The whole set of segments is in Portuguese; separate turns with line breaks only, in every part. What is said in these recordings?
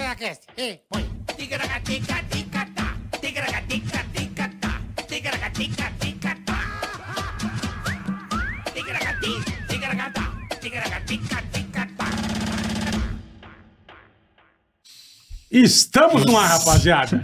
Tigracast, e põe.
Tigragatica-tica-tá, tigragatica-tica-tá, tigragatica-tica-tá. Tigragati, tigragatá, tigragatica-tica-tá.
Estamos no ar, rapaziada.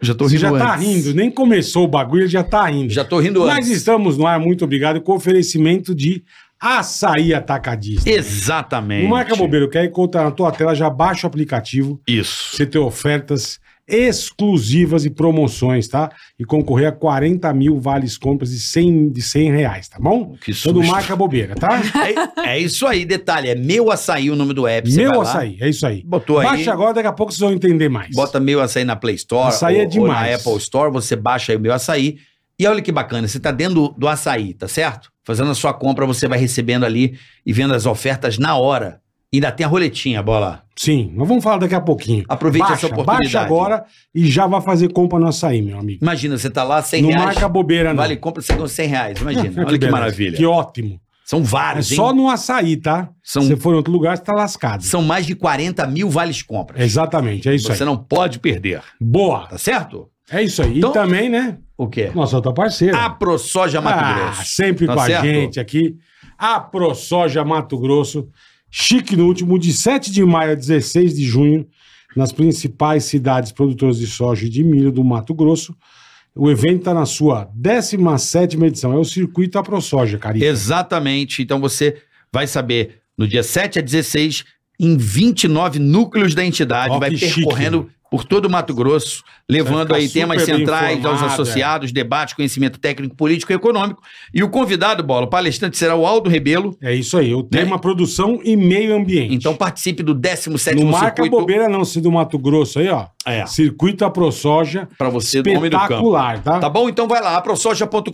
Eu já tô
Você
rindo
já tá
antes.
rindo, nem começou o bagulho, ele já tá rindo.
Já tô rindo
Mas
antes.
estamos no ar, muito obrigado, com oferecimento de açaí atacadista.
Exatamente.
Não é marca bobeiro, quer encontrar na tua tela, já baixa o aplicativo, pra
Isso.
você ter ofertas exclusivas e promoções, tá? E concorrer a 40 mil vales compras de 100, de 100 reais, tá bom?
Que
Então não
susto.
marca bobeira, tá?
É, é isso aí, detalhe. É meu açaí o nome do app. Você vai
Meu
lá,
açaí, é isso aí.
Botou aí.
Baixa agora, daqui a pouco vocês vão entender mais.
Bota meu açaí na Play Store.
Açaí é
na
demais.
Apple Store, você baixa aí o meu açaí. E olha que bacana, você tá dentro do, do açaí, tá certo? Fazendo a sua compra, você vai recebendo ali e vendo as ofertas na hora. Ainda tem a roletinha, bola.
Sim, nós vamos falar daqui a pouquinho.
Aproveite
baixa,
essa oportunidade.
Baixa agora e já vai fazer compra no açaí, meu amigo.
Imagina, você tá lá, 100
não
reais.
marca bobeira, não.
Vale compra, você ganha 100 reais. Imagina, olha que
beleza.
maravilha.
Que ótimo.
São
É
vários, hein?
só no açaí, tá?
São-
Se você for em outro lugar, você tá lascado.
São mais de 40 mil vales compras.
Exatamente, é isso
Você
aí.
não pode perder,
Boa.
tá certo?
É isso aí.
Então-
E também, né?
O quê?
Nossa outra parceira.
A ProSoja Tá Mato
Ah,
Grosso.
sempre
Tá
com
certo?
a gente aqui. A ProSoja Mato Grosso. Chique no último, de 7 de maio a 16 de junho, nas principais cidades produtoras de soja e de milho do Mato Grosso. O evento está na sua 17 edição. É o Circuito A ProSoja, carinho.
Exatamente. Então você vai saber no dia 7 a 16, em 29 núcleos da entidade,
Ó,
vai
que chique,
percorrendo por todo o Mato Grosso, levando
ficar
aí temas
super bem
centrais aos
informado, é.
associados, debate, conhecimento técnico, político e econômico. E o convidado, bola, o palestrante será o Aldo Rebelo.
É isso aí. O tema produção e meio ambiente.
Né? Então participe do 17º
não marca
circuito
bobeira, não, se do Mato Grosso aí, ó.
É.
Circuito A ProSoja.
para você do homem do campo.
Espetacular, tá?
Tá bom? Então vai lá, aprosoja.com.br,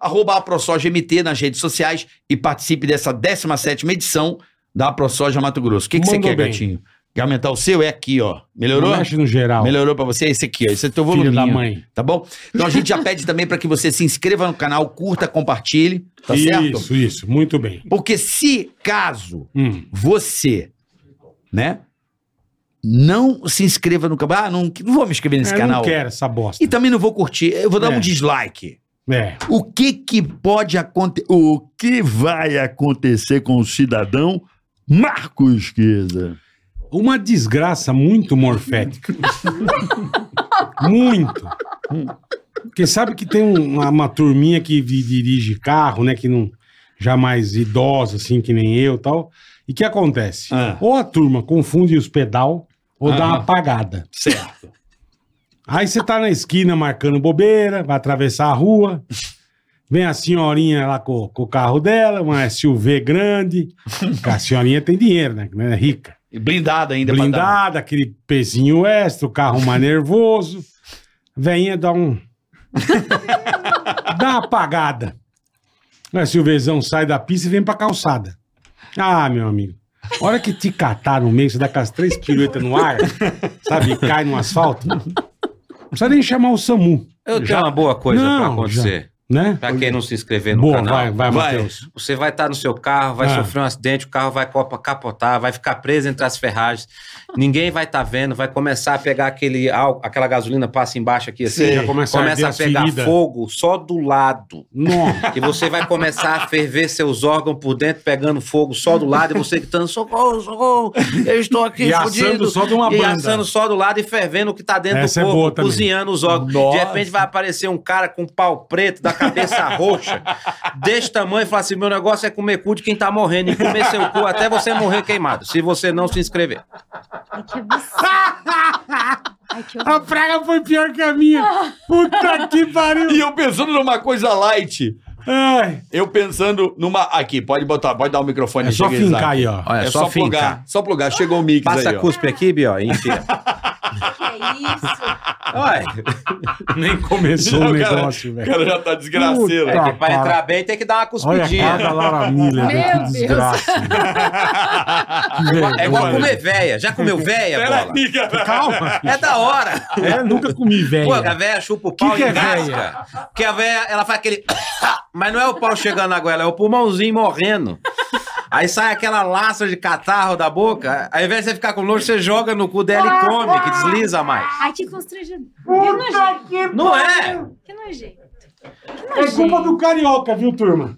arroba aprosojamt nas redes sociais e participe dessa 17 edição da Aprosoja Mato Grosso. O que, que você
Mandou
quer,
bem.
gatinho? Quer aumentar o seu? É aqui, ó. Melhorou?
Não mexe no geral.
Melhorou pra você? É Esse aqui, ó. Esse é teu volume.
filho da mãe.
Tá bom? Então a gente já pede também pra que você se inscreva no canal, curta, compartilhe, tá certo?
Isso, isso. Muito bem.
Porque se caso
Hum.
você, né, não se inscreva no canal, ah, não, não vou me inscrever nesse
É,
canal.
Não quero essa bosta.
E também não vou curtir, eu vou dar
É.
um dislike.
É.
O que que pode acontecer?
o que vai acontecer com o cidadão Marcos Queza?
Uma desgraça muito morfética. muito. Porque sabe que tem um- uma, uma turminha que vi- dirige carro, né? Que não. Já mais idosa, assim, que nem eu e tal. E o que acontece?
Ah.
Ou a turma confunde os pedal, ou dá uma
Aham.
apagada.
Certo.
Aí você tá na esquina marcando bobeira, vai atravessar a rua. Vem a senhorinha lá com, com o carro dela, uma SUV grande. Porque a senhorinha tem dinheiro, né? que não É rica.
E blindado ainda pra dar-
Blindada, aquele pezinho extra, o carro mais nervoso. Veinha dá um. dá uma apagada. O SUVzão sai da pista e vem pra calçada. Ah, meu amigo. A hora que te catar no meio, você dá com as três piruetas no ar, sabe? E cai no asfalto. Não precisa nem chamar o SAMU,
Eu tenho é uma boa coisa pra
Não,
acontecer.
né?
Pra quem não se inscrever no
Boa,
canal.
vai, vai,
Vai.
Matheus.
Você vai estar no seu carro, vai
Ah.
sofrer um acidente, o carro vai copa- capotar, vai ficar preso entre as ferragens, ninguém vai estar vendo, vai começar a pegar aquele álcool, aquela gasolina passa embaixo aqui assim,
Sim. Já
já
começa
começa,
a arder
a,
as
pegar
feridas.
fogo só do lado.
Não.
E você vai começar a ferver seus órgãos por dentro, pegando fogo só do lado, e você gritando: socorro, socorro, eu estou aqui
E
fudido."
assando só de uma
E
banda.
assando só do lado e fervendo o que tá dentro
Essa é
do
boa
corpo,
também.
cozinhando os órgãos. De repente vai aparecer um cara com pau preto, da cabeça roxa, desse tamanho, e fala assim: meu negócio é comer cu de quem tá morrendo, e comer seu cu até você morrer queimado, se você não se inscrever.
Ai, que absurdo. Ai, que
A
horror.
praga foi pior que a minha. Puta que pariu.
E eu pensando numa coisa light.
Ai,
Eu pensando numa. Aqui, pode botar, pode dar o microfone
é só
chega, Isaac.
fincar aí, ó.
É,
Olha,
só, plugar. Só plugar. Chegou o mix
Passa
aí. ó.
cuspe aqui, Bió, e enfia.
Que é isso?
Olha,
Nem começou
Já,
o
o cara-
negócio,
O
velho.
cara já tá desgraceiro.
Puta.
é que pra entrar bem tem que dar uma
Olha a
cuspidinha.
cara da Lara Miller, velho. Que
Meu Deus.
desgraça. Que
É igual
vergonha.
comer véia. Já comeu
é
véia, bola?
Peraí, cara.
Calma.
É da hora.
É, nunca comi, velho.
Pô, a véia chupa o pau
que
e
é
engasga. Porque a véia, ela faz aquele... Mas não é o pau chegando na goela, é o pulmãozinho morrendo. Aí sai aquela laça de catarro da boca. Ao invés de você ficar com nojo, você joga no cu dela e come, que desliza mais.
Ai, que constrangedor. Que nojento.
Não é?
Que nojento. Que
É
nojento.
culpa do carioca, viu, turma?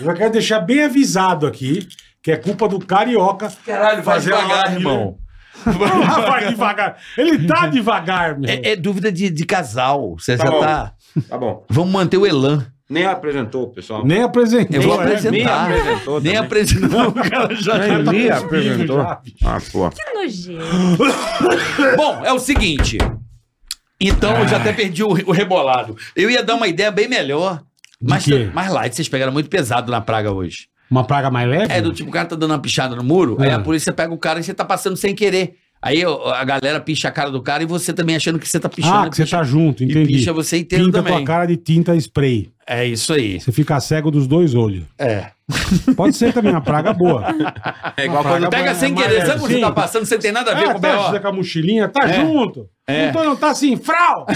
Eu já quero deixar bem avisado aqui que é culpa do carioca.
Caralho, vai
fazer
devagar,
uma-
irmão.
Ah, vai devagar. Ele tá devagar, meu.
É, é dúvida de, de casal. Você
Tá
já
bom.
tá.
Tá bom.
Vamos manter o elan.
Nem apresentou, pessoal.
Nem apresentou.
Eu vou
né?
Nem
apresentar.
apresentou
Nem
também.
apresentou. O cara já tá
Nem me
Tá comigo
apresentou.
já, bicho.
Ah, pô.
Que nojento.
Bom, é o seguinte. Então, eu já até perdi o, o rebolado. Eu ia dar uma ideia bem melhor.
De
Mas, tá,
quê?
mas light, vocês pegaram muito pesado na praga hoje.
Uma praga mais leve?
É do tipo, o cara tá dando uma pichada no muro, aí
É.
a polícia pega o cara e você tá passando sem querer. Aí ó, a galera picha a cara do cara e você também achando que você tá pichando.
ah, que você
picha-
tá junto,
e
entendi.
picha você inteiro
Pinta
também.
tua cara de tinta spray.
É isso aí.
Você fica cego dos dois olhos.
É.
Pode ser também uma praga boa.
Tá
É igual
Apaga-
quando.
Pega
é
sem
mais
querer,
leve,
sabe quando você
sim.
tá passando, você tem nada a ver
Ah,
com o
tá você
B.O.
com a mochilinha, tá junto.
É.
Então não tá assim, frau!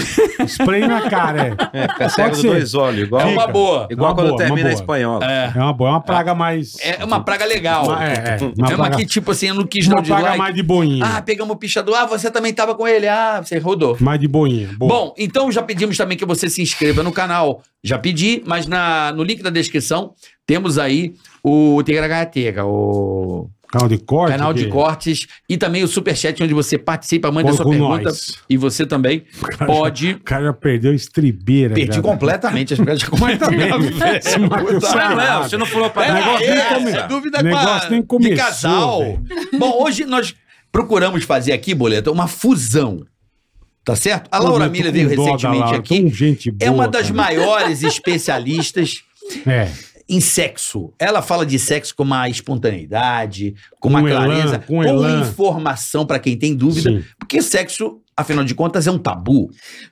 Spray na cara, é.
É, cego dos
ser.
dois olhos. Igual,
É uma boa.
igual
Uma
quando
boa, uma
termina a
boa.
espanhola.
É,
É uma boa, é uma praga mais.
é uma praga legal.
Uma- é, é, uma
é uma
praga-
que, tipo assim, eu não quis dar
Uma
de
praga
like.
mais de boinha.
Ah, pegamos o pichador. Ah, você também tava com ele. Ah, você rodou.
Mais de boinha. Boa.
Bom, então já pedimos também que você se inscreva no canal. Já pedi, mas na, no link da descrição temos aí o Tegragateca, o
canal de corte.
canal de
que-
cortes e também o Superchat, onde você participa, manda
Põe
sua
com
pergunta.
nós. É
E você também pode.
O cara já perdeu a estribeira. cara.
Perdi completamente as perguntas. Completamente.
Esse Marcos
Puta,
Sagrado.
Não, você não falou pra
É,
mim.
negócio nem
Essa.
come- dúvida
Negócio
com a,
nem começou,
de casal.
velho.
Bom, hoje nós procuramos fazer aqui, Boleta, uma fusão. Tá certo? A Laura
Eu tô
Miller
com
veio
dó da
recentemente
Laura,
aqui.
tão gente boa,
é uma das
cara.
maiores especialistas
É.
em sexo. Ela fala de sexo com uma espontaneidade, com, uma
Com elan,
clareza,
com elan.
informação pra quem tem dúvida,
Sim.
porque sexo, afinal de contas, é um tabu,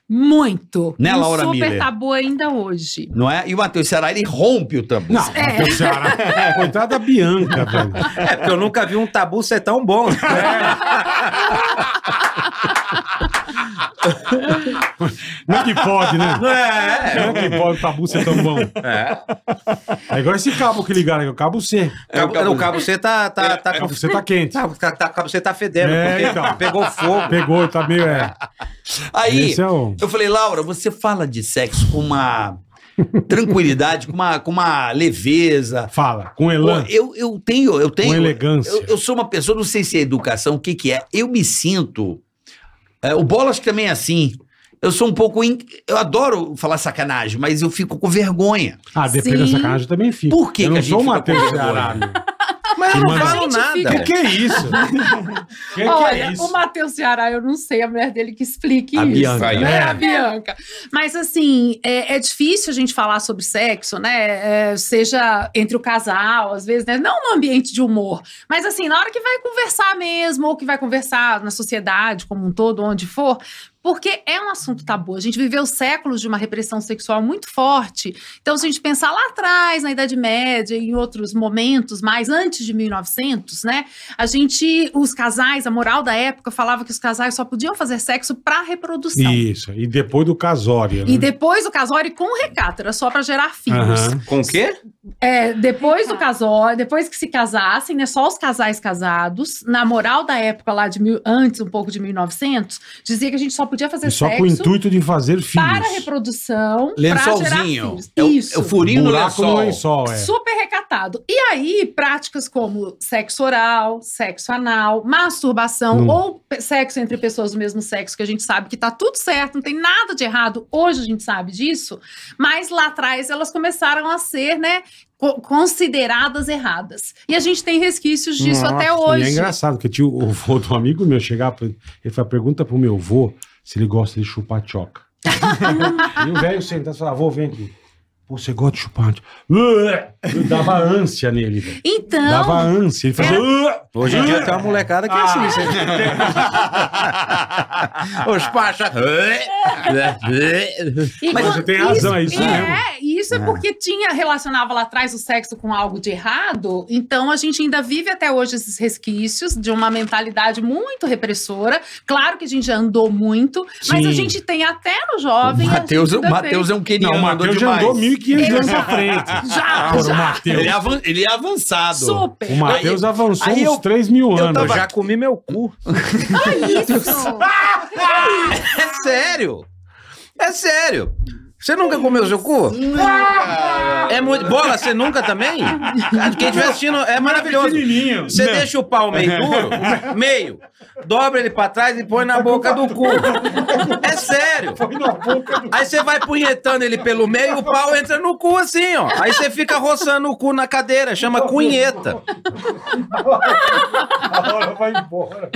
Muito.
Né,
um
Laura
super
Miller?
tabu ainda hoje.
não é? E o Matheus Ceará, ele rompe o tabu.
Não, é. Ceará. Coitada da Bianca, velho.
É, porque eu nunca vi um tabu ser tão bom. né?
Não é que pode, né?
Não é?
Não é que pode o tabu ser tão bom.
É.
É igual esse cabo que ligaram aqui, o cabo C.
É,
um
o cabo- o cabo C tá. tá,
É,
tá
O
com-
cabo C tá quente.
tá- tá- tá- o cabo C tá fedendo.
É,
porque
então.
Pegou fogo.
Pegou, tá meio. É.
Aí,
Esse é o.
eu falei, Laura, você fala de sexo com uma tranquilidade, com uma, com uma leveza.
Fala, com
Pô,
Elan.
eu, eu tenho, eu tenho.
Com elegância.
Eu, eu sou uma pessoa, não sei se é educação, o que que é. Eu me sinto. é, o Bolas também é assim. Eu sou um pouco. in- eu adoro falar sacanagem, mas eu fico com vergonha.
Ah, depende da
Sim.
sacanagem eu também fica.
Por que
Eu
que
não
a
sou
gente
o
fica
Matheus
com vergonha?
Ceará. meu.
Mas eu não
Mano,
falo
gente
nada.
fica-
Que que é isso? Que que
Olha,
é isso?
o Matheus Ceará, eu não sei, a mulher dele que explique
A
isso.
Bianca,
É,
né?
a Bianca. Mas assim, é, é difícil a gente falar sobre sexo, né? É, seja entre o casal, às vezes, né? Não no ambiente de humor. Mas assim, na hora que vai conversar mesmo, ou que vai conversar na sociedade como um todo, onde for. Porque é um assunto tabu. A gente viveu séculos de uma repressão sexual muito forte. Então, se a gente pensar lá atrás, na Idade Média, em outros momentos, mais antes de 1900, né? A gente, os casais, a moral da época falava que os casais só podiam fazer sexo para reprodução. E,
Isso. E depois do casório. né?
depois o casório com recato, era só para gerar filhos.
Aham.
Com o quê?
É, depois do casório, depois que se casassem, né, só os casais casados, na moral da época lá de mil, antes um pouco de 1900, dizia que a gente só podia fazer
E só com o
sexo
intuito de fazer
para
filhos.
reprodução, para gerar
Lençolzinho.
filhos.
É o,
Isso.
é o furinho no
Buraco
lençol.
no lençol, é.
Super recatado. E aí, práticas como sexo oral, sexo anal, masturbação
Não.
ou pe- sexo entre pessoas do mesmo sexo, que a gente sabe que tá tudo certo, não tem nada de errado. Hoje a gente sabe disso, mas lá atrás elas começaram a ser, né, co- consideradas erradas. E a gente tem resquícios disso
Nossa,
até
E é
hoje.
engraçado, porque tinha o vô de um amigo meu chegar, pra- ele falou, pergunta pro meu vô se ele gosta de chupar tchoca. e o velho sentado e falava, vô, vem aqui. Pô, você gosta de chupar tchoca? Eu dava ânsia nele, velho.
então,
Dava ânsia. Ele fazia...
Hoje em dia tem uma molecada que é assim. Os pachas.
E
Mas
quan-
você tem razão, é isso
É,
mesmo.
isso isso é,
É.
porque tinha, relacionava lá atrás o sexo com algo de errado, então a gente ainda vive até hoje esses resquícios de uma mentalidade muito repressora. Claro que a gente já andou muito, mas
Sim.
a gente tem até no jovem. a
Mateus, é
gente
o
ainda
Matheus é um querido.
Não, o Matheus já andou 1.500 anos à frente.
Já,
Agora, o
já.
Matheus.
Ele é, avan- ele é avançado.
Super.
O Matheus avançou
aí eu-
uns 3 mil
eu
anos.
Eu
tava-
já comi meu cu.
Isso!
É sério.
É sério. Você nunca comeu seu cu? É muito. Bola, você nunca também? Cara, Quem estiver assistindo é maravilhoso.
Pequenininho.
Você
Não.
deixa o pau meio duro, meio, dobra ele pra trás e põe na boca do cu. É sério. Aí você vai punhetando ele pelo meio e o pau entra no cu assim, ó. Aí você fica roçando o cu na cadeira, chama cunheta.
Agora vai embora.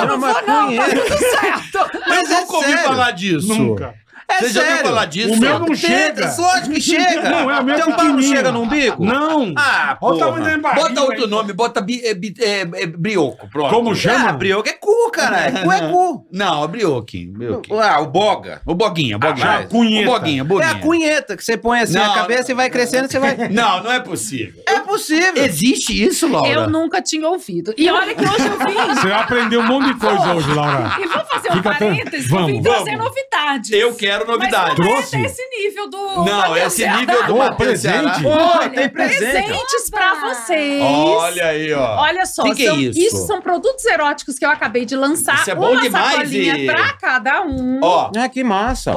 Chama cunheta. Mas é
nunca ouvi
sério.
falar disso.
Nunca.
É
Você já
sério.
ouviu falar disso?
O meu não chega.
Chega, lógico que chega.
Não, é o meu
Teu pau não
pequenininho.
chega no umbigo?
Não.
Ah,
Olha o
porra.
tamanho da embarcação.
Bota outro nome, bota bi, é, bi- é, é, brioco, pronto.
Como chama?
Ah, brioco é cu, caralho. Cu é cu.
Não, é brioquinho. brioquinho.
Ah, o boga.
O boguinha, boguinha.
Ah, já,
cunheta.
O boguinha,
É
boguinha.
a cunheta que você põe assim
Não,
na cabeça e vai crescendo, você vai...
Não, não é possível.
É possível.
Existe isso, Laura?
Eu nunca tinha ouvido. E olha que hoje eu vim.
Você vai aprender um monte de coisa hoje, Laura.
E vou fazer um
Fica tran-
parênteses, que eu vim
Vamos,
trazer
vamos.
novidades.
Eu quero novidade.
Mas não
Trouxe?
é desse nível do...
Não,
Matheus
esse
Ceará.
nível do
Ô,
Matheus Ceará.
presente.
Olha,
Olha, presentes
Oba!
pra
É
vocês.
Olha aí, ó.
Olha só,
Que que é
são-
isso?
são produtos eróticos que eu acabei de lançar.
Isso é bom
uma
demais,
sacolinha
e-
pra cada um.
Ó,
Ah, que massa.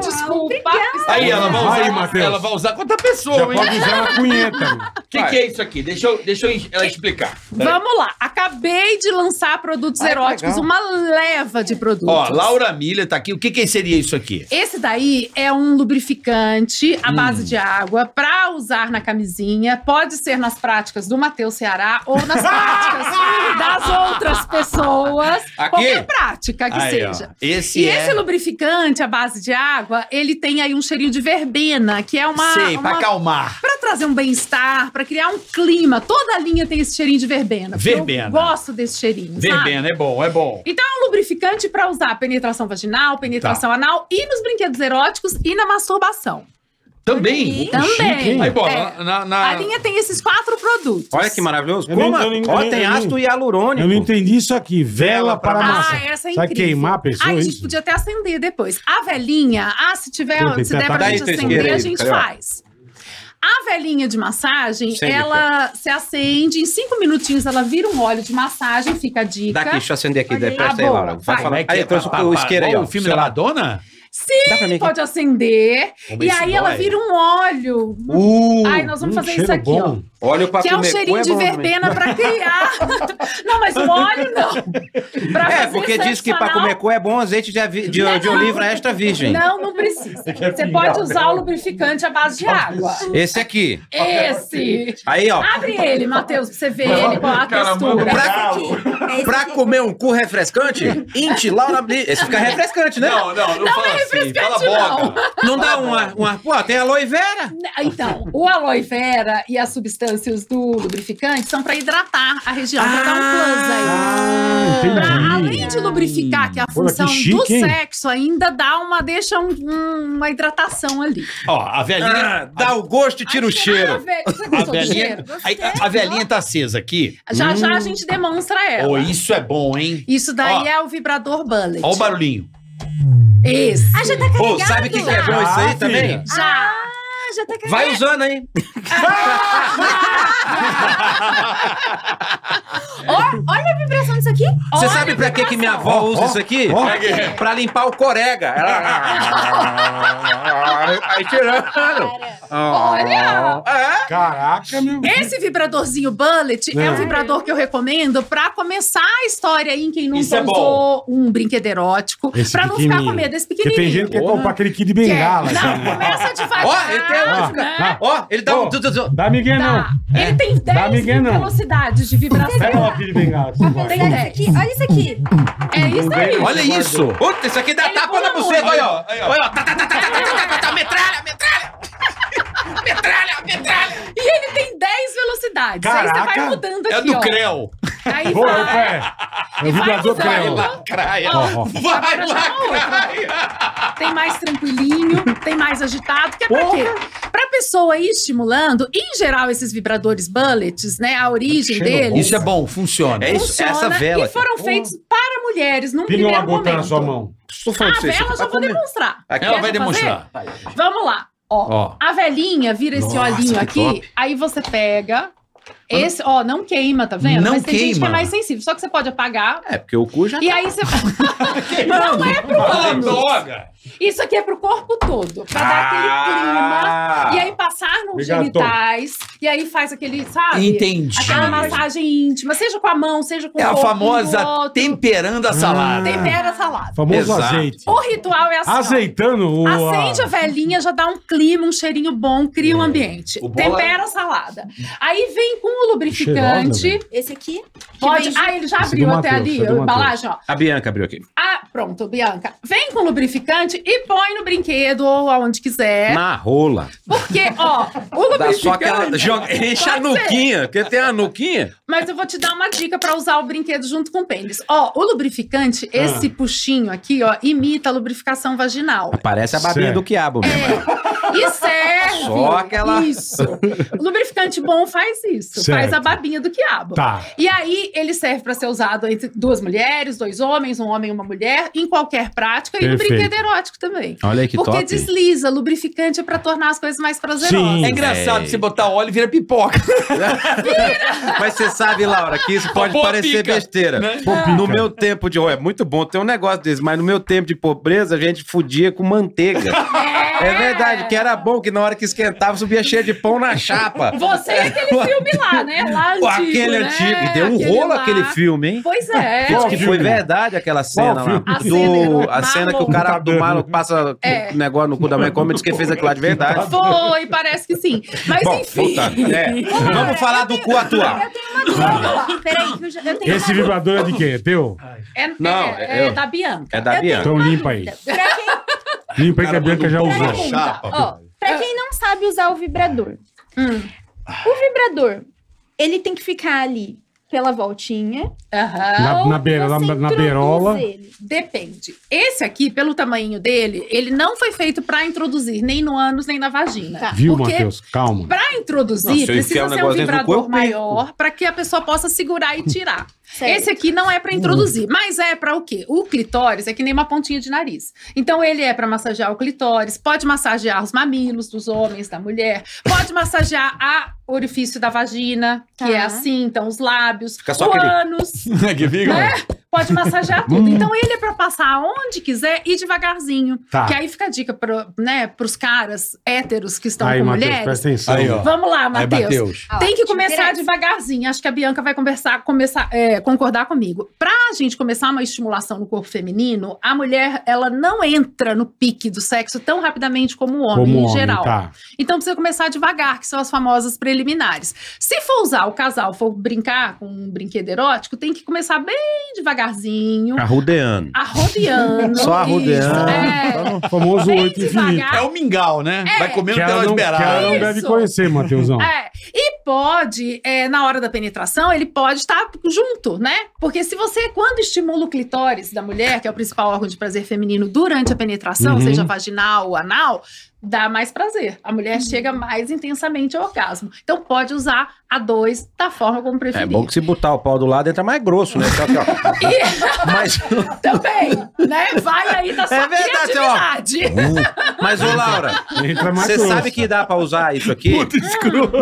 Desculpa.
aí ela vai
Vai,
usar,
Matheus.
ela vai usar com outra
Já
pessoa, hein?
pode usar a cunheta. meu.
O que, que é isso aqui? Deixa eu, deixa eu en- ela explicar.
Vamos lá. Acabei de lançar produtos
Ai, que
eróticos,
legal.
uma leva de produtos.
Ó, Laura Milha tá aqui. O que, que seria isso aqui?
Esse daí é um lubrificante
Hum.
à base de água pra usar na camisinha. Pode ser nas práticas do Matheus Ceará ou nas práticas das outras pessoas.
Aqui?
Qualquer prática que
Aí, ó.
seja.
Esse
E
é...
esse lubrificante à base de água, ele tem aí um cheirinho de verbena, que é uma.
Sei, pra
uma-
acalmar.
pra trazer um bem-estar, pra criar um clima. Toda a linha tem esse cheirinho de verbena. porque
Verbena.
Eu gosto desse cheirinho. sabe?
Verbena, é bom, é bom.
Então é um lubrificante pra usar penetração vaginal, penetração
Tá.
anal e nos brinquedos eróticos e na masturbação.
Também.
Também.
Aí, bom,
É.
na, na-
A
na-
linha tem esses quatro produtos.
Olha que maravilhoso.
Eu nem-
Como?
eu nem- eu
Ó,
nem-
tem
eu nem-
ácido hialurônico.
Eu não entendi isso aqui. Vela
Vela pra
para
Ah,
massa.
essa é
Vai
incrível.
queimar a pessoa, é
Ai, a gente
isso?
podia até acender depois. A velhinha, ah, se tiver,
Tem, tem,
se
tem,
der
tá
pra
aí,
gente
Tresqueira,
acender, a
aí,
gente
cadê, ó?
faz. A velhinha de massagem,
Acende,
ela se acende, em cinco minutinhos ela vira um óleo de massagem, fica a dica.
Daqui, deixa eu acender aqui.
Olha aí.
Presta aí,
Ah, boa,
Laura. Vai Ah,
vai.
falar.
Como é que
Aí,
é?
eu trouxe
Pra-
o
pra-
isqueiro aí,
pra-
ó.
O filme
Sei
da
lá.
Madonna?
Dá pra mim
Sim,
aqui?
pode acender.
Como
E
isso
aí ela
dói?
vira um óleo.
Uh!
Ai, nós vamos
Hum,
fazer
cheiro
isso aqui, ó.
bom.
Olha o papo
Que é um cheirinho de verbena pra criar. não, mas o óleo não. Pra
É,
fazer
porque diz
sexo
que pra
anal,
comer cu é bom azeite de, avi- de, de oliva extra virgem.
Não, não precisa.
É
Você pode
né?
usar o lubrificante à base de água.
Esse aqui.
Esse.
Aí, ó.
Abre ele, Matheus, pra você ver ele com a textura.
Pra, pra comer um cu refrescante, Inti, Laura Bli- Esse fica refrescante, né?
Não, não, não, fala assim. Fala
um é refrescante,
boga.
Não dá uma, uma. Pô, tem aloe vera.
Então, o aloe vera e as substâncias do lubrificante são pra hidratar a região, pra dar um plus aí.
Ah, entendi.
Pra, além de lubrificar, que é a
Olha, que
função do
chique, hein?
sexo, ainda dá uma, deixa um- um- uma hidratação ali.
Ó, a velhinha.
Ah, dá um o gosto e tira o
Ah,
cheiro.
velho, você
A
gostou do
velhinha, Hum.
cheiro?
a, a velhinha tá acesa aqui.
Já já a gente demonstra ela.
Oh, isso é bom, hein?
Isso daí
Ó.
é o vibrador bullet.
Ó o barulhinho.
Esse.
Ah, já tá carregado? Tá
Pô, sabe o que, que é bom isso aí
Ah,
também?
filha.
Já.
Ah, já tá carregado.
Vai usando aí.
Ó, olha a vibração disso aqui.
Você
Olha
sabe
a
pra que, que minha avó
Ó,
usa
ó,
isso aqui?
ó.
Pra quê? Pra limpar o corega. Ela- Aí tirando.
Cara.
Olha!
É?
Caraca, meu.
Esse vibradorzinho bullet é.
É.
um vibrador que eu recomendo pra começar a história aí em quem
Isso
nunca
é bom.
usou um brinquedo erótico.
Esse
pra não ficar com
pequenininho.
medo desse
Porque tem gente
pequenininho.
que quer
Porra.
comprar aquele kit de
Que é-
bengala.
Não,
assim.
começa devagar.
Ó, ele tem
Ah,
onde
né?
ah,
Ó, ele dá um.
Ô, Dá migué não.
Tá. Ele tem 10
migué, não. É
velocidades de
Pega
vibração.
lá o kit de bengala. assim, vai.
Tem
Olha isso
10.
aqui, olha isso aqui.
É isso aí.
Olha isso.
Puta, isso aqui dá
Ele um.
tapa na
pula
buceta.
muito.
Olha, ó.
aí,
Olha, ó. Tá, tá, tá, tá, tá, tá, tá, tá, tá, metralha, metralha. Metralha, metralha.
E ele tem 10 velocidades. Aí você
Caraca.
vai mudando aqui,
É do
ó.
Creu.
Aí
Boa,
vai.
é. É o vibrador
vai
creme.
usando.
Lacraia.
Ó,
Ó, ó.
Vai,
já é outra.
lacraia.
tem mais tranquilinho, tem mais agitado, que é pra quê? Pra pessoa ir estimulando, e, em geral, esses vibradores bullets, né? A origem
Cheiro bom.
deles.
Isso é bom, funciona.
É isso, essa vela
E foram
aqui.
feitos para mulheres num
Pinga uma
primeiro
gota na
momento.
sua mão.
Tô
A
falando pra vocês,
vela eu
tá
já Ah, vou
comendo.
demonstrar.
Aqui,
Ela
Quer
vai
fazer?
demonstrar.
Vamos lá. Ó,
Ó.
a velhinha vira esse
Nossa,
olhinho
que
aqui,
top.
aí você pega. Esse, ó, não queima, tá vendo?
Não
Mas tem gente que é
queima.
mais sensível. Só que você pode apagar.
É, porque o cu já
E aí você. não é pro ânus. Isso aqui é pro corpo todo. Pra dar aquele
Ah!
clima. E aí passar nos
Obrigado,
genitais. E aí faz aquele, sabe?
Entendi.
Aquela massagem íntima, seja com a mão, seja com Ah,
É
o
a
corpo.
famosa
um no outro.
temperando a salada.
Tempera a salada.
Famoso
Exato.
azeite.
O ritual é assim. ó.
Azeitando o.
Acende a velhinha, já dá um clima, um cheirinho bom, cria um ambiente.
É. O bola-
Tempera a salada. Aí vem com o
Cheirosa,
lubrificante.
velho.
Esse aqui.
pode.
vem junto.
Ah, ele já
Esse
abriu
do
até
Matheus,
ali,
esse é do
a embalagem, ó.
A Bianca abriu aqui.
Ah, pronto, Bianca. Vem com lubrificante e põe no brinquedo ou aonde quiser.
Na rola.
Porque, ó, o
Dá só
lubrificante.
aquela. Joga, enche a
Tá né? Pode ser.
nuquinha. Porque tem a nuquinha.
Mas eu vou te dar uma dica pra usar o brinquedo junto com o pênis. Ó, o lubrificante,
Ah.
esse puxinho aqui, ó, imita a lubrificação vaginal.
Parece a babinha
Certo.
do quiabo
É.
mesmo. né?
E serve.
Só aquela-
Isso. O lubrificante bom faz isso.
Certo.
Faz a babinha do quiabo.
Tá.
E aí, ele serve pra ser usado entre duas mulheres, dois homens, um homem e uma mulher, em qualquer prática e
Perfeito.
no brinquedo erótico também.
Olha aí que
Porque
top.
desliza, lubrificante é pra tornar as coisas mais prazerosas.
Sim.
É engraçado
Ei.
você botar óleo e vira pipoca.
Mas você sabe, Laura, que isso pode
Pô,
parecer
pica,
besteira.
né?
No meu tempo de. ó, É muito bom ter um negócio desse, mas no meu tempo de pobreza a gente fudia com manteiga. É, verdade, que era bom que na hora que esquentava subia cheio de pão na chapa.
Você é aquele filme lá, né? Lá
Pô,
antigo,
aquele
né?
antigo. E deu um rolo
lá.
aquele filme, hein?
Pois é.
Diz
Qual
que
filme?
foi verdade aquela cena lá.
filme?
A cena do
Do, a cena que o
Marlon.
cara do Marlon passa
É.
o negócio no cu da mãe come, diz que fez aquilo lá de verdade.
Foi, parece que sim. Mas
Bom,
enfim.
voltando, é. Vamos falar do cu atual.
Peraí, que eu, já, eu tenho
Esse
uma
vibrador é de quem? É teu?
É,
Não,
é-
é
é
eu.
da Bianca.
É da Bianca.
Então limpa aí.
Pra quem,
Limpa aí que a Bianca já usou.
pergunta, ó, pra quem não sabe usar o vibrador.
Hum.
O vibrador, ele tem que ficar ali pela voltinha.
Aham.
Na-
ou
na beira,
você
na- na
introduz
beirola.
ele.
Depende. Esse aqui, pelo tamanho dele, ele não foi feito pra introduzir nem no ânus nem na vagina.
Tá.
Viu,
Porque
Matheus? Calma.
Pra introduzir,
Não, se eu enfiar
precisa
um
ser um
negócio dentro do
vibrador
corpo,
maior pra que a pessoa possa segurar e tirar.
Sério.
Esse aqui não é pra introduzir, mas é pra o quê? O clitóris é que nem uma pontinha de nariz. Então ele é pra massagear o clitóris, pode massagear os mamilos dos homens, da mulher, pode massagear a orifício da vagina,
Tá.
que é assim, então os lábios,
Fica só
o
aquele-
ânus,
que fica?
né? Pode massagear tudo. Então ele é pra passar onde quiser e devagarzinho.
Tá.
Que aí fica a dica pro, né, pros caras héteros que estão
Aí,
com
Matheus,
mulheres.
presta atenção.
Aí, ó.
Vamos lá,
Aí,
Matheus.
Mateus.
Ó,
Tem que
te
começar
interessa.
devagarzinho. Acho que a Bianca vai conversar, começar, é, concordar comigo. Pra gente começar uma estimulação no corpo feminino, a mulher ela não entra no pique do sexo tão rapidamente como o homem
Como
em
homem,
geral.
tá.
Então precisa começar devagar, que são as famosas preliminares. Se for usar o casal, for brincar com um brinquedo erótico, tem que começar bem devagarzinho,
Arrudeando.
arrodeando.
Só
Isso,
arrodeando.
é.
O famoso
Bem
oito infinito.
devagar.
É o mingau, né? Vai comendo
Que ela
pelas
não, que ela
beiradas.
não
Isso.
deve conhecer, Matheusão.
É, e pode, é, na hora da penetração, ele pode estar junto, né? Porque se você, quando estimula o clitóris da mulher, que é o principal órgão de prazer feminino, durante a penetração,
Uhum.
seja vaginal ou anal, dá mais prazer. A mulher chega mais intensamente ao orgasmo. Então pode usar a dois da forma como
É
preferir.
bom que se botar o pau do lado entra mais grosso, né? Só que, ó. Mas,
Também, né? Vai aí da sua
É verdade, ó.
criatividade.
mas ô Laura,
Tá
Entra mais
você
grosso.
sabe que dá pra usar isso aqui?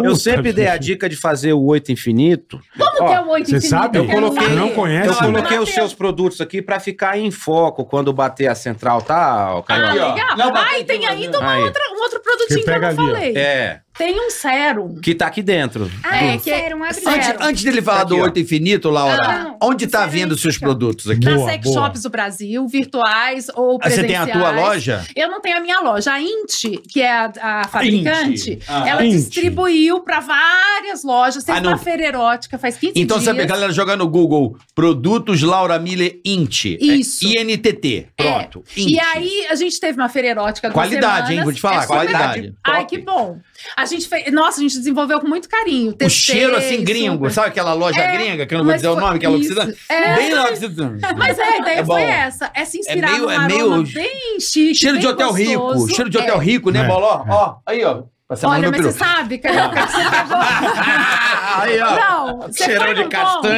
Eu sempre dei a dica de fazer o oito infinito.
Como
Ó,
que é o oito
Você
infinito?
sabe?
Eu quero
coloquei-
Você
saber.
não conhece?
Eu coloquei
Mateus.
os seus produtos aqui pra ficar em foco quando bater a central, tá, ó,
Ah,
Carioca?
legal.
Não, mas-
Ai, tem ainda uma
Aí.
outra- um outro produtinho
Você
que eu
pega
não
ali, ó.
falei.
É,
Tem um sérum.
que tá aqui dentro.
Ah,
É,
é,
que-
sério, um abre
Sério.
sério.
Antes, antes dele falar
Aqui,
do
ó.
Oito Infinito, Laura,
Ah,
onde tá
diferente,
vendo os seus
ó.
produtos aqui?
Boa,
nas sex
boa.
shops do Brasil, virtuais ou
Ah, Você tem
presenciais.
a tua loja?
Eu não tenho a minha loja. A Inti, que é a, a fabricante,
Inti. Ah.
ela
Inti.
distribuiu para várias lojas.
Ah, não.
Sexta-feira erótica, faz 15
Então
dias.
você pega a galera jogar no Google Produtos Laura Miller Int. É
Isso. É.
INTT. Pronto. Int.
E aí, a gente teve uma feira erótica duas
Qualidade, hein?
semanas. É
Vou te falar,
super-
qualidade.
Ai,
Top.
que bom. A gente fez. Nossa, a gente desenvolveu com muito carinho.
O
Testei,
cheiro assim gringo,
super.
sabe aquela loja
É,
gringa, que eu não vou
mas
dizer o
foi
nome, que é
isso.
L'Occitane?
É.
Bem L'Occitane.
Mas é, a ideia
É bom.
foi essa. É se inspirar
É meio-
num
é
aroma
meio
bem chique,
Cheiro de
bem
hotel rico,
gostoso.
cheiro de hotel
É.
rico, né,
É,
Bola? Ó, ó, aí, ó. Passa a mão
Olha,
no
mas
peru.
você sabe, Carioca, que você pegou...
Aí, É, ó.
Não, você foi no ponto.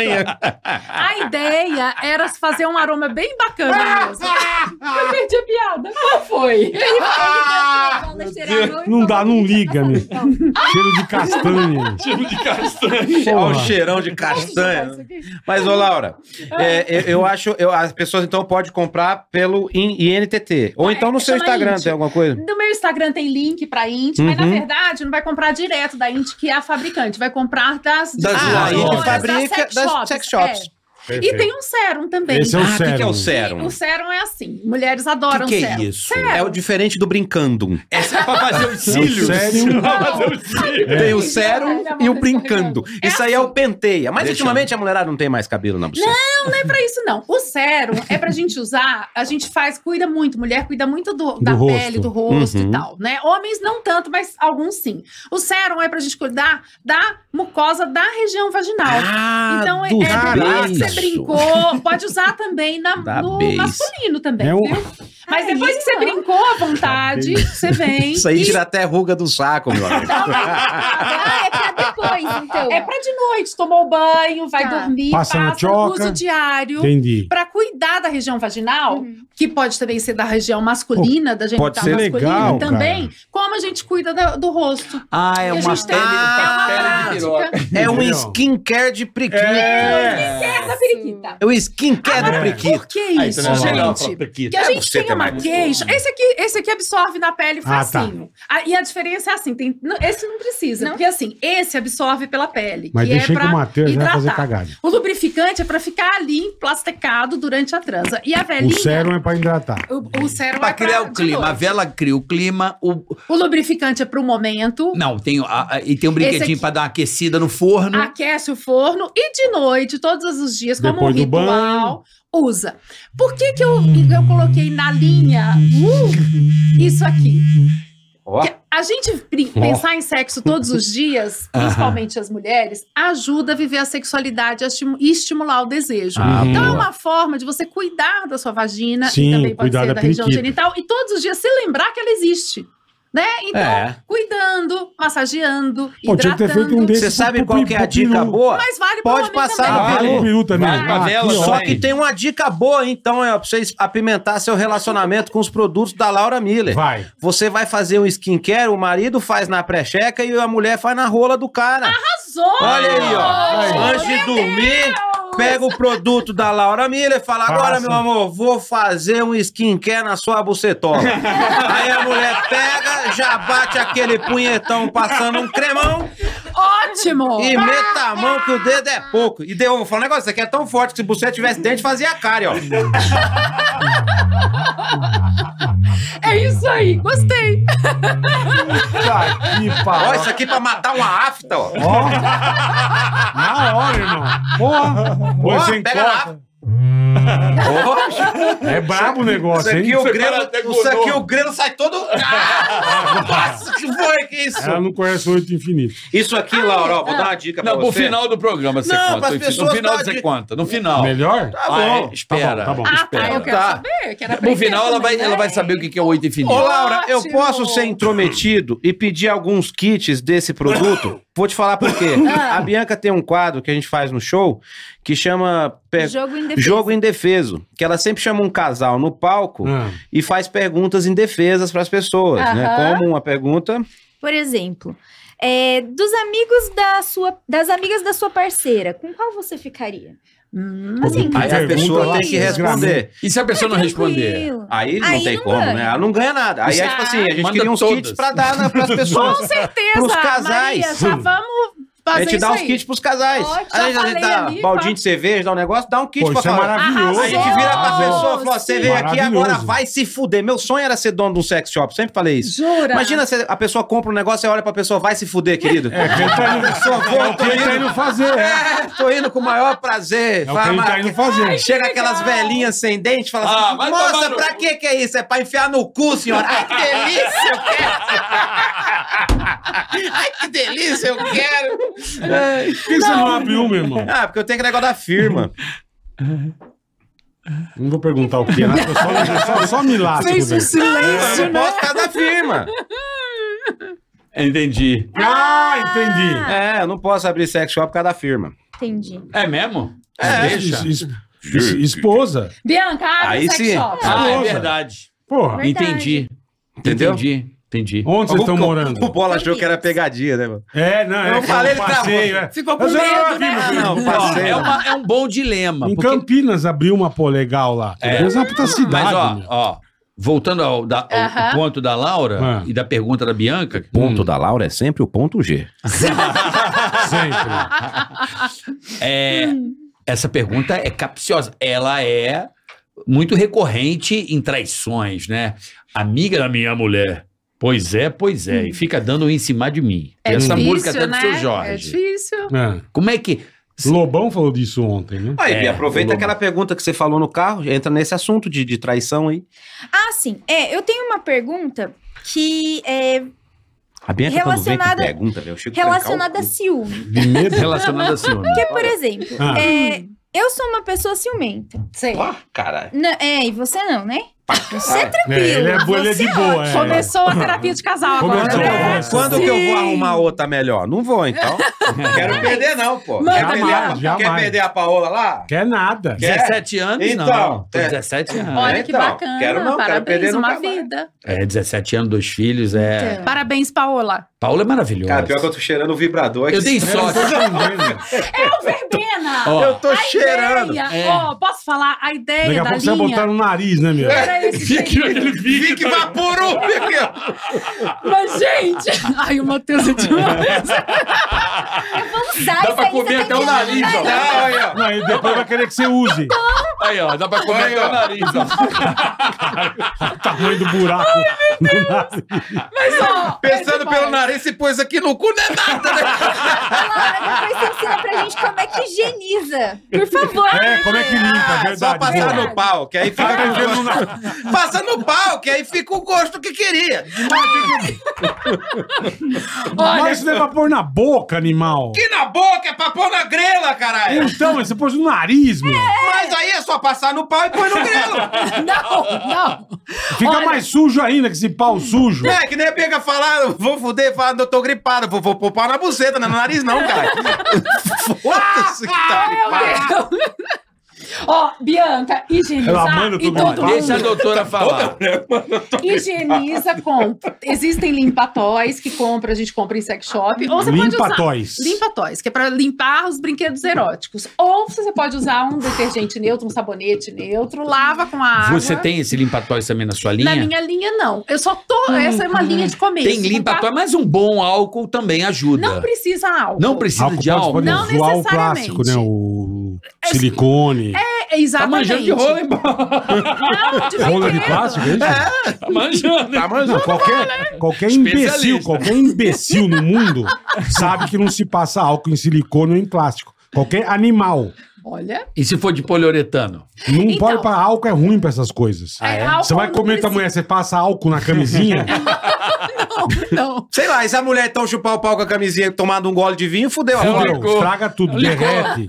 A ideia era fazer um aroma bem bacana mesmo. Eu perdi a piada. Qual foi?
Ah,
Não dá, não liga, né? Cheiro de castanha.
Cheiro de castanha.
Olha o
Porra.
cheirão de castanha. Mas, ô Laura,
Ah.
é, eu, eu acho. eu- as pessoas então podem comprar pelo in- INTT. Ou então no
É,
seu
chama
Instagram,
Int.
tem alguma coisa?
No meu Instagram tem link pra Int, mas na
Uhum.
verdade não vai comprar direto da Int, que é a fabricante. Vai comprar das
Das
lojas. Que
distribuidoras,
fabrica das sex shops.
É. E tem um sérum também.
Esse é o
Ah, o que, que é o
sérum.
sérum?
O sérum é assim, mulheres
O
adoram
que, que é
sérum.
isso?
É o diferente do brincando.
Essa é pra fazer os
É o
cílios.
sério. É,
Tem o sérum
Olha,
e o
tá
brincando.
escorregando.
Isso aí é o penteia. Mas
Deixa
ultimamente a mulherada não tem mais cabelo na buceta.
Não é pra isso, não. O sérum é pra gente usar, a gente faz, cuida muito. Mulher cuida muito do- da
rosto.
pele, do rosto
Uhum.
e tal, né? Homens não tanto, mas alguns sim. O sérum é pra gente cuidar da mucosa da região vaginal.
Ah,
então, é,
do
é, depois que
beiço.
você brincou, pode usar também na-
Da
no
beijo.
masculino também,
É Tá um-
viu? Mas
Ai,
depois que você
não.
brincou à vontade, você vem.
Isso aí
e-
tira até ruga do saco, meu amigo.
Ah, é pra depois, então.
É pra de noite, tomou banho, vai
Tá.
dormir,
Passa
passa,
na tioca.
uso diário.
Entendi.
Pra cuidar da região vaginal,
Uhum.
que pode também ser da região masculina, da genital
pode ser
masculina
legal,
também, como a gente cuida da- do rosto.
Ah, é
E a
uma
gente
pele,
tem-
Ah,
pele de piroca.
É um
Entendeu?
skincare de prequito. É,
Essa periquita.
um
é
skincare de prequito.
Por que isso,
Aí, você não fala,
gente?
"Prequito".
Que a
É,
gente
você
tem uma
mais
queixa. Esse aqui, esse aqui absorve na pele
Ah, tá.
facinho. Ah, e a diferença é assim: tem, não- esse não precisa.
Não?
Porque assim, esse absorve pela pele.
Mas
que
deixa
é
aí que
pra
o Matheus vai
hidratar.
fazer cagada.
O lubrificante é pra ficar ali emplastecado durante a transa. E a
O
velhinha.
sérum é pra hidratar.
O, o sérum
Pra
é pra
criar o
de
clima. A
noite.
vela cria o clima. O...
O lubrificante é pro momento.
Não, tem, a- a- e tem um
Esse
brinquedinho
aqui. Ah.
pra dar uma aquecida no forno.
Aquece o forno e de noite, todos os dias, como
Depois
um
do
ritual,
banho.
usa. Por que que eu, eu coloquei na linha uh, isso aqui?
Ó.
Que A gente pri- pensar em sexo todos os dias, principalmente as mulheres, ajuda a viver a sexualidade a estimu- e estimular o desejo.
Ah,
então é
boa.
uma forma de você cuidar da sua vagina
Sim,
e também pode
cuidar
ser
da
da, região
periquita.
genital e todos os dias se lembrar que ela existe. Né? Então,
É.
cuidando, massageando,
Pô, tinha que ter feito um
hidratando.
desse
Você sabe
pro-
qual
pro-
que é a
pro
dica
peru.
boa?
Mas vale
Pode
pro homem
passar
também.
na
Ah,
Tá Vai,
o peru também.
vai,
Ah,
vela,
aqui, ó.
só
Só que tem uma dica boa, então, é pra você apimentar seu relacionamento com os produtos da Laura Miller.
Vai.
Você vai fazer um skincare, o marido faz na pré-checa e a mulher faz na rola do cara.
Arrasou!
Olha aí, ó.
Ai.
Antes de dormir, pega o produto da Laura Miller e fala:
Passa.
agora, meu amor, vou fazer um skincare na sua bucetola. aí a mulher pega, já bate aquele punhetão passando um cremão
Ótimo!
e meta a mão que o dedo é pouco. E deu, vou falar um negócio: isso aqui é tão forte que se você tivesse dente, fazia a cara, ó.
É isso aí,
Hum.
gostei.
Tá aqui, pá.
Ó, isso aqui pra matar uma afta, ó.
Ó. Na hora, irmão. Porra. Pô,
Ó,
você
pega
encosta.
Ó,
É brabo o negócio,
Isso aqui, é
hein?
o grelo, isso aqui o grelo sai todo. Ah, nossa, que foi que isso?
Ela não conhece o oito infinito.
Isso aqui, Laura, ó, vou dar uma dica pra
Não,
você.
pro final do programa você
Não,
conta.
pras
No
pessoas
final
tá
você
de-
conta. No final.
Melhor?
Tá bom.
Ah, é, espera.
Tá bom, tá bom.
Ah, tá, eu
Espera.
Tá.
quero
É,
saber. Que era pra
No final
entender
ela vai,
também,
ela
né?
vai saber o que que é o oito infinito.
Ô, Laura, eu
Ótimo.
posso ser intrometido e pedir alguns kits desse produto? Vou te falar por quê. A Bianca tem um quadro que a gente faz no show que chama
é.
per-
Jogo indefeso.
Jogo Indefeso, que ela sempre chama um casal no palco
Ah,
e faz perguntas indefesas pras pessoas, né?
Aham.
Como uma pergunta...
Por exemplo, é, dos amigos da sua... Das amigas da sua parceira, com qual você ficaria?
Hum,
Assim,
Que
Aí a
pergunta
pessoa
lá,
tem que
desgraçado.
responder.
E se a pessoa não responder?
É, Tranquilo.
Aí não
Aí
tem
não
como,
ganha.
né? Ela não ganha nada. Aí, é
Já.
tipo assim, a gente
Manda
queria uns
todas.
kits pra dar né, pras
Com
pessoas.
certeza,
Pros casais.
Maria, já vamos Fazer
a gente dá
isso
uns
aí.
kits pros casais.
Ó, já
Aí a gente
falei
dá
ali,
baldinho
tá.
de cerveja, dá um negócio, dá um kit
Pô,
pra
isso é
falar.
maravilhoso.
Aí a gente vira pra pessoa e fala: você veio aqui
Maravilhoso.
agora, vai se fuder. Meu sonho era ser dono de um sex shop, sempre falei isso.
Jura?
Imagina se a pessoa compra um negócio e olha pra pessoa, vai se fuder, querido.
É, quem tá indo, só vou, quem tá indo fazer. É.
É, tô indo com o maior prazer.
É o que ele tá indo fazer. Ai, que
Chega aquelas velhinhas sem dente e fala assim: Nossa, pra que que é isso? É pra enfiar no cu, senhora. Ai, que delícia, eu quero. Ai, que delícia, eu quero.
Por que você não abre uma, irmão?
Ah, porque eu tenho que negócio da firma.
Não vou perguntar o que é, nada, eu só, só, só me lasco,
Fez um
velho.
silêncio,
É, Eu não
né?
posso por causa da firma.
Entendi.
Ah, entendi.
É, eu não posso abrir sex shop por causa da firma.
Entendi.
É mesmo?
Es- es- es- esposa.
Bianca, abre
Aí
o sex
sim.
shop.
Ah, é
Nossa.
verdade.
Porra,
Verdade.
Entendi.
Entendeu?
Entendi. Entendi.
onde vocês estão
O-
morando?
O Bola achou que era pegadinha, né, mano?
É, não, é
Eu
que
falei,
é um
ele travou.
passeio, é.
Ficou com
Mas eu não
medo,
abri,
né?
meu filho.
não,
Ó,
parceiro.
é, uma- é um bom dilema.
Em
porque-
Campinas abriu uma pô legal lá. Campinas é uma puta cidade.
Mas, ó,
meu.
ó, voltando ao, da- ao
Aham.
ponto da Laura
Ah.
e da pergunta da Bianca,
ponto da Laura é sempre o ponto G.
Sempre.
é, essa pergunta é capciosa. Ela é muito recorrente em traições, né? Amiga da minha mulher. Pois é, pois é. E fica dando um em cima de mim.
É
Essa
difícil,
música até do
né?
seu
É
Jorge.
difícil.
É.
Como é que.
Lobão falou disso ontem, né?
Aí,
É,
Bia, aproveita
Lobo.
aquela pergunta que você falou no carro, entra nesse assunto de, de traição aí.
Ah, sim. É, eu tenho uma pergunta que é
A Bianca quando vem com
Relacionada-
pergunta, velho, eu chego a
relacionada
trancar
a
o cu.
ciúme.
De medo.
Relacionada a ciúme.
Porque, por exemplo,
Ah.
é, eu sou uma pessoa ciumenta.
Sei.
Ah, caralho. Ah,
N- é, e você não, né? Você
Ah,
é
É,
tranquilo.
ele é, bo- ele é
você
de boa, é.
Começou a terapia de casal agora.
Começou,
né?
começou.
Quando que eu vou
Sim.
arrumar outra melhor? Não vou, então. Não quero perder, não, pô.
Mano,
quer, perder a,
jamais.
quer perder a Paola lá?
Quer nada.
Quer?
17 anos, não.
Então,
Tô
é.
17 anos.
Olha que
Então,
bacana.
quero não, quero
Parabéns,
perder
uma
nunca mais.
vida.
É, 17 anos, dois filhos. É...
Então.
Parabéns, Paola.
Paula é maravilhosa.
Cara, pior que eu tô cheirando o vibrador aqui.
Eu dei sorte.
É o Verbena!
Ó,
Eu tô cheirando.
Ideia.
É.
Ó, posso falar a
Daqui
ideia
a
da
pouco você vai botar
tá linha?
no nariz, né, meu?
Era esse
Fique aquele
tá
vídeo.
Vic Vaporu!
Mas, gente! Ai, o Matheus é demais.
Sai,
Dá pra
sai,
comer
sai,
até o
sai,
nariz,
sai,
ó.
sai.
Não, aí, ó.
Não, e depois vai querer que você use
Aí, ó, dá pra comer
Aí,
até
ó.
o nariz, ó.
o tamanho do buraco.
Mas, ó,
Pensando pelo nariz, se pôs aqui no cu, não é nada, né?
Laura, depois você ensina pra gente como é que higieniza. Por favor.
É, como é que limpa, é
Ah,
verdade.
Só passar
boa.
no pau, que aí
Tá
fica.
perdendo no nariz.
Passa no pau, que aí fica o gosto que queria.
Mas você deve pôr na boca, animal.
Que na boca é pra pôr na grela,
é?
caralho.
Então, mas você pôs no nariz, meu.
Mas aí é só passar no pau e pôr no grelo.
Não, não.
Fica
Olha.
mais sujo ainda que esse pau sujo.
É, que nem a pega falar, vou fuder, falar, eu tô gripado, vou, vou pôr pau na buceta, não é no nariz não, cara. Foda-se que tá gripado.
Meu Deus. Ó, Bianca,
Ela
higienizar
manda
e
todo mundo.
todo
Deixa a
mundo.
doutora falar.
Higieniza com... Existem limpatóis que compra, a gente compra em sex shop. Ou você pode usar...
Limpatóis.
Limpa toys, que é pra limpar os brinquedos eróticos. Ou você pode usar um detergente neutro, um sabonete neutro, lava com a água.
Você tem esse limpatóis também na sua
Na
linha? Hum,
minha linha, não. Eu só tô. essa é uma linha de começo.
Tem limpatóis, mas um bom álcool também ajuda.
Não precisa álcool.
Não precisa
Álcool
de
pode-
álcool.
pode
Não
zoar o
necessariamente.
plástico, né? O silicone.
É,
Tá
exatamente.
manjando de rola, hein?
Não, de
Rola de
brinquedo.
plástico, é isso? Ah,
Tá manjando.
Tá manjando.
Não, qualquer, qualquer imbecil,
Especialista.
qualquer imbecil no mundo sabe que não se passa álcool em silicone ou em plástico. Qualquer animal.
Olha.
E se for de poliuretano?
Não
Então.
pode para álcool, é ruim pra essas coisas. Ah,
é? Álcool
Você vai
não
comer
precisa.
tua mulher, você passa álcool na camisinha?
Não.
Sei lá, e se a mulher então chupar o pau com a camisinha tomando um gole de vinho, fudeu.
Fudeu,
Licou.
estraga tudo,
Licou.
derrete.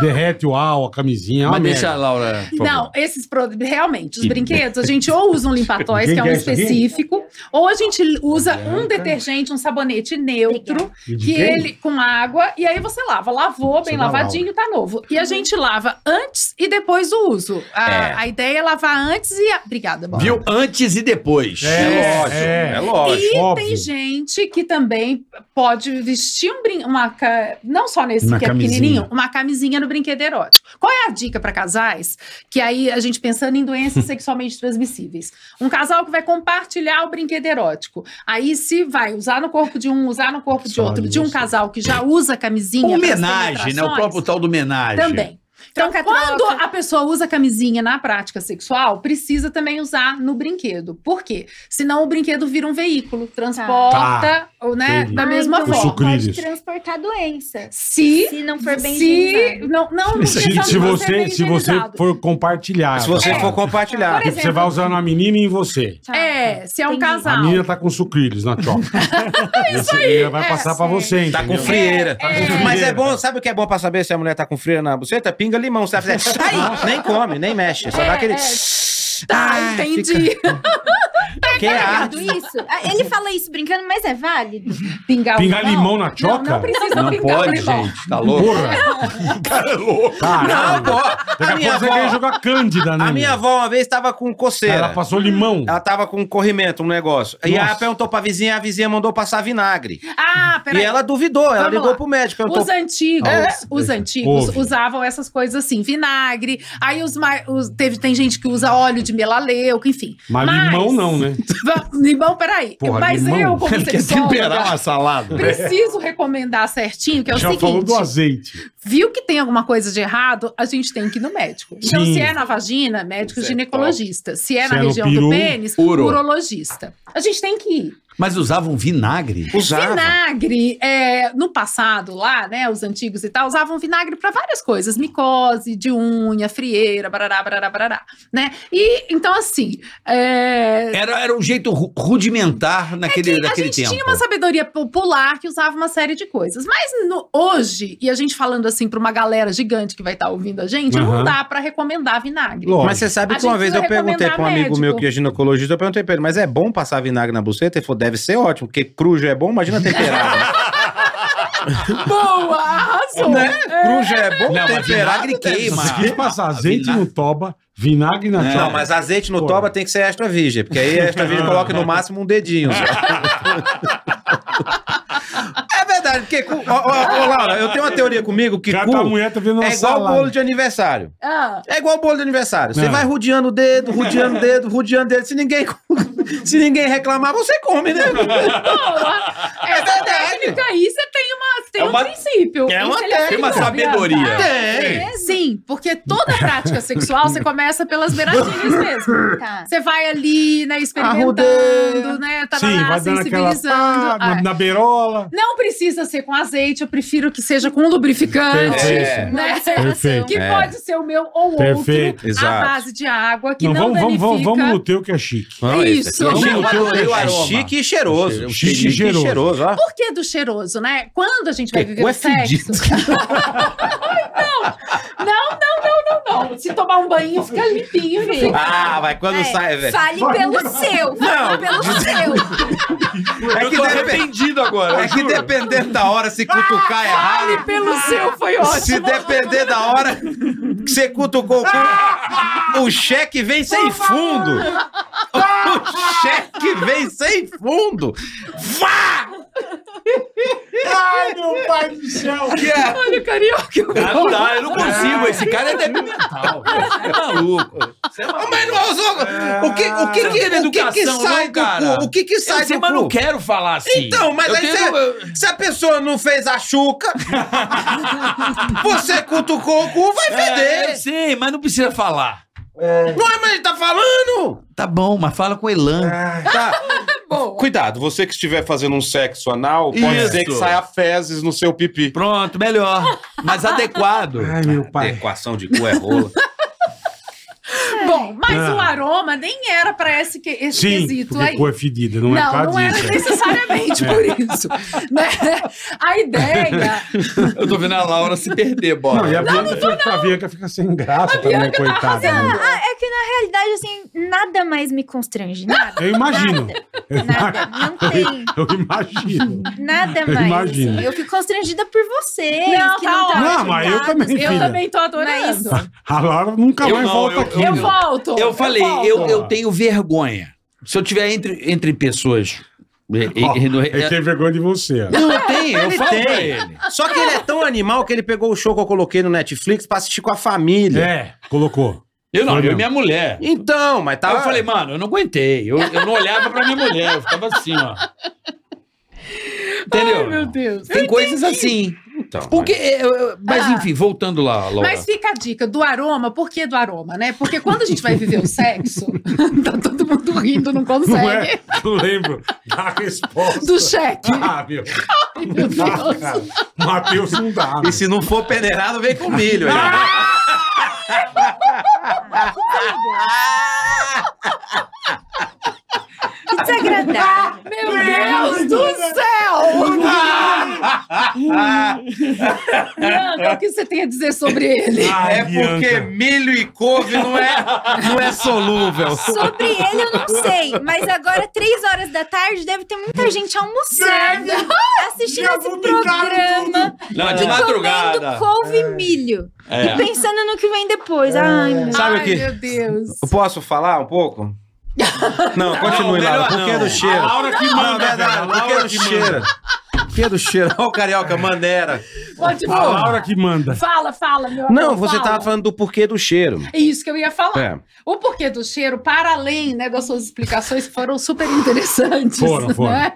Derrete o álcool, a camisinha. é
mas deixa a Laura. por
Não,
favor.
esses produtos, realmente, os brinquedos, a gente ou usa um limpatóis,
Quem
que é um
que é isso aqui?
específico, ou a gente usa um detergente, um sabonete neutro,
E de
que
quem?
ele com água, e aí você lava, lavou bem
Você dá
lavadinho, tá novo. E a gente lava antes e depois do uso. A,
É.
a ideia é lavar antes e. a- Obrigada, Bola.
Viu? Antes e depois.
É,
lógico,
é.
é lógico.
E
óbvio.
tem gente que também pode vestir um brin... uma ca- não só nesse
Uma
que é
camisinha.
pequenininho, uma camisinha no no brinquedo erótico. Qual é a dica para casais? Que aí a gente pensando em doenças sexualmente transmissíveis. Um casal que vai compartilhar o brinquedo erótico. Aí se vai usar no corpo de um, usar no corpo de
Só
outro, de um
isso.
casal que já usa camisinha. pras
Homenagem, né? O
penetrações,
próprio tal do homenagem.
Também. Então,
Troca-troca.
quando a pessoa usa camisinha na prática sexual, precisa também usar no brinquedo. Por quê? Senão o brinquedo vira um veículo, transporta,
Tá.
ou, né,
Entendi.
da
Ah,
mesma
então
forma.
suco-
Pode
Sucrilhos.
transportar doença.
Se,
Se não for bem
se
higienizado.
não, não, não
Se,
precisa
se
não ser
você,
é bem
se você
higienizado.
for compartilhar.
Se você
tá
for
falando.
compartilhar.
Por exemplo,
Você vai usar na menina e em você.
Tá.
É, se é um
Entendi.
casal.
A menina tá com sucrilhos na chopa. Isso aí. Vai
é,
passar pra você,
Tá com
entendeu?
frieira.
frieira.
Mas é bom, sabe o que é bom pra saber se a mulher tá com frieira na buceta? Pinga limão. Você vai fazer. Ai, nem come, nem mexe. Só dá aquele.
Tá,
Ah,
entendi.
fica- Que é
Tá
arte.
ligado isso? Ah, Ele fala isso brincando, mas é válido.
Pingar,
Pingar limão na
Não,
choca?
não precisa
Não
pingar
pode,
limão.
gente. Tá louco?
Porra!
cara é louco.
Não,
Caralho.
pô.
Daqui
A
a
minha
pouco você quer
avó,
jogar cândida, né?
a minha
meu?
avó uma vez tava com
Ela
coceira.
passou limão.
Ela tava com corrimento, um negócio. E
Nossa.
ela perguntou pra vizinha, a vizinha mandou passar vinagre.
Ah, peraí.
E ela duvidou, ela
Vamos
ligou
lá.
pro médico. Perguntou,
Os antigos, é, os antigos
Ah, Ouve.
usavam essas coisas assim, vinagre. Aí os, mai- os- teve tem gente que usa óleo de melaleuca, enfim.
Mas limão não, né?
Va- Limão, peraí.
Porra,
Mas
limão. é
eu, como
Ele quer temperar
sexóloga,
uma salada.
preciso recomendar certinho, que é o
Já falou
seguinte.
do azeite.
Viu que tem alguma coisa de errado, a gente tem que ir no médico. Então,
Sim.
se é na vagina, médico
Isso é
ginecologista. Se é
Se
na
é no
região
peru,
do pênis,
uro.
urologista. A gente tem que ir.
Mas usavam vinagre?
usava.
Vinagre, é, no passado lá, né, os antigos e tal, usavam vinagre para várias coisas, micose, de unha, frieira, barará, barará, barará, né? E, então, assim, é,
Era, era um jeito ru- rudimentar naquele,
a
naquele
gente
tempo.
tinha uma sabedoria popular que usava uma série de coisas. Mas no- hoje, e a gente falando assim pra uma galera gigante que vai estar ouvindo a gente,
Aham.
não dá pra recomendar vinagre.
Lógico.
Mas você sabe
A
que uma
gente
vez eu
precisa
perguntei pra um
recomendar
amigo meu
médico.
que é ginecologista, eu perguntei pra ele, mas é bom passar vinagre na buceta? Ele falou, deve ser ótimo, porque cru já é bom, imagina temperado.
Boa! Ah. Arrasou!
né? Cru já é
Não,
bom,
mas
temperado
vinagre
deve-
queima.
Se você passar azeite
vinagre-
no toba, vinagre na choca.
Ah, Não, mas azeite no
Pô.
toba tem que ser extra virgem, porque aí extra virgem coloca no máximo um dedinho. só. é verdade, porque... cu- Ô, ô, ô, Laura, eu tenho uma teoria comigo que
Cada
cu
mulher tá vendo uma
é igual
salada.
bolo de aniversário.
Ah,
É igual bolo de aniversário. Você
É.
vai rudeando o dedo, rudeando o dedo, rudeando o dedo. Se ninguém, se ninguém reclamar, você come, né?
boa! Essa técnica aí, você tem, uma, tem
É uma-
um É. princípio.
é uma
Isso ele aprendeu,
Tem uma sabedoria.
Tem.
viu? Sim, porque toda prática sexual você começa pelas beiradinhas mesmo.
Tá.
Você vai ali, né, experimentando,
Arrudeia.
né,
Sim,
tarará,
vai dando aquela. pá,
sensibilizando. Ah,
na, na beirola.
Não precisa ser com azeite, eu prefiro que seja com lubrificante.
Perfeito.
Né?
Perfeito.
Que
É.
pode ser o meu ou
Perfeito,
outro, à
exato.
base de água, que
Não,
não,
vamos, vamos, vamos,
danifica.
vamos no teu que é chique.
Não, isso aqui é Isso. chique.
Eu adorei o aroma. É chique e cheiroso.
Chique e cheiroso.
ó.
Por que do cheiroso, né? Quando a gente vai
Porque
viver
cu é
o sexo... Ai, não, não, não, não, não. Se tomar um banho, fica limpinho, gente.
Ah, mas quando
É,
sai, velho.
Fale pelo seu. Fale pelo seu.
É que, depende-
arrependido agora.
é que dependendo da hora, se
Ah,
cutucar
Fale
errado.
pelo seu, foi ótimo.
Se depender da hora que você cutucou o cu, o cheque vem sem fundo. O cheque vem sem fundo. Vá!
Ai, meu pai do céu!
Que é-
Olha o carioca. eu vou-
Ah, não dá, eu não consigo. Esse cara é demental. Você é maluco. Você é maluco.
Mas não é o jogo. O que, o que, que- o que, que
É Educação,
sai
não,
do
cara.
cu? O que, que sai
Eu sei,
do
mas
cu?
não quero falar assim.
Então, mas
Eu
aí
tenho-
você, se a pessoa não fez a chuca, você cutucou o cu, vai
É, eu
feder.
sei, mas não precisa falar.
Não é, mas ele tá falando.
Tá bom, mas fala com Elan.
Tá. Cuidado, você que estiver fazendo um sexo anal, pode
Isso.
ser que saia fezes no seu pipi.
Pronto, melhor. Mas adequado.
Ai, meu pai.
Adequação de cu é rola.
Bom, mas
Ah.
o aroma nem era pra esse, que- esse
Sim,
quesito
porque
aí.
cu é fedida, não, é por
Não,
causa
não era
disso.
necessariamente por
É.
isso. né? A ideia.
Eu tô vendo a Laura se perder, bora.
Não, e a Bianca, fica, a Bianca fica sem graça também,
tá
coitada. né?
Ah, é que na realidade, assim, nada mais me constrange. Nada.
Eu imagino. Eu
Nada.
ima-
Não tem.
Eu imagino.
Nada
Eu
mais.
imagino.
assim. Eu fico constrangida por vocês.
Não,
que
tá
não, tá
ótimo.
Não, mas eu também,
ajudados.
filha.
Eu também tô adorando.
A Laura nunca
Eu
mais
não,
volta
eu-
aqui. né?
eu
meu.
volto.
Eu falei,
volto.
eu, eu tenho vergonha. Se eu tiver entre, entre pessoas
E- e- e- no-
Ele tem vergonha de você, ó.
Não tem, eu
Ele
falo
tem.
pra ele. Só que ele é tão animal que ele pegou o show que eu coloquei no Netflix pra assistir com a família.
É, colocou.
Eu não,
Foi
eu
mesmo.
e tá. minha mulher.
Então, mas
Aí
tava.
eu falei, mano, eu não aguentei. Eu, eu não olhava pra minha mulher, eu ficava assim, ó. Entendeu?
Ai, meu Deus.
Tem coisas assim.
Então,
Porque, eu- eu- mas
Ah.
enfim, voltando lá, Laura.
Mas fica a dica do aroma, por que do aroma, né? Porque quando a gente vai viver o sexo, tá todo mundo rindo, não consegue.
Não é? Não lembro da resposta.
Do cheque.
Ah, meu.
Meu
Não dá,
Deus.
cara. Matheus não dá.
E se não for peneirado, vem com milho. aí.
Que desagradável.
Meu Deus do céu! Bianca, então, o que você tem a dizer sobre ele?
Ah,
É porque
Bianca.
milho e couve não é, não é solúvel.
Sobre ele eu não sei, mas agora, três horas da tarde, deve ter muita gente almoçando, assistindo
Já
esse
vomitaram
programa,
Não, de
comendo couve
É.
e milho.
É.
E pensando no que vem depois. Ai, meu
Sabe o
Ai,
que-
meu Deus.
Eu posso falar um pouco? Não, continue
melhor
lá. Por que
é
não.
do cheiro?
A Laura que
Não, é
manda, velho. A
verdade, por que
Laura
do
que
cheiro?
manda.
Por que do cheiro? Olha o carioca, maneira.
Pode
A
falar.
Laura que manda.
Fala, fala, meu amor,
Não, você
fala.
tava falando do porquê do cheiro.
É isso que eu ia falar.
É.
O porquê do cheiro, para além né, das suas explicações, foram super interessantes.
Foram, foram.
né?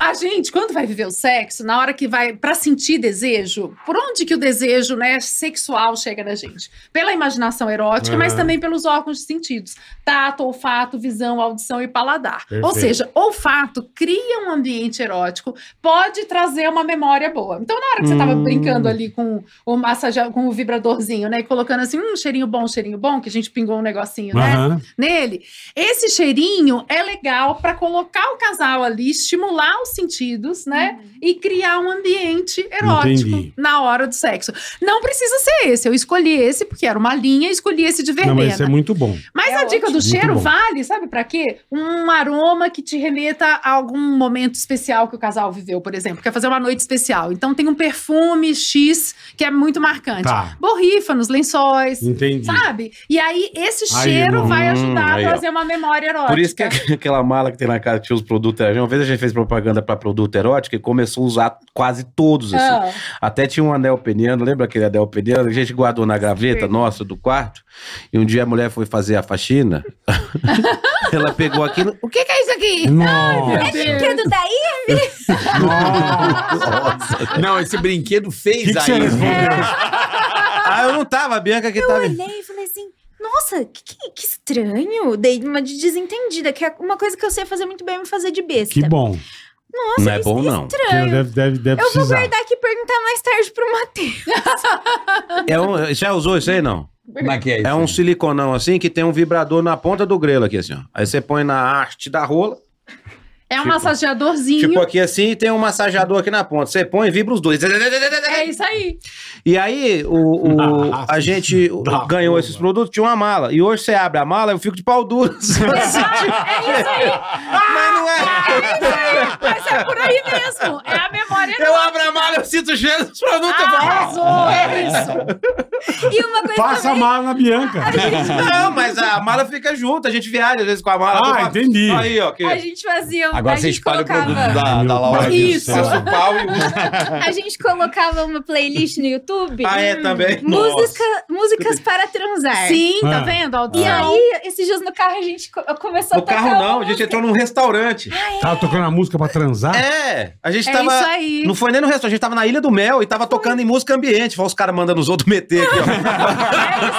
A gente, quando vai viver o sexo, na hora que vai para sentir desejo, por onde que o desejo né, sexual chega na gente? Pela imaginação erótica, mas
Aham.
também pelos órgãos de sentidos: tato, olfato, visão, audição e paladar. Ou
Perfeito.
seja, olfato cria um ambiente erótico, pode trazer uma memória boa. Então, na hora que você tava
Hum.
brincando ali com o massageador, com o vibradorzinho, né? E colocando assim, um cheirinho bom, cheirinho bom, que a gente pingou um negocinho, né?
Aham.
Nele. Esse cheirinho é legal para colocar o casal ali, estimular os sentidos, né? E criar um ambiente erótico
Entendi.
na hora do sexo. Não precisa ser esse. Eu escolhi esse porque era uma linha, escolhi esse de
Não,
verbena.
mas isso é muito bom.
Mas
É
a dica do
ótimo.
cheiro
Muito bom.
vale, sabe pra quê? Um aroma que te remeta a algum momento especial que o casal viveu, por exemplo. Quer fazer uma noite especial. Então tem um perfume X que é muito marcante.
Tá.
Borrifa nos lençóis,
Entendi.
sabe? E aí esse
Aí,
cheiro
irmão.
vai ajudar
Hum. Hum, aí,
a
ó.
trazer uma memória erótica.
Por isso que aquela mala que tem na casa que tinha os produtos eróticos. Uma vez a gente fez propaganda pra produto erótico e começou a usar quase todos, assim.
Ah,
Até tinha um anel peniano, lembra aquele anel peniano? A gente guardou na gaveta
Sim.
nossa do quarto. E um dia a mulher foi fazer a faxina. Ela pegou aquilo. O que, que é isso aqui?
Nossa.
meu Deus.
Brinquedo daí?
Não, esse brinquedo fez
que que você
aí.
respondeu?
Ah, eu não tava, a Bianca que
Eu
tava.
olhei e falei assim, nossa, que, que- que estranho. Dei uma de desentendida, que é uma coisa que eu sei fazer muito bem é me fazer de besta.
Que bom.
Nossa,
Não é
isso
bom, não.
Que
estranho.
deve, deve, deve
Eu vou
precisar.
guardar aqui e perguntar mais tarde pro Matheus.
É um, já usou isso aí, não?
Como é que é isso?
É um siliconão assim que tem um vibrador na ponta do grelo aqui, assim, ó. Aí você põe na haste da rola,
É um
Tipo-
massageadorzinho.
tipo aqui assim, e tem um massageador aqui na ponta. Você põe e vibra os dois.
É isso aí.
E aí, o, o-
Ah,
a gente
da
ganhou
porra.
esses produtos, tinha uma mala. E hoje você abre a mala, eu fico de pau duro.
É
Mas não é.
Mas é por aí mesmo. É a memória
Eu
erótica. Ah,
abro a mala, eu sinto o cheiro dos produtos. eu falo,
Arrasou, é isso.
E uma coisa
Passa a
também,
mala na Bianca.
É, "Ah, Não, mas a mala fica junto, a gente viaja às vezes com a mala.
Ah,
Eu falo,
entendi.
Aí, ó. Que...
a gente fazia... um-
Agora
a
você
gente
espalha o
colocava...
produto né? da, da Laura.
Meu
Isso.
Deus do céu.
Pau e usa.
A gente colocava uma playlist no YouTube.
Ah, é, também?
hum, Música, músicas para transar.
Sim, tá
Ah.
vendo? A
E
audição.
aí, esses dias no carro, a gente co- começou
No
a tocar um-
carro não,
uma
a gente entrou num restaurante.
Tava tocando a música pra transar?
É, a gente
É
tava.
isso aí.
Não foi nem no restaurante, a gente tava na Ilha do Mel e tava tocando em música ambiente. Falou os caras mandando os outros meter aqui, ó.
É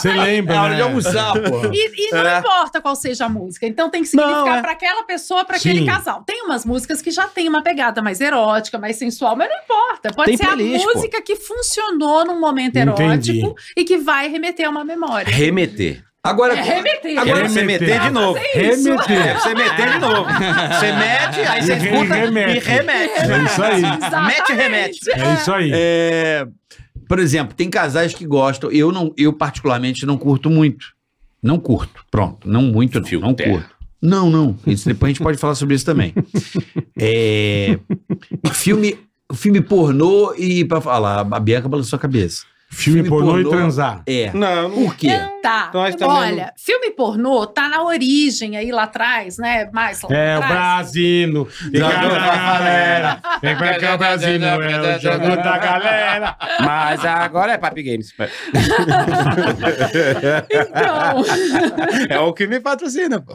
Você
aí.
lembra,
É hora
né?
de almoçar, pô.
E, e não
É.
importa qual seja a música. Então tem que
Não,
significar
é.
pra aquela pessoa, pra aquele
Sim.
casal. Tem umas músicas que já tem uma pegada mais erótica, mais sensual, mas não importa. Pode
Tem
ser
playlist, pô.
a música que funcionou num momento
Entendi.
erótico e que vai remeter a uma memória.
Remeter.
Agora,
É remeter.
Agora
Remeter.
você meter
Ah,
de novo. É,
Remeter.
você meter de novo. Você mete, aí você
E re-
escuta
remete.
e remete.
É isso aí.
Mete e remete.
É isso aí.
é, por exemplo, tem casais que gostam. Eu, não, eu particularmente, não curto muito. Não curto. Pronto. Não muito, não. Não curto. Não, não. Isso, depois a gente pode falar sobre isso também. É, filme, filme pornô e... Pra falar, a Bianca balançou a cabeça.
Filme,
Filme
pornô, e
pornô.
transar.
É.
Não, não.
Por quê?
Tá.
Então Nós também
Olha, filme pornô tá na origem aí lá atrás, né? Mais lá
É, o
atrás.
Brasino. E
Joga
cada
pra
galera. Vem pra cá, o Brasino. É o jogo da galera.
Mas agora é Papi Games.
Então,
É o que me patrocina, pô.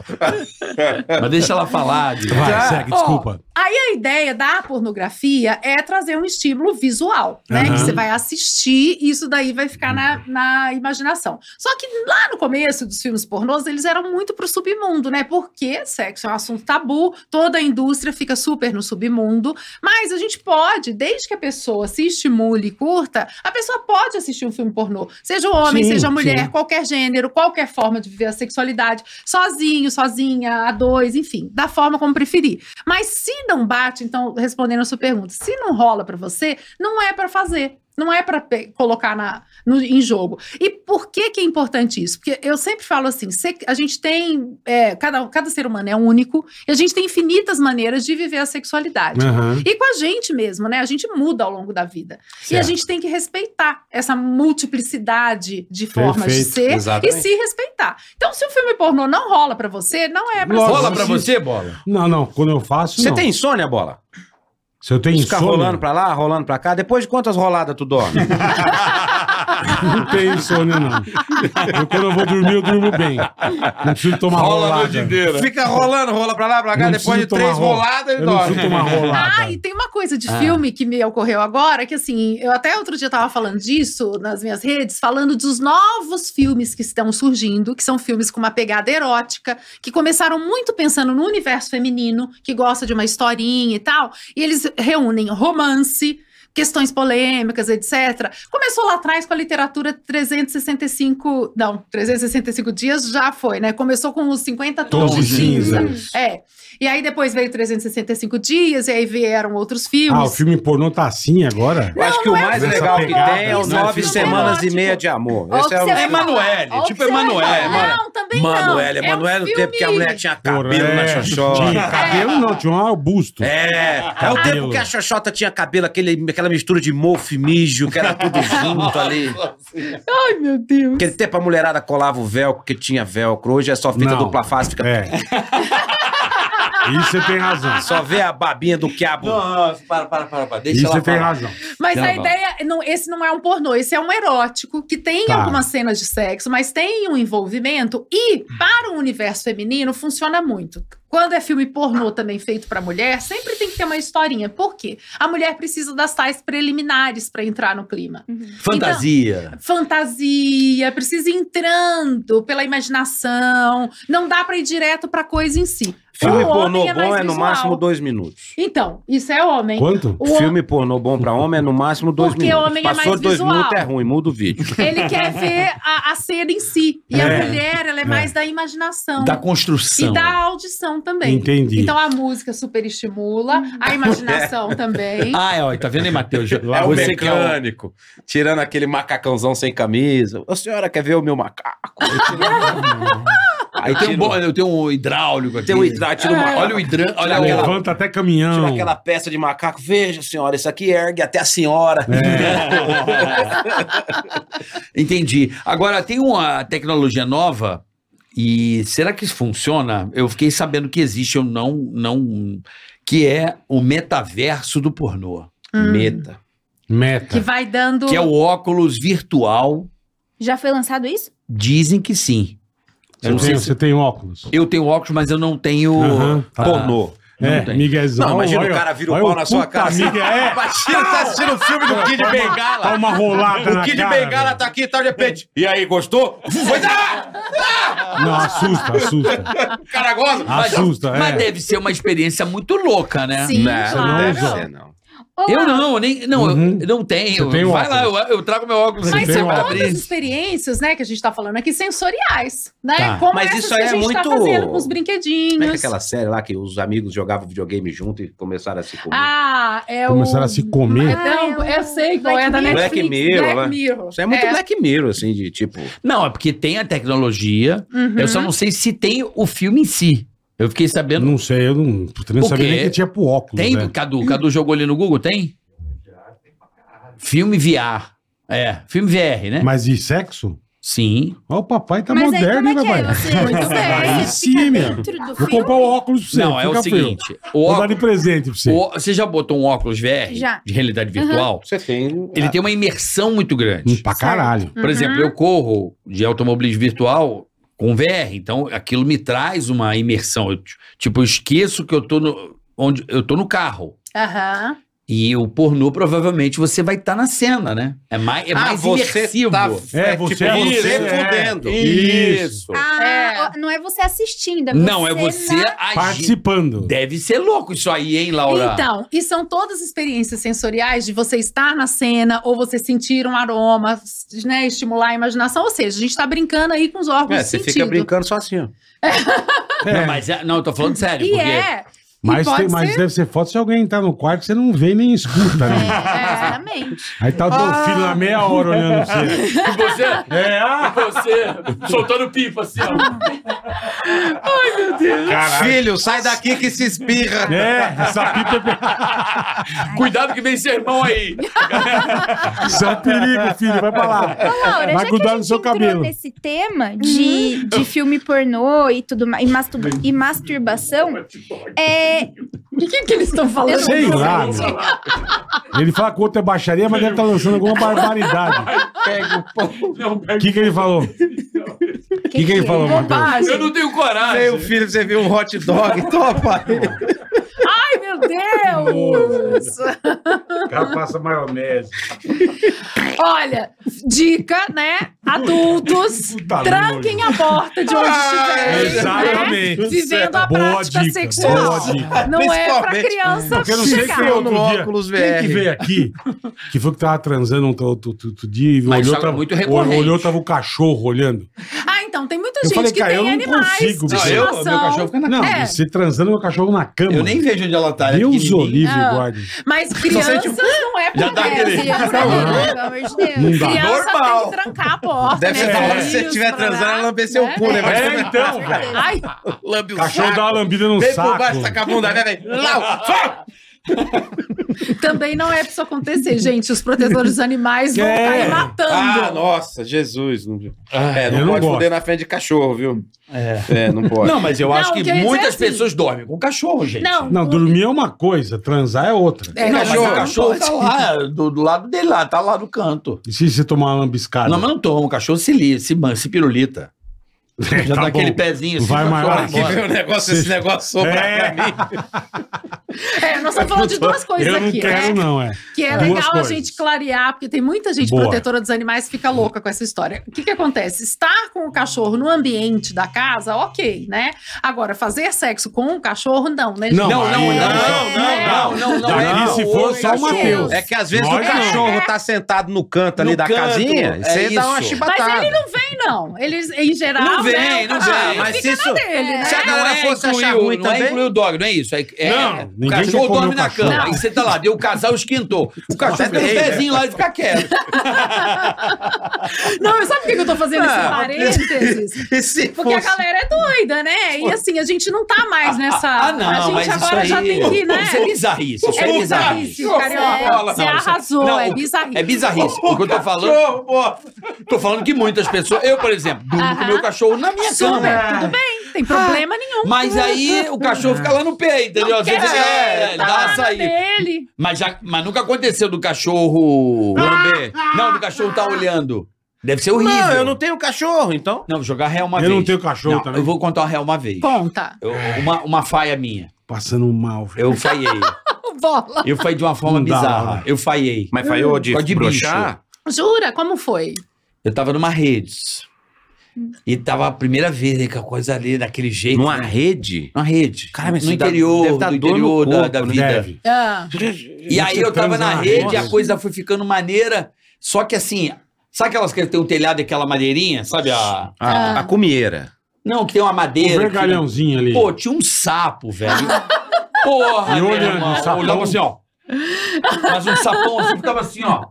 Mas deixa ela falar. Di.
Vai,
Já.
segue,
Ó,
desculpa.
aí a ideia da pornografia é trazer um estímulo visual, né?
Aham.
Que você vai assistir e isso daí vai ficar na, na imaginação. Só que lá no começo dos filmes pornôs, eles eram muito pro submundo, né? Porque sexo é um assunto tabu, toda a indústria fica super no submundo. Mas a gente pode, desde que a pessoa se estimule e curta, a pessoa pode assistir um filme pornô. Seja homem,
Sim,
seja mulher,
sim.
qualquer gênero, qualquer forma de viver a sexualidade, sozinho, sozinha, a dois, enfim, da forma como preferir. Mas se não bate, então, respondendo a sua pergunta, se não rola pra você, não é pra fazer. Não é pra pe- colocar na, no- em jogo. E por que que é importante isso? Porque eu sempre falo assim, se- a gente tem, é, cada, cada ser humano é único, e a gente tem infinitas maneiras de viver a sexualidade.
Aham.
E com a gente mesmo, né? A gente muda ao longo da vida. E a
Certo.
gente tem que respeitar essa multiplicidade de formas de
Perfeito,
ser
exatamente.
e se respeitar. Então, se o filme pornô não rola pra você, não é pra
Lógico.
você.
Bola pra você, bola.
Não, não, quando eu faço.
Você
não.
tem insônia, bola?
Se eu tenho
Ficar
insônia,
rolando pra lá, rolando pra cá. Depois de quantas roladas tu dorme?
Não tenho insônia, não. Eu, quando eu vou dormir, eu durmo bem. Não preciso tomar
Rola a
rolada.
noite inteira.
Fica rolando, rola pra lá, pra cá.
Não
Depois de
preciso
três
tomar rola.
roladas, ele
Eu não
dorme.
preciso tomar rolada.
Ah, e tem uma coisa de filme que me ocorreu agora, que assim, eu até outro dia tava falando disso nas minhas redes, falando dos novos filmes que estão surgindo, que são filmes com uma pegada erótica, que começaram muito pensando no universo feminino, que gosta de uma historinha e tal, e eles reúnem romance, questões polêmicas, etc. Começou lá atrás com a literatura 365, não, 365 dias já foi, né? Começou com os 50 tons de cinza. É. E aí depois veio 365 dias, e aí vieram outros
Ah, o
filmes.
filme pornô tá assim agora?
Eu acho que o mais
é essa
legal que
pegada,
tem é o
isso não é
Nove
filme
Semanas e
erótico.
Meia de Amor.
Ó,
Esse é
o
o...
que você vai falar.
Emanuele,
Ó, o
tipo
que você vai
Emanuele,
falar. Não, também
Manoel,
não. É um
Emanuel
filme-
teve porque a mulher tinha cabelo
Porra,
na
é,
xoxota.
Tinha cabelo não, tinha um busto.
É, é o tempo
Cabelo.
que a Xoxota tinha cabelo, aquele, aquela mistura de mofo e mijo, que era tudo junto ali.
Ai, meu Deus.
Aquele tempo a mulherada colava o velcro, que tinha velcro. Hoje é só fita
Não.
dupla face, fica...
É. Isso você tem
É.
razão.
Só vê a babinha do quiabo.
Então,
Nossa, para, para, para, para. Deixa
Isso é
ela
você tem
falar.
razão.
Mas
Tá
a
bom.
ideia, não, esse não é um pornô, esse é um erótico que tem
Tá.
algumas cenas de sexo, mas tem um envolvimento e para o universo feminino funciona muito. Quando é filme pornô também feito pra mulher, sempre tem que ter uma historinha. Por quê? A mulher precisa das tais preliminares pra entrar no clima.
Fantasia.
Fantasia, precisa ir entrando pela imaginação, não dá pra ir direto pra coisa em si.
Filme
Pro
pornô
homem é
bom
mais
é no
visual.
máximo dois minutos.
Então, isso é homem.
Quanto?
O
Filme pornô bom pra homem é no máximo dois
Porque
minutos.
homem é
Passou
mais
dois
visual.
minutos é ruim, muda o vídeo.
Ele quer ver a, a cena em si. E
É.
a mulher, ela é mais da imaginação.
Da construção.
E da audição também.
Entendi.
Então a música super estimula, a imaginação também.
Uhum. Ah, é, ó, tá vendo aí, Matheus?
É o
Você que é o-
mecânico, tirando aquele macacãozão sem camisa. A senhora quer ver o meu macaco? Aí
Eu tenho, um
tira
bo- eu tenho um hidráulico aqui.
Tem um hidra-
É.
tira uma-
Olha o hidráulico. Olha
Tira
aquela.
Levanta até caminhão.
Tira aquela peça de macaco. Veja, senhora, isso aqui ergue até a senhora.
Entendi. Agora, tem uma tecnologia nova e será que isso funciona? Eu fiquei sabendo que existe, eu não. não que é o metaverso do pornô.
Meta.
Que
Meta.
vai dando.
tá. Que é o óculos virtual.
Já foi lançado isso?
Dizem que sim.
Você
Eu não
tem,
sei se-
você tem óculos?
Eu tenho óculos, mas eu não tenho.
Aham, tá.
Pornô.
Não
é,
tem.
miguezão.
Não, imagina
Olha,
o cara vira o
olha
pau na sua
puta
cara. assim.
Migue... É,
Imagina, tá assistindo o filme do Kid Bengala.
tá uma rolada
O
na
Kid
cara.
Bengala tá aqui e tá de repente. E aí, gostou? Foi dar!
velho. Não, assusta, assusta.
O cara gosta.
Mas-
Assusta, é.
Mas deve ser uma experiência muito louca, né?
Sim,
Não,
claro.
é
deve ser, não.
Olá.
Eu não, eu nem, não,
Uhum.
eu não tenho.
Você tem o
Vai lá, eu,
óculos.
eu trago meu óculos
Você
Mas
tem
aqui
são
pra
uma-
todas as
abrir.
experiências, né, que a gente tá falando aqui, sensoriais, né?
Tá.
Como
Mas
essas
isso
que
aí
a
é
gente tá
muito-
fazendo com os
Como é que é
brinquedinhos.
aquela série lá que os amigos jogavam videogame junto e começaram a se comer?
Ah, é o...
Começaram a se comer.
Não, Então, eu sei qual é da Netflix.
Black Mirror, né?
Black Mirror.
Isso é muito Black Mirror, assim, de tipo.
Não, é porque tem a tecnologia.
Uhum.
Eu só não sei se tem o filme em si. Eu fiquei
é-
Eu
sabendo.
não sei, eu não, puta, nem
O
sabia
quê?
nem que tinha pro óculos.
Tem,
né?
Cadu? Cadu jogou ali no Google, tem? Filme VR. É, filme VR, né?
Mas de sexo?
Sim.
Ó, o papai tá
Mas aí
moderno,
como
hein,
é que
papai?
é? Você, muito bem,
é,
Aí
é
você
sim,
fica
meu.
dentro do
Vou
filme?
comprar o óculos pra você.
Não, é
fica
o
feio.
seguinte. O
Vou dar de
óculos,
presente pra você.
o- você já botou um óculos VR?
Já. Uhum.
De realidade virtual?
Você tem.
tá
Ele tem uma imersão muito grande.
Hum, Pra caralho.
Por exemplo,
Uhum.
eu corro de automobilismo virtual com VR, então aquilo me traz uma imersão. Eu, t- tipo, eu esqueço que eu tô no, onde, eu tô no carro.
Aham.
E o pornô, provavelmente, você vai estar na cena, né? É mais,
Ah,
é mais
tá
imersivo.
É, você é você, é.
tipo, fudendo.
Isso.
Ah,
É.
ó, não é você assistindo, é você.
Não, é você
na-
agindo.
Participando.
Deve ser louco isso aí, hein, Laura?
Então, e são todas experiências sensoriais de você estar na cena ou você sentir um aroma, né, estimular a imaginação. Ou seja, a gente tá brincando aí com os órgãos
É,
do
você
sentido.
fica brincando sozinho.
É.
Não, mas é- não, eu tô falando sério,
E
porque
é.
Mas,
e pode
tem, mas deve ser foto se alguém entrar no quarto você não vê nem escuta, né?
É, exatamente.
Aí tá o teu filho lá meia hora olhando pra você.
E tipo, você, tipo,
É, ah,
você soltando pipa assim, ó.
caralho.
Filho, sai daqui que se espirra.
É, essa pipa
Cuidado que vem seu irmão aí.
é Isso é um perigo, filho. Vai pra lá.
Ô, Laura,
É, Vai
já que
grudar
a
no
gente
seu
entrou
cabelo.
nesse tema
Hum.
de, de filme pornô e tudo mais, e, mastur- e masturbação, é,
O que, que eles estão falando?
Sei lá, meu. Ele fala que o outro é baixaria, mas deve estar lançando alguma barbaridade.
Pega
um
o pão.
O que, que ele falou? O
que,
que, que ele falou, Matheus?
Bobagem.
tenho
Veio o filho, você viu um hot dog. Topa.
Ai, meu Deus!
O cara passa maionese.
Olha, dica, né? Adultos,
Puta
tranquem a porta de onde estiver.
Exatamente.
Né? É, Vivendo a
Boa
prática
dica, boa
sexual.
dica.
Não é pra
Principalmente-
criança
Porque eu não sei quem
chegar.
eu-
outro
No
dia.
óculos
Quem que
VR.
veio aqui? Que foi que tava transando outro, outro, outro dia e
Mas isso
olhou,
é
tava,
muito
olhou,
recorrente.
olhou, tava o cachorro olhando.
Ah, então, tem muita
Eu
gente
falei,
que
cara, eu
tem
não
animais
consigo,
de
não,
eu- meu cachorro
estimação.
fica na
Não,
É.
você transando meu cachorro na cama.
Eu nem vejo onde ela tá. ela é
Deus o
pequenininha.
livre,
Ah.
guarde.
Mas crianças não é
tá
pra
Já dá
criança.
aquele-
Criança,
Não.
né? pelo amor de Deus.
Não dá.
Criança
Normal.
tem que trancar a porta.
Deve ser
né?
falar que se você
Filhos,
estiver
parará,
transando, ela lamber seu
né?
cu, né? Vai
É,
tomar-
então, velho.
Ai,
Lambe o
Cachorro dá uma
saco.
lambida no
Vem por
um saco.
baixo, taca a bunda. Vem, vem. Lau, vai.
também não é pra isso acontecer, gente. Os protetores dos animais vão
É.
cair matando.
Ah, nossa, Jesus. Não- É,
Ah, eu
não
não
pode
gosto.
foder na frente de cachorro, viu? É. não pode.
Não, mas eu
Não,
acho
o
que,
que eu ia dizer
muitas
é assim.
pessoas dormem com cachorro, gente.
Não,
Não, dormir é uma coisa, transar é outra.
É,
Não, mas
cachorro.
o cachorro tá lá, do, do lado dele lá, tá lá no canto.
E se você tomar uma lambiscada?
Ah, Não, mas não toma, o cachorro se, li, se, man- se pirulita.
É,
Já
tá
dá aquele
bom.
pezinho assim.
Vai,
o cachorro
Maior,
Que
embora.
veio o negócio, esse negócio soprar
É.
pra mim.
É, nós estamos falando de duas coisas
Eu não
aqui,
quero,
né?
não, é.
Que é
Duas
legal
coisas.
a gente clarear, porque tem muita gente
Boa.
protetora dos animais que fica louca com essa história. O que, que acontece? Estar com o cachorro no ambiente da casa, ok, né? Agora, fazer sexo com o cachorro, não, né? gente? É,
Não,
Não, não,
Aí, é
não, não, não, não, não, não,
Daqui
não,
se
não,
for
o
só o
cachorro.
Matheus.
É que às vezes
Nós
o
não.
cachorro tá sentado no canto ali
No
da
canto,
casinha,
é
você
isso.
dá uma
Mas
chibatada. Ah,
ele não vem, não. Eles, em geral.
Não vem,
né, o
não
cachorro
vem.
Mas
fica
isso-
na dele, né?
Se a
Não
galera
é
fosse achar
incluir,
ruim
não é
também.
incluir o dog, não é isso. É, é-
Não,
é- o
ninguém quer
cachorro
comer
dorme
o
na
cachorro.
cama, aí você tá lá, deu o casal, esquentou. O cachorro fica no
Também, né?
pezinho lá e fica quieto.
Não, sabe por que que eu tô fazendo esse
Ah,
parênteses?
E se
Porque a
fosse-
galera é doida, né? E assim, a gente não tá mais nessa.
Ah, não,
a gente
mas isso
agora
aí...
já tem que, né?
Isso é bizarrice, isso é
É
bizarrice.
bizarrice,
Não,
carioca. Você
isso é-
arrasou,
não,
é
o-
bizarrice.
É bizarrice. O que eu tô falando,
Cachorro, pô.
tô falando que muitas pessoas... Eu, por exemplo, durmo com
Aham.
o meu cachorro na minha
Super,
cama.
Ah, tudo bem, não tem problema nenhum.
Mas aí o cachorro fica lá no pé, entendeu? Às
Quer
vezes
ver?
é,
Tá
dá
lá
a
na
saída.
dele.
Mas, já, mas nunca aconteceu do
Ah,
cachorro.
Morumbi.
Não, do cachorro tá olhando. Deve ser horrível.
Não, eu não tenho cachorro, então.
Não, jogar real uma
Eu
vez.
não tenho cachorro
Não,
também.
Eu vou contar uma real uma vez.
Conta.
Eu- uma, uma faia minha.
Passando mal, velho.
Eu faiei.
Bola.
Eu faiei de uma forma
Não dá,
bizarra.
né?
Eu faiei.
Mas falhou de,
Pode
broxar?
Jura? Como foi?
Eu tava numa rede. E tava a primeira vez, né? Com a coisa ali, daquele jeito.
Numa
né?
rede?
Numa rede.
Cara, mas
no
isso dá-
interior,
deve dar
do
dor no
interior da,
corpo,
da
né?
Deve.
vida.
Ah,
E aí eu tava na rede, a coisa foi ficando maneira. Só que assim, sabe aquelas que tem um telhado e aquela madeirinha? Sabe a.
A, a comieira.
Não, que tem uma
Um
madeira. que-
vergalhãozinho ali.
Pô, tinha um sapo, velho. Porra,
E
meu
olhando,
irmão.
sapão.
Olhava assim, ó. Mas um sapão assim ficava assim, ó.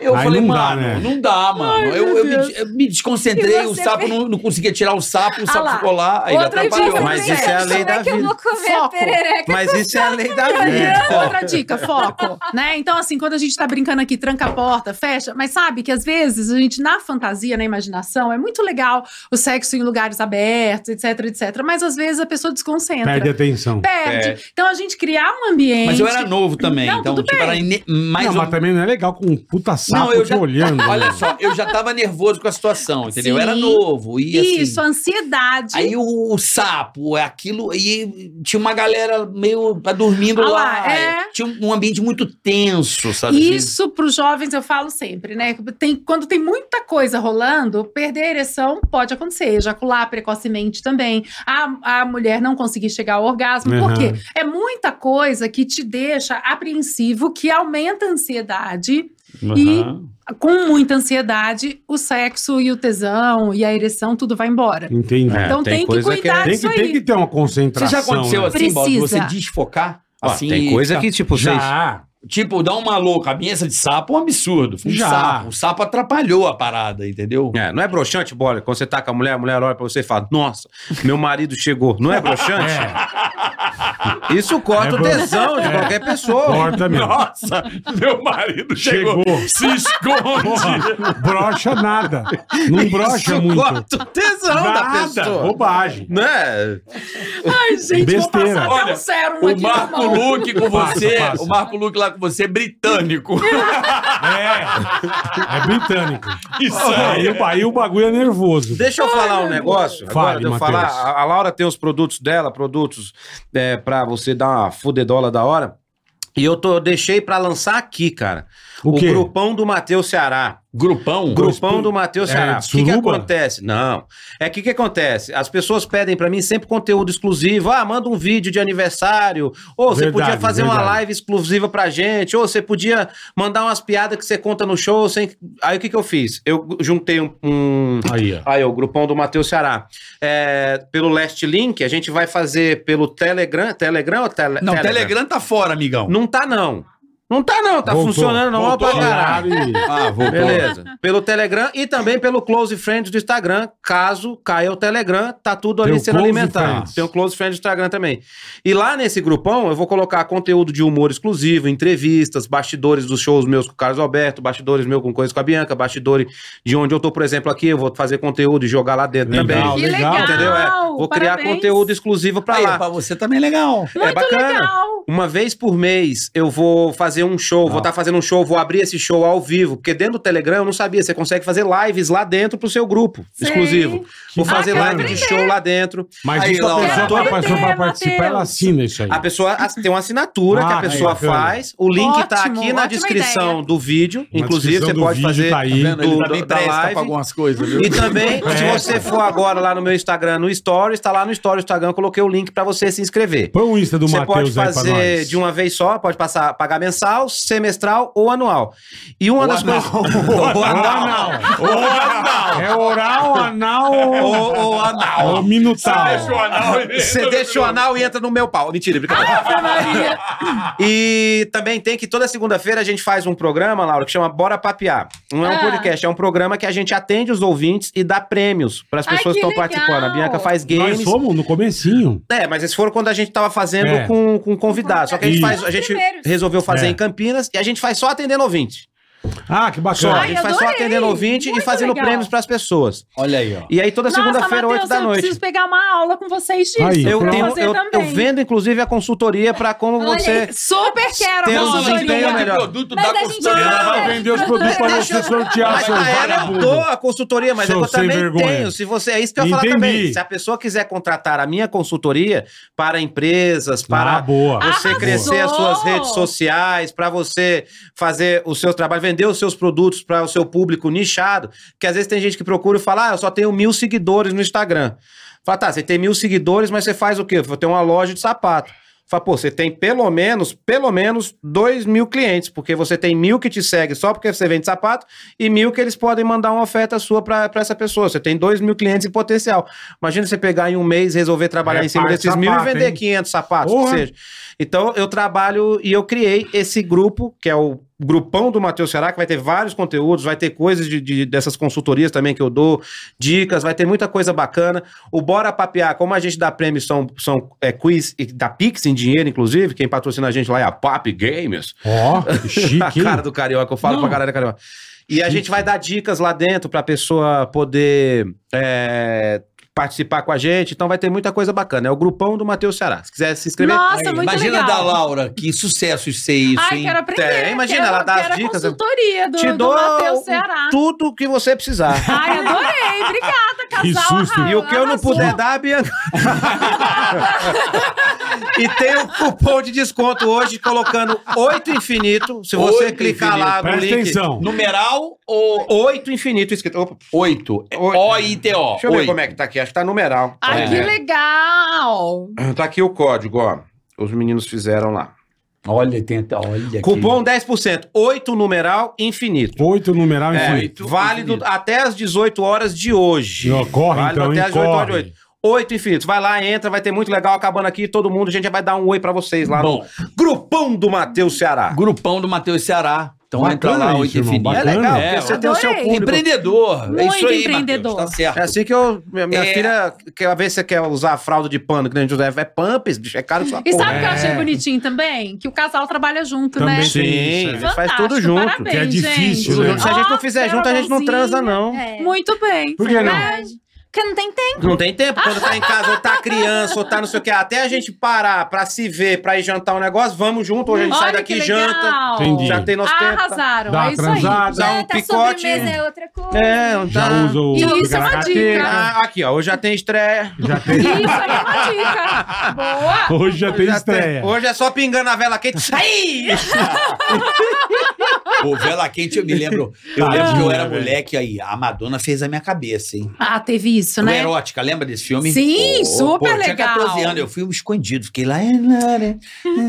Eu
Aí
falei,
não dá,
mano,
né?"
não dá, mano.
Ai,
eu,
meu
eu me,
Deus.
de- eu me desconcentrei,
E
o
você
sapo
vê-
não, não conseguia tirar o sapo, o sapo
Ah lá.
ficou lá, aí
Outra
atrapalhou.
dica,
Mas
Mas isso é a lei da
Como que eu
vida.
vou comer a
Foco.
perereca?
Mas isso é a lei da vida.
É, Outra dica, foco. né? Então, assim, quando a gente tá brincando aqui, tranca a porta, fecha. Mas sabe que às vezes a gente, na fantasia, na imaginação, é muito legal o sexo em lugares abertos, etc, etc. Mas às vezes a pessoa desconcentra.
Perde a atenção.
Perde. Então a gente criar um ambiente.
É. Mas eu era novo também,
Não,
então
tudo
tipo,
bem.
era ine- mais
não,
ou-
mas também não é legal com um puta sapo
eu
te
já-
olhando.
Olha
né?
só, eu já tava nervoso com a situação, entendeu? Eu era
Sim.
novo, e assim...
Isso, ansiedade.
Aí o, o sapo, é aquilo, e tinha uma galera meio tá dormindo
Ah
lá.
lá, é.
Tinha um ambiente muito tenso, sabe? assim?
Isso para os jovens eu falo sempre, né? Tem, quando tem muita coisa rolando, perder a ereção pode acontecer, ejacular precocemente também, a, a mulher não conseguir chegar ao orgasmo,
Uhum.
por quê? É muita coisa que te deixa apreensivo, que aumenta a ansiedade.
Uhum.
Com muita ansiedade, o sexo e o tesão e a ereção, tudo vai embora.
Entendi.
É,
então
tem
tem, que
coisa que
cuidar
tem,
disso
que,
aí.
tem que ter uma
Você
concentração.
já aconteceu
né?
assim, Bob,
Precisa.
você desfocar?
Ó,
assim,
tem coisa
tá-
que, tipo, vocês.
Já.
Tipo, dar uma louca, a cabeça de sapo é um absurdo. Foi Um
Já.
sapo. O sapo atrapalhou a parada, entendeu?
É, não é broxante, bola. Quando você tá com a mulher, a mulher olha pra você e fala: Nossa, meu marido chegou. Não é broxante? Isso corta
É
o
bro-
tesão de
É.
qualquer pessoa.
Corta mesmo.
Nossa, meu marido
Chegou.
Se esconde.
Porra, brocha nada. Não brocha
Isso
muito.
corta o tesão da
Nada.
pessoa.
Bobagem.
Né?
Ai, gente, vou
Besteira.
passar até
Olha,
um sérum
O
aqui na
Marco
mão.
Luque com
Passa,
você,
passa.
o Marco Luque lá com você, britânico.
É. É britânico.
Isso
Aí, o- aí o bagulho é nervoso.
Deixa eu falar um negócio.
Fale,
Agora de eu
Matheus.
falar, a, a Laura tem os produtos dela, produtos é, pra você dar uma fudedola da hora. E eu, tô, eu deixei pra lançar aqui, cara.
O quê?
grupão do Matheus Ceará.
Grupão?
Grupão do Matheus
É,
Ceará. O que, que
suruba?
acontece? Não. É que que acontece? As pessoas pedem pra mim sempre conteúdo exclusivo. Ah, manda um vídeo de aniversário. Ou você
Verdade,
podia fazer uma
verdade.
live exclusiva pra gente. Ou você podia mandar umas piadas que você conta no show. Sem... Aí o que que eu fiz? Eu juntei um- um,
Aí, ó.
Aí, o grupão do Matheus Ceará. É, pelo Last Link, a gente vai fazer pelo Telegram. Telegram ou tele,
Não, o Telegram tá fora, amigão.
Não tá, não. Não tá, não. Tá
Voltou.
funcionando normal pra
Voltou.
caralho.
Tiraram
Ah, voltou.
Beleza. Pelo Telegram e também pelo Close Friends do Instagram. Caso caia o Telegram, tá tudo ali
Tem o
sendo
Close
alimentado.
Friends.
Tem o Close Friends do Instagram também. E lá nesse grupão, eu vou colocar conteúdo de humor exclusivo, entrevistas, bastidores dos shows meus com o Carlos Alberto, bastidores meu com coisas com a Bianca, bastidores de onde eu tô, por exemplo, aqui. Eu vou fazer conteúdo e jogar lá dentro
Legal.
também.
Que
legal,
legal,
Entendeu? É, vou criar
parabéns.
conteúdo exclusivo pra
Aí,
lá.
pra você também é legal.
é bacana.
Legal.
Uma vez por mês eu vou fazer um show,
Ah.
vou estar fazendo um show, vou abrir esse show ao vivo, porque dentro do Telegram eu não sabia, você consegue fazer lives lá dentro pro seu grupo,
Sei.
exclusivo. Vou fazer
bacana.
live de show lá dentro.
Mas
Aí,
isso a
Laura.
pessoa,
Quero
pra- a pessoa pra
aprender,
participar, ela
Matheus.
assina isso aí.
A pessoa as- tem uma assinatura que
Ah,
a pessoa
aí, bacana.
faz, o link tá
Ótimo,
aqui na
ótima
descrição
ideia.
do vídeo,
Na
inclusive
descrição
você
do
pode
vídeo
fazer
tá aí.
Tá vendo? Ele
do-
também
do- da
presta
live.
pra algumas coisas, viu?
E também, se
É.
você for agora lá no meu Instagram, no Stories, tá lá no Stories do Instagram, eu coloquei o link pra você se inscrever.
Põe o Insta do
Você
Matheus
pode
aí pra
fazer
nós.
de uma vez só, pode passar, pagar mensal, semestral ou anual. E uma das coisas. Ou anal.
Ou anal.
É oral, anal ou,
Ou, ou anal.
ou minutal?
Você deixa o anal e entra no meu pau. Mentira, brincadeira.
Ave Maria.
E também tem que toda segunda-feira a gente faz um programa, Laura, que chama Bora Papear. Não é um
Ah.
podcast, é um programa que a gente atende os ouvintes e dá prêmios para as
Ai,
pessoas que
que
estão
legal.
participando. A Bianca faz
Nós
games.
fomos no comecinho.
É, mas esses foram quando a gente tava fazendo
É.
com, com convidados. Só que a gente,
Isso.
faz, a gente
Primeiros.
resolveu fazer
É.
em Campinas e a gente faz só atendendo ouvinte.
Ah, que
Só, a
bacana.
Ai,
gente faz só
adorei.
atendendo ouvinte e
Muito
fazendo
legal.
prêmios pras pessoas.
Ah, Olha aí, ó.
E aí toda
Nossa,
segunda-feira,
Matheus,
8 da
Eu
noite.
preciso pegar uma aula com vocês disso.
Aí,
pra
Eu,
pronto.
tenho,
fazer
eu, eu
também.
vendo, inclusive, a consultoria pra como
Olha
você.
aí.
Super quero
Ter um
uma
desempenho
consultoria.
melhor.
produto
Mas a gente
Ela
costura.
vai-
vai vender os produtos pra você sortear,
Mas
seu
pra ela eu
vagabundo.
dou a consultoria, mas é
Seu
que eu
sem
também
vergonha.
tenho. Se você, é isso que eu ia falar
Entendi.
também. Se a pessoa quiser contratar a minha consultoria para empresas, para
Ah, boa.
você
Arrasou!
crescer as suas redes sociais, para você fazer o seu trabalho, vender os seus produtos para o seu público nichado, que às vezes tem gente que procura e fala, ah, eu só tenho mil seguidores no Instagram. Fala, tá, você tem mil seguidores, mas você faz o quê? Eu tenho uma loja de sapato. Fala, pô, você tem pelo menos, pelo menos dois mil clientes, porque você tem mil que te seguem só porque você vende sapato e mil que eles podem mandar uma oferta sua pra pra essa pessoa. Você tem dois mil clientes em potencial. Imagina você pegar em um mês, resolver trabalhar em cima
Reparte
desses mil e
sapato,
vender
hein?
500 sapatos,
Porra.
que seja. Então, eu trabalho e eu criei esse grupo, que é o grupão do Matheus Ceará, que vai ter vários conteúdos, vai ter coisas de, de- dessas consultorias também que eu dou, dicas, vai ter muita coisa bacana. O Bora Papear, como a gente dá prêmios, são, são é, quiz, e dá Pix em dinheiro, inclusive, quem patrocina a gente lá é a Pap Games.
Ó, que chique,
a
hein?
cara do carioca, eu falo pra galera carioca. E a gente vai dar dicas lá dentro pra pessoa poder é, participar com a gente. Então vai ter muita coisa bacana. É o grupão do Matheus Ceará. Se quiser se inscrever,
Nossa, muito
Imagina
legal.
da Laura, que sucesso ser isso,
Ai,
hein?
quero aprender.
Tem, É, imagina,
quero,
ela dá as
quero a
dicas,
consultoria do,
te
do
dou um
Matheus
o-
Ceará.
tudo que você precisar.
Ai, adorei. Obrigada, casal.
Que susto.
arra-
E o que eu não
arrasou.
puder dar, a Bianca. e tem um cupom de desconto hoje colocando 8 infinito. Se você
Oito
clicar lá no
Presta
link.
atenção.
Numeral ou É
8 infinito escrito. Opa,
8?
Oito.
O-I-T-O.
deixa eu ver como é que tá aqui. Acho que tá numeral.
Ai,
É.
que legal.
Tá aqui o código, ó. Os meninos fizeram lá.
Olha, tenta, olha.
Cupom 10%. 8 numeral infinito.
Oito numeral
É,
infinito.
Oito
válido
infinito.
até as 18 horas de hoje.
Ó, Corre,
Válido
então,
até
hein?
as 8 horas de
Corre.
hoje. 8 infinitos. Vai lá, entra, vai ter muito legal acabando aqui. Todo mundo, a gente já vai dar um oi pra vocês lá no
Bom,
Grupão do Matheus Ceará.
grupão do Matheus Ceará. Então
Bacana
entra lá,
isso,
8
irmão,
infinito.
É
bacana.
legal,
É,
porque você tem o seu
adorei.
público.
Empreendedor. é
Muito
isso aí,
empreendedor.
Matheus, tá certo.
É assim que eu. Minha, minha
É.
filha quer ver se você quer usar a fralda de pano, que nem a gente usa. É pumps, bicho, é caro que sua
E
porra.
sabe o que eu achei bonitinho também? Que o casal trabalha junto,
Também
né?
tem isso, é.
Sim, a gente faz
Fantástico,
tudo junto.
Que
Parabéns,
é difícil,
gente.
né?
Se a gente não
Nossa,
fizer junto, a gente não
Carolzinha.
transa, não.
Um
É.
Muito bem.
Por que não?
Né?
Porque não tem tempo.
Não tem tempo. Quando tá em casa, ou tá criança, ou tá não sei o que. Até a gente parar pra se ver, pra ir jantar um negócio, vamos junto. Ou a gente sai
Olha
daqui
que
e janta.
legal.
Entendi.
Já tem nosso tempo. tá?
Arrasaram,
Dá
é
uma
isso aí.
transada,
Dá um
Janta,
picote.
sobremesa é outra coisa.
É, não
Já
tá.
usa o...
Isso é uma dica.
Ah, aqui, ó. Hoje já tem estreia.
Já
Isso
tem...
aí é uma dica. Boa.
Hoje já tem
Já
estreia.
Ah, Hoje é só pingando a vela quente. Aí!
Pô, vela quente, eu me lembro. Eu
Tadinha,
lembro que eu era
velho.
moleque aí. A Madonna fez a minha cabeça, hein?
Ah, teve isso,
Uma
né?
Erótica, lembra desse filme?
Sim, super
eu tinha
legal.
14 anos, eu fui um escondido, fiquei lá. "É, não, né?"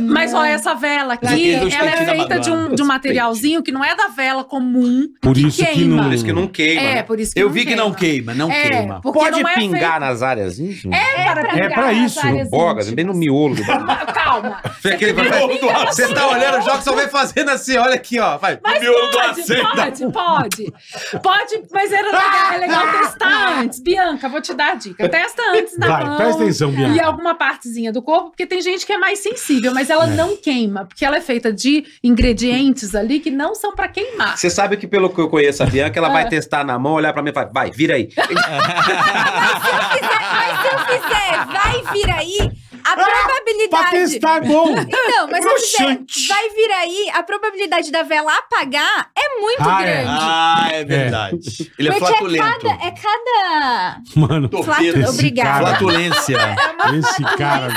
Mas olha, essa vela aqui,
Naquele dos
ela é
peitinhos da
feita de um,
Madonna.
de um materialzinho que não é da vela comum.
Por isso que
queima.
não...
Por isso que não queima.
É,
né?
por isso que
Eu vi que não
queima.
queima, não
É,
queima.
porque
Pode
não é
pingar nas áreas íntimas?
feito- É para
É
pingar
pra
as
isso,
áreas
Bogas,
íntimas.
bem no miolo do bagulho.
Calma.
Você, aquele- Você tá olhando o jogo, só vem fazendo assim, olha aqui, ó. Vai.
assim? Mas pode, pode, pode. Pode, mas era legal, é legal testar antes. Bianca, vou te dar a dica. Testa antes tá na
Vai,
mão.
presta atenção, Bianca.
E alguma partezinha do corpo, porque tem gente que é mais sensível, mas ela não queima, porque ela é feita de ingredientes ali que não são pra queimar.
Você sabe que, pelo que eu conheço a Bianca, ela
Ah.
vai testar na mão, olhar pra mim e falar, vai, vira aí.
Mas se eu fizer, vai vir aí,
Ah,
a
Pra
probabilidade.
testar é bom.
Então, mas se eu
Bruxante.
fizer, vai vir aí, a probabilidade da vela apagar é muito
Ah, é.
grande.
Ah, é verdade. Ele é
Porque é
flatulento.
cada, é cada
Mano,
Torpedo.
Flatu-
Esse
Obrigada.
cara.
Flatulência.
esse cara...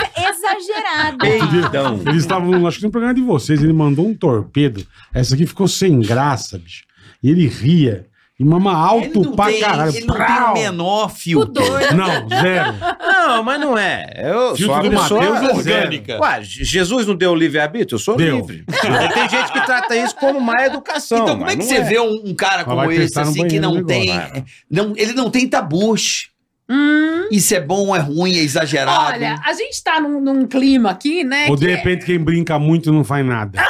exagerada.
Peidão.
Eles estavam, acho que no programa de vocês, ele mandou um torpedo. Essa aqui ficou sem graça, bicho. E ele ria. E mama
Ele
alto
não
pra
tem-
caralho.
Ele não tem
Prau!
o menor filtro.
Não, zero.
Não, mas não é. Eu
Filtro
sou
do
uma pessoa...
Mateus
orgânica.
Ué, Jesus não deu livre-arbítrio? Eu sou
Deu.
livre. Tem gente que trata isso como má educação.
Então, como
mas
é que
não
você vê um, um cara
Mas vai
como esse,
testar no
assim, que
banheiro,
não
né,
tem.
Gordon?
Não, ele não tem tabus.
Hum,
Isso é bom, é ruim, é exagerado.
olha, a gente tá num, num clima aqui, né?
Ou
que
de
É
repente quem brinca muito não faz nada.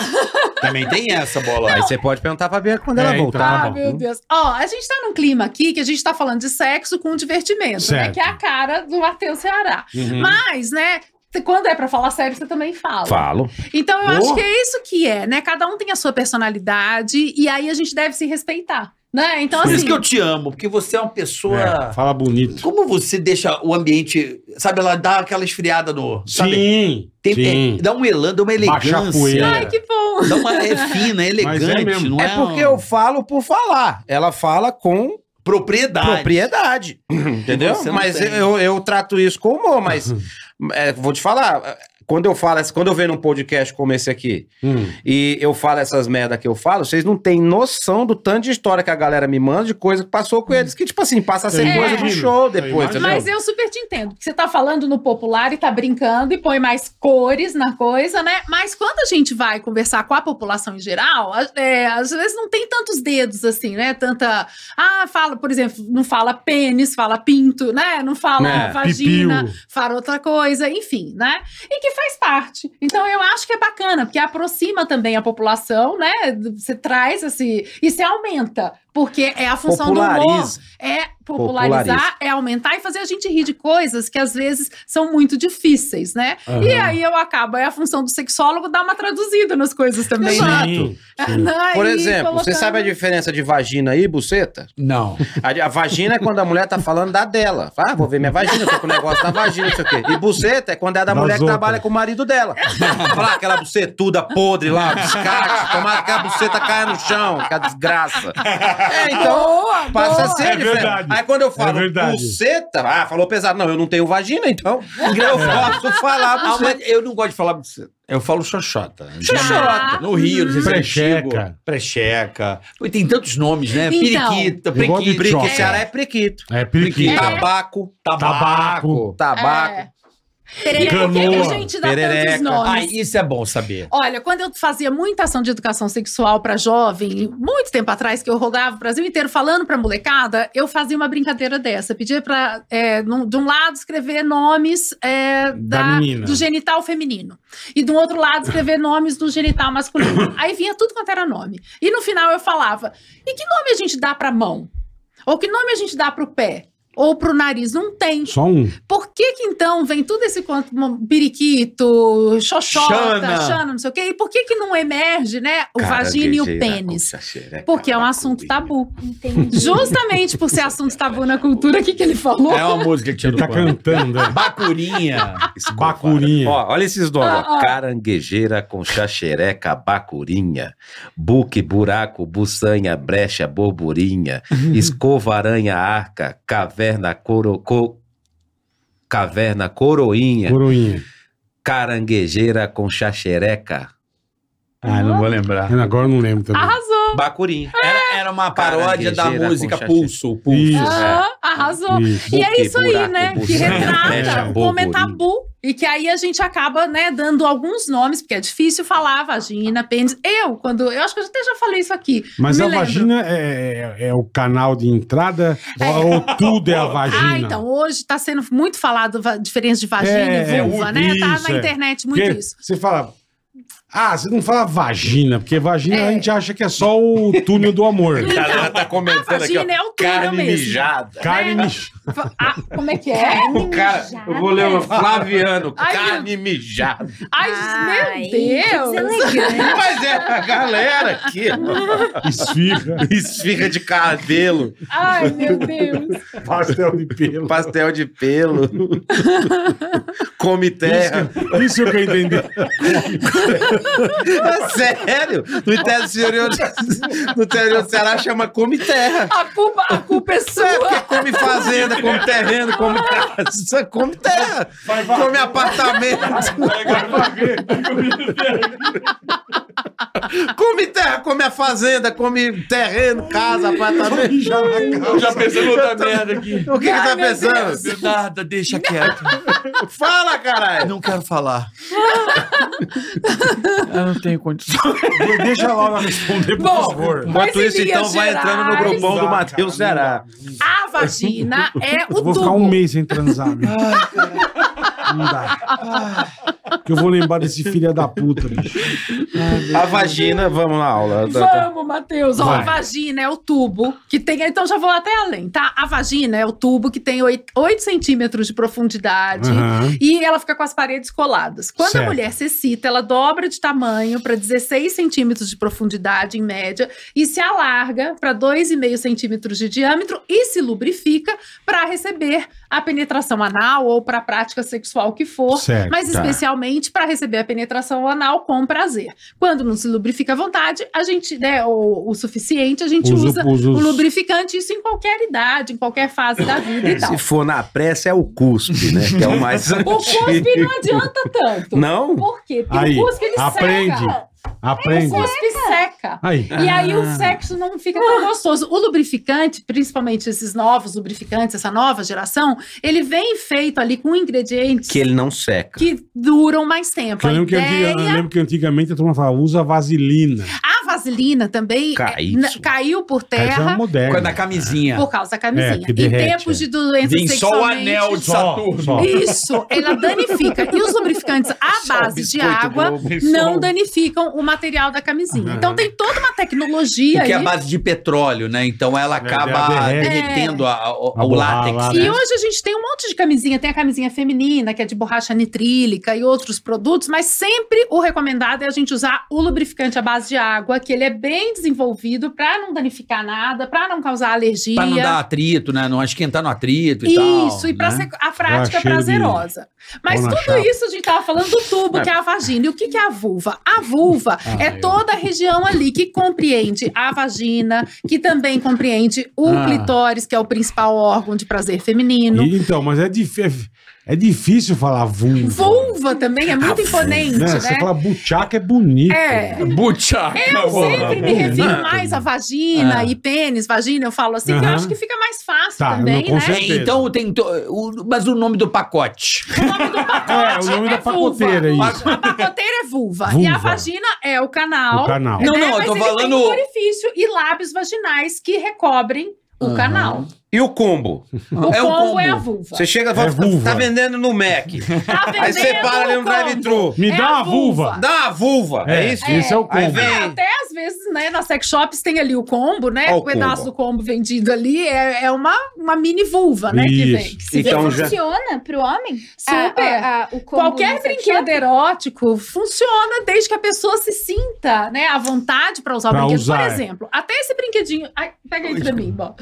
Também tem essa bola.
Aí você pode perguntar pra Bianca quando
É,
ela
então,
voltar. Hum.
tá
Ah,
bom.
meu Deus. Ó, a gente tá num clima aqui que a gente tá falando de sexo com divertimento, né?
Certo.
Que é a cara do Matheus Ceará.
Uhum.
É,
Mas, né? Quando é pra falar sério, você também fala.
Falo.
Então, eu
Boa.
acho que é isso que é, né? Cada um tem a sua personalidade e aí a gente deve se respeitar, né? Então,
Por
assim...
isso que eu te amo, porque você é uma pessoa.
É, fala bonito.
Como você deixa o ambiente. Sabe, ela dá aquela esfriada no. Sabe?
Sim,
Tem-
sim.
é, dá um elan, dá uma
Baixa a
elegância.
poeira.
Ai, que bom!
Dá uma, é fina, é
Mas
elegante,
é mesmo.
não é?
É porque
um-
eu falo por falar. Ela fala com
Propriedade.
propriedade. Entendeu?
você não
Mas
tem.
eu, eu trato isso com humor, mas é, vou te falar. Quando eu falo, essa- quando eu venho num podcast como esse aqui
Hum.
e eu falo essas merda que eu falo, vocês não têm noção do tanto de história que a galera me manda, de coisa que passou com eles, que tipo assim, passa a ser
É.
coisa do show depois,
Hum. Eu
entendeu?
Mas eu super te entendo, porque você tá falando no popular e tá brincando e põe mais cores na coisa, né? Mas quando a gente vai conversar com a população em geral, a- é, às vezes não tem tantos dedos assim, né? Tanta. Ah, fala, por exemplo, não fala pênis, fala pinto, né? Não fala
É,
vagina,
pipiu.
fala outra coisa, enfim, né? E que faz parte. Então eu acho que é bacana, porque aproxima também a população, né? Você traz esse. E você aumenta, porque é a função do humor.
Populariza.
É popularizar,
Populariza.
é aumentar e fazer a gente rir de coisas que às vezes são muito difíceis, né? E aí eu acabo, é a função do sexólogo dar uma traduzida nas coisas também. né?
Sim.
Aí,
Por exemplo, você
colocando-
sabe a diferença de vagina e buceta?
Não.
A, a vagina é quando a mulher tá falando da dela. Ah, vou ver minha vagina, tô com o negócio da vagina, não sei o quê. E buceta é quando é da
Das
mulher que
outras.
trabalha com o marido dela. Fala "Ah, aquela bucetuda podre lá, biscate, tomara que a buceta caia no chão, que a desgraça. É, então,
Boa,
passa a
boa.
ser
É
diferente.
verdade.
Aí quando eu
É
falo
verdade.
buceta, ah, falou pesado. Não, eu não tenho vagina, então eu posso falar
Ah,
buceta.
mas eu não gosto de falar. Eu falo xoxota.
Xoxota.
No Rio, não sei se é
Precheca.
antigo. Precheca. Pô, Tem tantos nomes, né?
Então.
Periquita,
Eu gosto de
prequita.
Porque
choca.
o Ceará é prequito.
É periquito.
É.
Tabaco,
Tabaco.
tabaco.
É. Perereca, por que que a
Canoa.
gente dá tantos
Perereca.
nomes?
Ah, isso é bom saber.
Olha, quando eu fazia muita ação de educação sexual pra jovem, muito tempo atrás, que eu rodava o Brasil inteiro falando pra molecada, eu fazia uma brincadeira dessa. Pedia pra, é, num- de um lado, escrever nomes é,
Da
da-
menina.
do genital feminino. E do outro lado, escrever nomes do genital masculino. Aí vinha tudo quanto era nome. E no final eu falava: e que nome a gente dá pra mão? Ou que nome a gente dá pro pé? Ou pro nariz? Não tem.
Só um.
Por que que então vem tudo esse quanto mo- periquito, xoxota,
Xana.
chana. não sei o quê? E por que que não emerge, né, o vagina e o pênis? Porque é um assunto tabu.
Entendi.
Justamente por ser assunto tabu na cultura, o que que ele falou?
É uma música que tinha
Ele
no
tá
banco.
cantando. é.
Bacurinha.
Bacurinha.
Ó, olha esses nomes.
Ah,
ó. Caranguejeira com xaxereca, bacurinha, buque, buraco, buçanha, brecha, borburinha,
Uhum.
escova, aranha, arca, caverna, coro, co- caverna, coroinha,
Coroinha.
caranguejeira com xaxereca,
Ah, não vou lembrar.
Agora eu não lembro também.
Arrasou!
bacurinha.
Era, era uma paródia da
Caranguejeira
música
com xaxé.
Pulso. o Pulso.
Isso.
Aham, arrasou!
Isso.
E é
Buque, um
isso aí,
buraco,
né? Que
buçanha, brecha,
retrata como é
borburinha.
tabu. E que aí a gente acaba, né, dando alguns nomes, porque é difícil falar vagina, pênis. Eu, quando. Eu acho que eu até já falei isso aqui.
Mas
não
a
me lembro.
vagina é, é- é o canal de entrada ou tudo é a vagina?
Ah, então, hoje está sendo muito falado va- diferença de vagina
É,
e vulva,
é,
né? tá
isso,
na
é.
internet muito
Porque
isso.
Você fala. Ah, você não fala vagina, porque vagina
É.
a gente acha que é só o túnel do amor.
galera tá
A vagina é o túnel mesmo.
Carne mich-
Fa- Ah, como é que é?
Carne
Cara,
mijada.
eu vou ler o Flaviano,
Ai,
carne mijada.
Ai,
Ai,
meu Deus!
Deselegante.
Mas é a galera aqui, ó.
esfirra,
esfirra de cabelo.
Ai, meu Deus!
pastel de pelo.
Pastel de pelo. Come terra.
É.
Isso que eu entendi.
Sério? No interior, no interior do Ceará chama come terra.
A culpa, a culpa é
É
sua!
porque come fazenda, come terreno, come casa, come terra, come apartamento, come terra, come a fazenda, come terreno, casa, apartamento.
Já pensou em outra merda aqui.
O que que tá pensando?
Nada, deixa quieto.
Fala, caralho!
Não quero falar. Eu não tenho condição.
Deixa a Laura responder, por
Bom,
favor.
Enquanto
Mas em
isso, então,
linhas
vai entrando no
gerais-
grupão do Matheus Ceará.
A vagina é o
Eu vou
tubo.
ficar um mês sem transar, meu. Não dá. Que eu vou lembrar desse filho da puta, bicho.
A vagina, vamos na aula.
Vamos, Matheus. Ó,
Tá,
a
Vai.
vagina é o tubo que tem. Então já vou até além, tá? A vagina é o tubo que tem 8, centímetros de profundidade.
Aham.
E ela fica com as paredes coladas. Quando
Certo.
a mulher se excita, ela dobra de tamanho para 16 centímetros de profundidade, em média, e se alarga para 2,5 centímetros de diâmetro e se lubrifica para receber a penetração anal ou para a prática sexual que for,
Certo.
mas
Tá.
especialmente suficiente para receber a penetração anal com prazer. Quando não se lubrifica à vontade, a gente, né, o, o suficiente, a gente
Usa-
usa
usa
o
os-
lubrificante, isso em qualquer idade, em qualquer fase da vida e tal.
Se for na pressa, é o cuspe, né? Que é o mais
O
antigo.
cuspe não adianta tanto.
Não?
Por quê? Porque
Aí,
o cuspe ele
aprende.
seca. O
Aprende.
cuspe seca.
Aí.
E aí
Ah.
Ah.
o sexo não fica tão gostoso. O lubrificante, principalmente esses novos lubrificantes, essa nova geração, ele vem feito ali com ingredientes
Que
que,
ele não seca.
duram mais tempo.
Eu
A
lembro, que antiga- eu
ideia-
lembro que antigamente a turma falava, usa vaselina.
A vaselina também
Caiu.
é, na- caiu por
Essa é uma
Com
terra
a da
moderna.
camisinha.
por causa da camisinha.
que
em
derrete,
tempos
é.
de doenças
Vem só o
sexualmente...
anel de
Só,
Saturno.
só.
Isso, ela danifica. E os lubrificantes à base de
biscoito
água
Globo, só
não
o-
danificam o material da camisinha.
Aham.
Então tem toda uma tecnologia
Porque é a
aí.
base de petróleo, né? Então
É,
ela acaba
ela derrete.
derretendo a- a-
A
o
borracha lá,
látex.
né?
né?
E hoje a gente tem um monte de camisinha, tem a camisinha feminina, que é de borracha nitrílica e outros produtos, mas sempre o recomendado é a gente usar o lubrificante à base de água, que ele é bem desenvolvido para não danificar nada, para não causar alergia.
Pra não dar atrito, né? Não esquentar no atrito e tal.
Isso, e para
né?
ser a prática
Ah, cheiro de-
prazerosa. Mas
pão na
tudo
chapa.
isso a gente tava falando do tubo, que é a vagina. E o que, que é a vulva? A vulva é toda a região ali que compreende a vagina, que também compreende o
Ah.
clitóris, que é o principal órgão de prazer feminino.
E- então, mas é, dif- é- é difícil falar vulva.
Vulva também é muito imponente,
Né?
né?
Você fala buchaca é bonito.
É.
Buchaca,
Eu
porra.
sempre me refiro
Bonito.
mais a vagina
Ah.
e pênis, vagina, eu falo assim, que eu
Aham.
acho que fica mais fácil
Tá, não
também, né?
consigo-
É, então tem. to- o- mas o nome do pacote.
É, o nome da pacoteira, é
vulva.
isso.
A pacoteira é vulva, E a
Vulva.
vagina é o canal.
O canal.
Não, não, eu
É. Né? mas
tô
ele
falando-
Tem um orifício e lábios vaginais que recobrem o
Aham.
canal.
E o combo?
O
É o
combo,
combo.
é a vulva.
Você chega e
É
fala,
vulva.
tá vendendo no Mac.
Tá
Aí você
vendendo
para ali
o
um
no
combo.
drive-thru.
Me
É
dá
a
a vulva.
Dá uma vulva. É, isso?
Esse é o
Aí
combo.
vem.
É, até às vezes, né, nas sex shops tem ali o combo, né?
Ó o
o pedaço
combo.
do combo vendido ali é, é uma, uma mini vulva, né? Que vem.
Isso.
Que se
E
Então já.
funciona pro homem?
Super.
A- a- a- o combo
Qualquer
no sex
brinquedo
shop?
erótico funciona desde que a pessoa se sinta, né, à vontade para usar
Pra
o brinquedo.
usar.
é.
Por exemplo, até esse brinquedinho. Ai, pega aí pra mim, bom.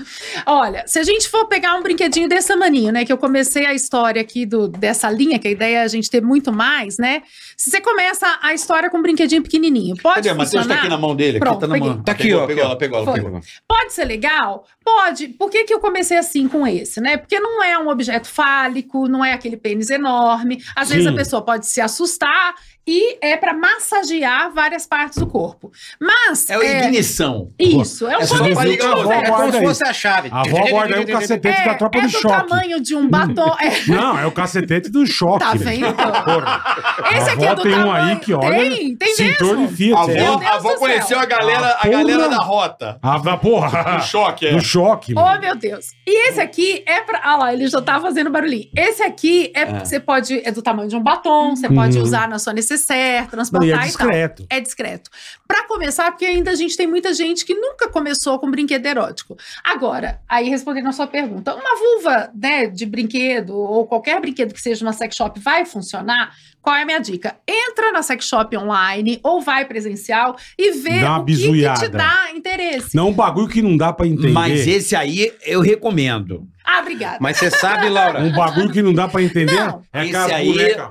Olha, se a gente for pegar um brinquedinho desse tamanho, né, que eu comecei a história aqui do, dessa linha, que a ideia é a gente ter muito mais, né? Se você começa a história com um brinquedinho pequenininho, pode
Cadê? Matheus tá
funcionar?
aqui na mão dele.
Pronto,
aqui tá na mão.
peguei.
Tá aqui,
Pegou,
ó,
Pegou
aqui, ó.
ela, pegou ela.
Foi.
Pegou.
Pode ser legal? Pode. Por que, que eu comecei assim com esse, né? Porque não é um objeto fálico, não é aquele pênis enorme. Às vezes a
Sim.
pessoa pode se assustar e é pra massagear várias partes do corpo. Mas
É o
é,
ignição.
isso, é um
É só
bonezinho
pra ligar a
de
vovó.
É
velho.
como
Guarda
se
aí.
fosse a chave. um
A avó guarda aí o cacetete da tropa
é
do
do
choque.
tamanho de um batom. É,
Não, é o cacetete do choque.
tá
velho.
vendo?
Porra.
Esse
A
aqui
avó
é do
tem
tamanho.
um aí que olha.
Tem, tem
cintura
mesmo.
de Fiat. é.
A
Meu
avó,
Deus
a avó
do
conheceu
céu.
a galera, a
Ah,
galera
porra.
da rota.
A da Ah, porra.
O choque é.
Do choque.
Oh,
mano.
meu Deus. E esse aqui é pra. Ah lá, ele já tá fazendo barulhinho. Esse aqui é, você pode. É do tamanho de um batom, você pode
Uhum.
usar na sua necessaire,
E
transportar
é
e, tal.
discreto.
É discreto. Pra começar, porque ainda a gente tem muita gente que nunca começou com brinquedo erótico. Agora, aí respondendo a sua pergunta, uma vulva né, de brinquedo ou qualquer brinquedo que seja uma sex shop vai funcionar? Qual é a minha dica? Entra na sex shop online ou vai presencial e vê
Dá uma
o que, que te
bisuiada.
dá interesse.
Não, um bagulho que não dá pra entender.
Mas esse aí eu recomendo.
Ah, obrigada.
Mas você sabe, Laura,
Um bagulho que não dá pra entender
Não.
é
Esse
aquela
aí-
boneca.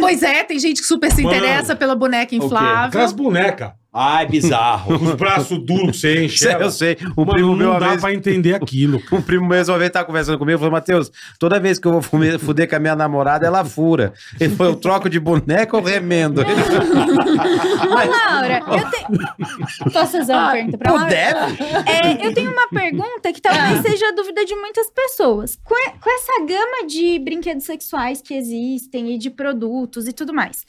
Pois é, tem gente que super se
Mano.
interessa pela boneca inflável.
Aquelas bonecas.
Ai, bizarro.
Os braços duros que você enche.
Sei,
ela.
eu sei. Um
Mano,
primo
não
meu, uma
dá
vez,
pra entender aquilo. cara.
um primo meu, uma vez, tava conversando comigo, falou, Matheus, toda vez que eu vou fume- fuder com a minha namorada, ela fura. Ele falou, eu troco de boneco ou remendo?
Ô, Laura, eu tenho. Posso fazer
Ah,
uma pergunta pra Laura?
deve.
É, eu tenho uma pergunta que
Ah.
talvez seja a dúvida de muitas pessoas. Com, e- com essa gama de brinquedos sexuais que existem e de produtos e tudo mais,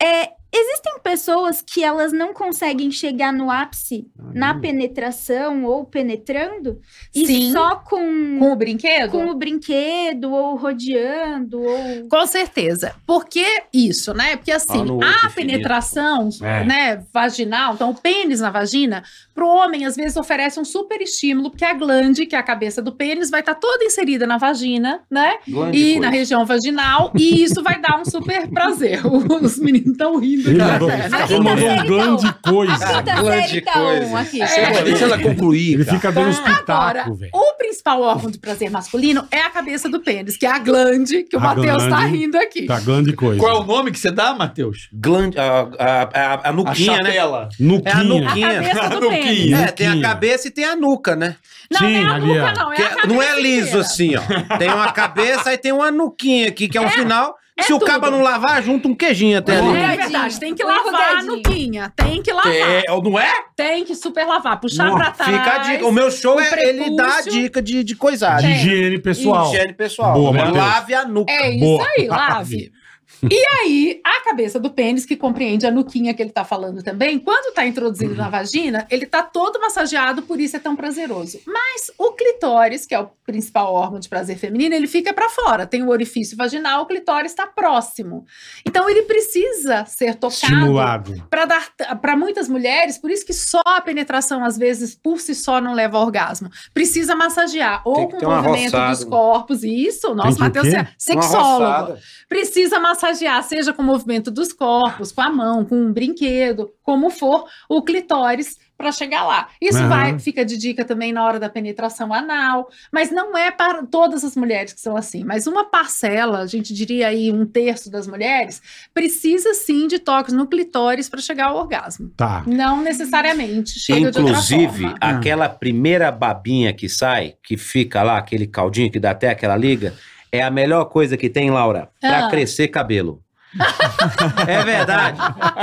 é, existem pessoas que elas não conseguem chegar no ápice na penetração ou penetrando e
Sim.
só com,
Com o brinquedo?
com o brinquedo ou rodeando ou
Com certeza. Por que isso, né? Porque assim,
Ah, no outro
a
infinito.
penetração
É.
né, vaginal, então o pênis na vagina, pro homem às vezes oferece um super estímulo, porque a glande, que é a cabeça do pênis, vai estar toda inserida na vagina, né? e na região vaginal, e isso vai dar um super prazer. Os meninos estão rindo lindo.
Ele
cara.
mandou,
Aqui
ele
tá
assim,
mandou um
então.
sério,
grande
Ah,
coisa.
Quinta
grande
série tá um
coisa.
aqui.
É.
Deixa ela concluir,
Ele
cara.
fica dando uns
então. Tá, Agora,
pitacos, velho.
o principal órgão do prazer masculino é a cabeça do pênis, que é a glande, que o
A
Matheus tá
glande.
rindo aqui.
Tá grande coisa.
Qual é o nome que você dá, Matheus?
Glande, a, a, a, a nuquinha, né?
chapela.
É a
Nuquinha.
A
nuquinha.
cabeça do
Nuquinha.
pênis.
É, tem a
Nuquinha.
cabeça e tem a nuca, né?
Não,
Sim,
não é a
ali, ó.
nuca, não. É
Que
a
é- não é
cabeça
liso
inteira.
assim, ó. Tem uma cabeça e tem uma nuquinha aqui, que é um final.
é
Se o
tudo.
caba não lavar, junta um queijinho até ali.
É verdade, tem que lavar a
Enrugadinho.
nuquinha. Tem que lavar.
É, ou não é?
Tem que super lavar. Puxar
Não,
pra trás.
Fica a dica. O meu show,
tá. o
é, ele dá a
prepúcio.
dica de, de coisagem.
De
É.
higiene pessoal.
Higiene pessoal.
Boa, Matheus.
Lave a nuca.
É isso
Boa.
aí, lave. E aí, a cabeça do pênis, que compreende a nuquinha que ele tá falando também, quando tá introduzido na vagina, ele tá todo massageado, por isso é tão prazeroso. Mas o clitóris, que é o principal órgão de prazer feminino, ele fica pra fora. Tem o orifício vaginal, o clitóris tá próximo. Então ele precisa ser tocado
Estimulado.
para dar para muitas mulheres, por isso que só a penetração às vezes por si só não leva ao orgasmo. Precisa massagear
Tem
ou
que
com o
ter uma
movimento
roçada.
dos corpos e isso,
que
nossa,
o
Matheus,
quê?
você é
Uma
sexólogo.
roçada.
Precisa massagear, seja com o movimento dos corpos, com a mão, com um brinquedo, como for, o clitóris para chegar lá. Isso
Aham.
vai fica de dica também na hora da penetração anal, mas não é para todas as mulheres que são assim, mas uma parcela, a gente diria aí um terço das mulheres precisa sim de toques no clitóris para chegar ao orgasmo.
Tá.
Não necessariamente chega de outra
Inclusive,
forma. Ah.
aquela primeira babinha que sai, que fica lá, aquele caldinho que dá até aquela liga, é a melhor coisa que tem, Laura, pra
Ah.
crescer cabelo. é verdade.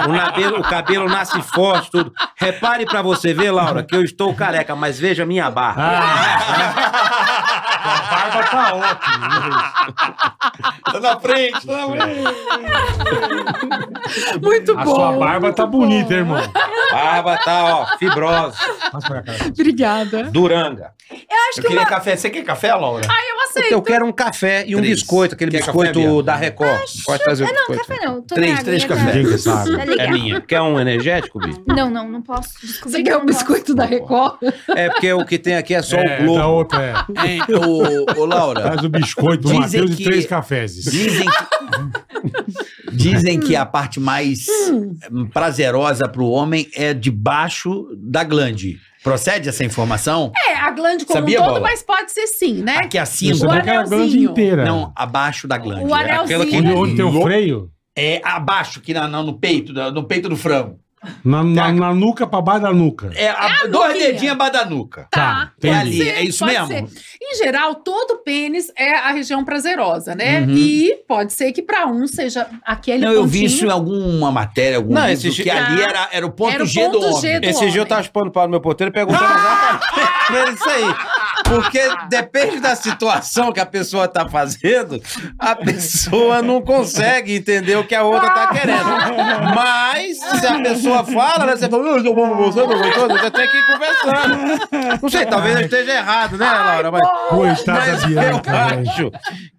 O, nabelo- o cabelo nasce forte, tudo. Repare pra você ver, Laura, que eu estou careca, mas veja a minha barba.
Ah.
A barba tá ótima.
Tá na frente, tá na frente.
Muito
A
bom.
sua barba tá
muito
bonita,
bom.
hein, irmão.
Barba tá, ó, fibrosa,
Passa pra cá.
Obrigada.
duranga.
Eu queria café. Você quer café, Laura?
Eu aceito.
Eu quero um café e um
Três.
biscoito, aquele
Quer
biscoito
café, Bia?
da Record. Pode trazer
É,
o
É, Não,
biscoito.
café não. Tô
Três-
na
três
aguinha,
café.
tá?
Quem que sabe?
Tá
É
ligado?
minha. Quer um energético, Bi?
Não, não, não posso. Desculpa.
Você quer
não
o
posso.
biscoito da Record?
É porque o que tem aqui é só
é,
o globo.
da outra, é.
Hein, ô, ô, Laura,
Traz o biscoito, o
Dizem
Matheus e
que-
três cafés.
dizem que, dizem que a parte mais
Hum.
hum, prazerosa pro homem é debaixo da glande. Procede essa informação?
É, a glande como
Sabia,
um todo,
Bola? Ah,
mas pode ser sim, né?
Aqui acima.
Você
O
não quer a grande
anelzinho.
inteira.
Não, abaixo da glande.
O
É,
aquela que-
anelzinho.
Onde, onde tem o freio?
é abaixo, que na, na- no peito, da- no peito do frango.
Na, na, na nuca, pra baixo da nuca.
É, a- dois
nuquinha.
dedinhos abaixo da nuca.
Tá,
É
entendi.
ali, é isso
pode
mesmo?
Em geral, todo pênis é a região prazerosa, né?
Uhum.
E pode ser que para um seja aquele
Não,
pontinho. Ah,
eu vi isso em alguma matéria, algum
Não,
livro,
esse
que
gi-
ali era, era o ponto,
Era o
G do
ponto
homem.
G do
Esse dia eu
homem.
tava chupando pau no meu porteiro perguntando
Ah!
exatamente pra ele isso aí. Porque depende da situação que a pessoa tá fazendo, a pessoa não consegue entender o que a outra tá querendo. Mas se a pessoa fala, né, você fala, "Eu tô bom, você eu tô gostoso", você tem que ir conversando. Não sei, talvez eu esteja errado, né, Laura? Mas,
Coitada né?
mas
da Bianca,
eu
velho.
acho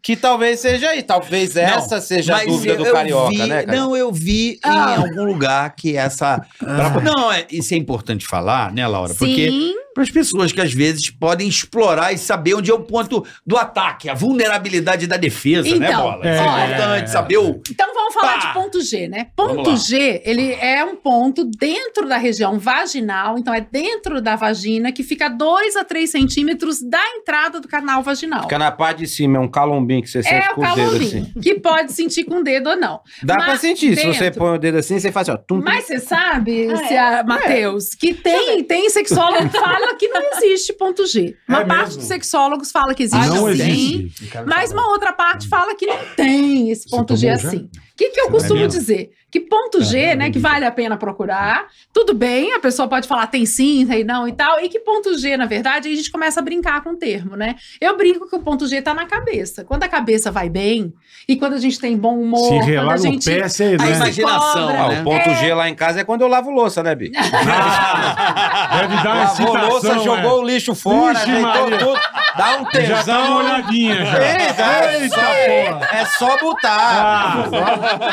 que talvez seja aí. Talvez essa seja a
mas
dúvida
eu-
do
eu
carioca,
vi-
né, cara?
Não, eu vi
Ah.
em algum lugar que essa. pra- Não, é- isso é importante falar, né, Laura? Porque
Sim,
para as pessoas que às vezes podem explorar e saber onde é o ponto do ataque, a vulnerabilidade da defesa, né,
Então,
Bola?
é,
Isso
olha.
é importante saber o.
então vamos falar
Pá!
de ponto G, né?
Vamos lá.
Ponto G, ele é um ponto dentro da região vaginal, então é dentro da vagina, que fica 2 a 3 centímetros da entrada do canal vaginal.
Fica na parte de cima, é um calombinho que você sente
É o
com o dedo assim.
calombinho, que pode sentir com o dedo ou não.
Dá
Mas
pra sentir. Se você
dentro-
põe o dedo assim, você faz assim, ó. Tum, tum.
Mas você sabe,
Ah, é?
Cia- Matheus, que tem, tem sexólogo que fala que não existe ponto G. Uma
É
parte
mesmo? Ah,
dos sexólogos fala que existe
Não
sim,
existe.
assim. mas uma outra parte fala que não tem esse
Você
ponto
tomou já?
G
É Ah,
assim. O que, que eu
Você
costumo
bebeu?
dizer? Que ponto G, né, que vale a pena procurar. Tudo bem, a pessoa pode falar tem sim, tem não e tal. E que ponto G, na verdade, aí a gente começa a brincar com o termo, né? Eu brinco que o ponto G tá na cabeça. Quando a cabeça vai bem, e quando a gente tem bom humor,
Se
quando
relar
a
no
gente é
pé, você...
A
né?
imaginação.
cobra.
Ah,
né?
o ponto G lá em casa é quando eu lavo louça, né, Bi?
Tá,
Ah, Deve dar uma
Lavou
excitação,
louça,
é.
jogou o lixo fora,
Vixe,
ajeitou
Maria.
tudo. Dá um
Já dá uma
tesão.
olhadinha já.
Eita,
Eita, porra.
é só botar.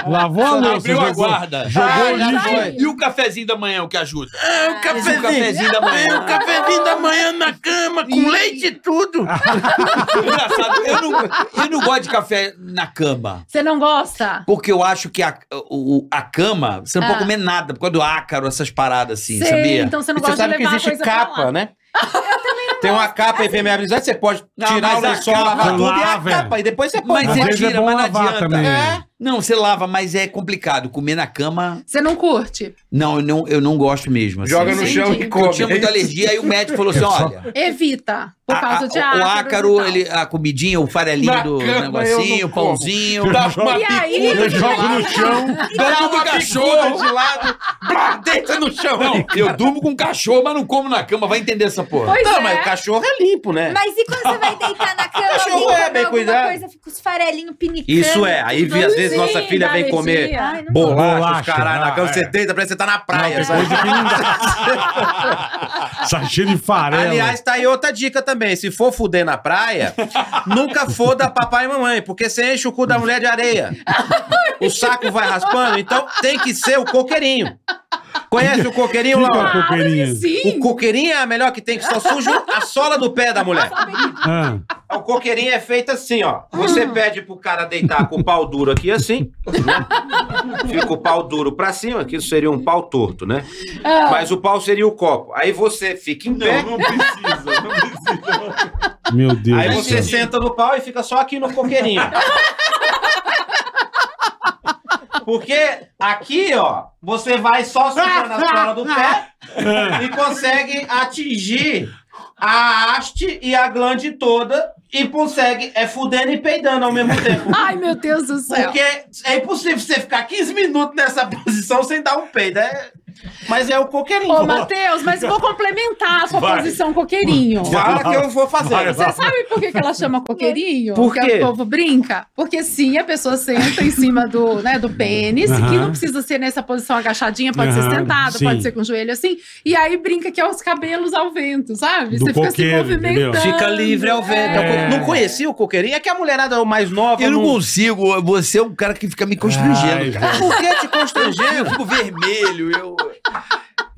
Lavou a louça.
Abriu a
jogou-
guarda. tá.
Jogou
Ah,
o
já
lixo.
foi.
E o cafezinho da manhã, o que ajuda?
É, o
O cafezinho da
É,
manhã.
o cafezinho da manhã na cama, com leite e tudo.
Engraçado, eu não, eu não gosto de café na cama.
Você não gosta?
Porque eu acho que a, o- a cama, você não
Ah.
pode comer nada, por causa do ácaro, essas paradas assim,
Sei,
sabia?
Então você não
E você
gosta de
sabe que
levar a
existe
coisa pra lá.
capa, né? Tem uma capa impermeabilizada, você pode
Não,
tirar o
mas a
lençol,
capa-
lavar tudo e a
Lava, é.
capa. E depois você pode...
Mas
Às
você
vezes é
tira,
bom
mas não
lavar
adianta.
também.
É. Não, você lava, mas é complicado. Comer na cama,
Você não curte?
não, eu não, eu não gosto mesmo. assim.
Joga no
Sim.
chão
Entendi.
e
Eu
come.
tinha muita alergia, aí o médico falou assim:
Eu só-
olha.
Evita, por
a-
causa
a-
de
o
e
ácaro,
tal.
ele, é a comidinha, o farelinho
Na
do
cama eu
negocinho,
não
o
como.
pãozinho.
Dá
uma
E aí?
Eu jogo no chão.
Dá uma
cachorro de lado, blá, deita no chão.
Não, eu durmo com cachorro, mas não como na cama, vai entender essa porra.
Pois
Não,
é.
mas o cachorro é limpo, né?
Mas e quando você vai deitar na cama
Cachorro é,
alguém come
bem
alguma
cuidado.
coisa, fica os farelinhos pinicando?
Isso é, aí vi, às vezes
Sim,
nossa filha
dá
vem comer
alergia.
Ai, não
bolacha, os
Bolacha,
caralho, na
ah,
cama,
é.
você deita, parece que você tá na praia. sabe?
Sachê de farelo.
Aliás, tá aí outra dica também. Se for fuder na praia, nunca foda papai e mamãe, porque você enche o cu da mulher de areia. O saco vai raspando, então tem que ser o coqueirinho. Conhece o coqueirinho,
Fica
Laura?
com o perinho.
O
Sim.
coqueirinho é a melhor que tem, que só suja a sola do pé da mulher.
Ah,
O coqueirinho é feito assim, ó. Você pede pro cara deitar com o pau duro aqui, assim. né? Fica o pau duro pra cima, aqui seria um pau torto, né? Mas o pau seria o copo. Aí você fica em pé,
precisa, não precisa.
meu Deus
aí
do
você
céu.
senta no pau e fica só aqui no coqueirinho. Porque aqui, ó, você vai só sujando a sola do pé
Ah,
e consegue atingir a haste e a glande toda e consegue é fudendo e peidando ao mesmo tempo.
Ai, meu Deus do céu.
Porque é impossível você ficar 15 minutos nessa posição sem dar um peido. é- Mas é o coqueirinho.
Ô, Matheus, mas vou complementar a sua
Vai.
posição coqueirinho.
Fala que eu vou fazer.
Você sabe por que, que ela chama coqueirinho?
Por
Porque
quê?
o povo brinca. Porque sim, a pessoa senta em cima do, né, do pênis,
Aham.
que não precisa ser nessa posição agachadinha, pode ser
Aham,
sentado,
sim.
pode ser com o joelho assim. E aí brinca que é os cabelos ao vento, sabe?
Do
Você fica se
coqueiro, entendeu?
movimentando.
Fica livre ao vento.
Eu Não conhecia o coqueirinho? É que a mulherada mais nova.
Eu não consigo, você é um cara que fica me
Ai,
constrangendo, cara.
velho.
Por que te
Eu
constrangendo?
fico vermelho, eu,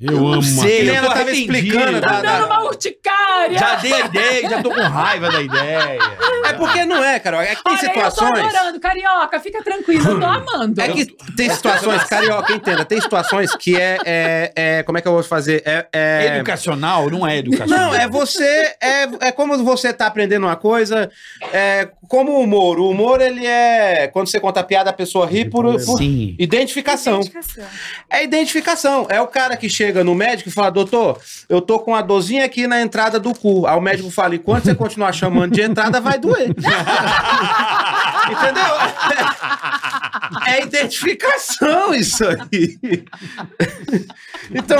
Eu amo.
não sei,
Helena
eu tô
tava
arrependido.
explicando da-
É, Dando uma urticária.
Já dei a ideia, já tô com raiva da ideia.
É porque não é, Carol. É que tem
Olha, Eu tô
situações.
adorando. Carioca, fica tranquilo, eu tô amando.
É que tem situações, carioca, entenda. Tem situações que é. é- é- como é que eu vou fazer? É- é...
Educacional não é educacional.
Não, é você. É, é como você tá aprendendo uma coisa. É como o humor. O humor, ele é. Quando você conta a piada, a pessoa ri por, por
Sim.
identificação.
Identificação.
É identificação. É o cara que chega no médico e fala: doutor, eu tô com uma dorzinha aqui na entrada do cu. Aí o médico fala: enquanto você continuar chamando de entrada, vai doer. Entendeu? É identificação isso aí. Então,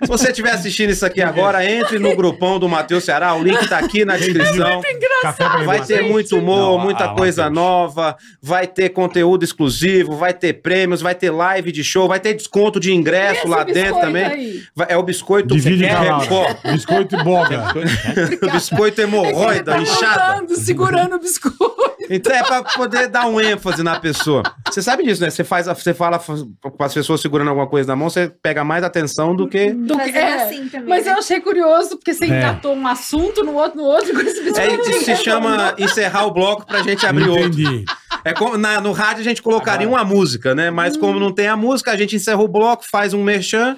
se você estiver assistindo isso aqui agora, entre no grupão do Matheus Ceará. O link tá aqui na descrição.
Café pra
Ah, Vai ter muito humor,
Não,
muita
ah,
coisa
Matheus.
nova, vai ter conteúdo exclusivo, vai ter prêmios, vai ter live de show, vai ter desconto de
E
ingresso
esse
é lá dentro
biscoito
também.
aí?
Vai- É o biscoito
Divide
Record,
calado. Biscoito e boga.
o biscoito é
Ele
hemorroida,
tá
inchada.
andando, segurando o biscoito.
Então é pra poder dar um ênfase na pessoa. Você sabe disso, né? Você faz, a- você fala com as pessoas segurando alguma coisa na mão, você pega mais atenção do que
Do que-
Fazendo
é.
assim também.
Mas eu achei curioso, porque você
É.
engatou um assunto no outro, no outro, com esse biscoito.
É, isso se chama encerrar o bloco pra gente abrir outro.
Entendi.
É como- na- no rádio a gente colocaria uma música, né? Mas
Hum.
como não tem a música, a gente encerra o bloco, faz um merchan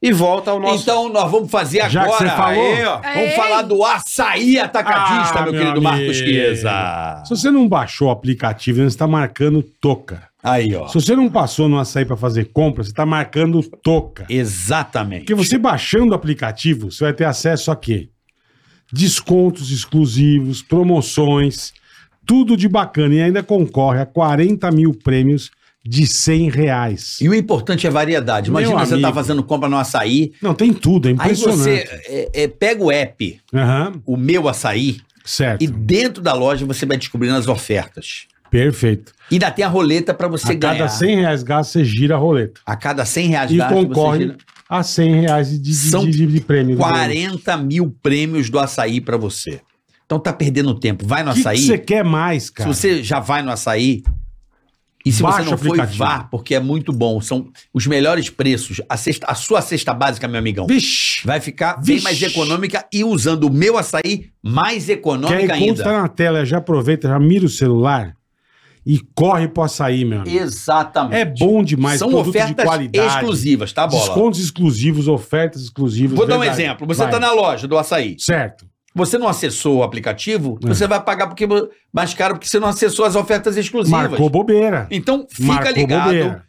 e volta ao nosso.
Então tá nós vamos fazer agora.
Já que você falou.
Aí, ó.
Ei,
Vamos falar do açaí atacadista,
Ah,
meu,
meu
querido Marcos
amigo.
Chiesa.
Se você não baixou o aplicativo, você está marcando toca.
Aí, ó.
Se você não passou no açaí para fazer compra, você está marcando toca.
Exatamente.
Porque você baixando o aplicativo, você vai ter acesso a quê? Descontos exclusivos, promoções, tudo de bacana. E ainda concorre a 40 mil prêmios de 100 reais.
E o importante é variedade.
Meu
Imagina você
amigo.
tá fazendo compra no açaí,
Não, tem tudo, é
aí você
impressionante.
é, é, pega o app,
Aham,
o meu açaí,
certo.
e dentro da loja você vai descobrindo as ofertas.
Perfeito.
E ainda tem a roleta pra você
a
ganhar.
cada 100 reais gasto, você gira a roleta.
A cada 100 reais
E
gasto, você
concorre
gira
a 100 reais de, de,
São
de, de- de prêmio. do
40 mil prêmios do açaí pra você. Então tá perdendo tempo. Vai no
O que que
açaí.
você quer mais,
se
cara?
você já vai no açaí. E se
Baixa
você não
o
foi,
aplicativo.
vá, porque é muito bom. São os melhores preços. A, cesta- a sua cesta básica, meu amigão,
Vixe!
vai ficar bem
Vixe.
mais econômica e usando o meu açaí, mais
Quer
econômica
enquanto
ainda.
tá na tela, já aproveita, já mira o celular e corre pro açaí, meu amigo.
Exatamente.
É bom demais,
São
produto
ofertas
de qualidade.
exclusivas, tá, Bola?
Descontos exclusivos, ofertas exclusivas.
Vou dar um
verdade.
exemplo. Você
Vai.
tá na loja do açaí.
Certo.
Você não acessou o aplicativo,
É.
você vai pagar porque, mais caro porque você não acessou as ofertas exclusivas.
Marcou bobeira.
Então, fica
Marcou
ligado.
bobeira.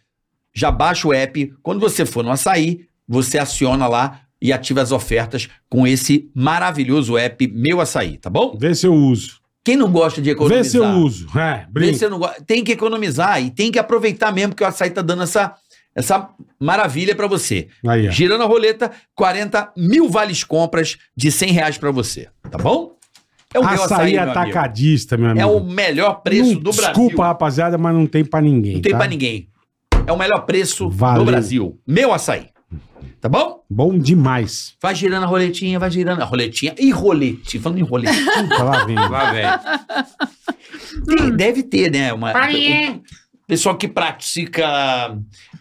já baixa o app. Quando você for no açaí, você aciona lá e ativa as ofertas com esse maravilhoso app Meu Açaí, tá bom?
Vê se eu uso.
Quem não gosta de economizar?
Vê se eu uso. É,
Vê
brinca.
se eu não go- Tem que economizar e tem que aproveitar mesmo que o açaí tá dando essa, essa maravilha pra você.
Aí, ó.
Girando a roleta, 40 mil vales compras de 100 reais pra você, tá bom? É o Meu Açaí,
açaí
meu amigo.
atacadista, meu
É
amigo.
o melhor preço
Não-
do Brasil.
Desculpa, rapaziada, mas não tem pra ninguém.
Não tem
tá?
pra ninguém. É o melhor preço
Valeu.
do Brasil. Meu açaí. Tá bom?
Bom demais.
Vai girando a roletinha, vai girando a roletinha. E roletinha, falando em roletinha.
Puta, lá vem.
Lá, velho. Tem- Deve ter, né? Uma, um, pessoal que pratica.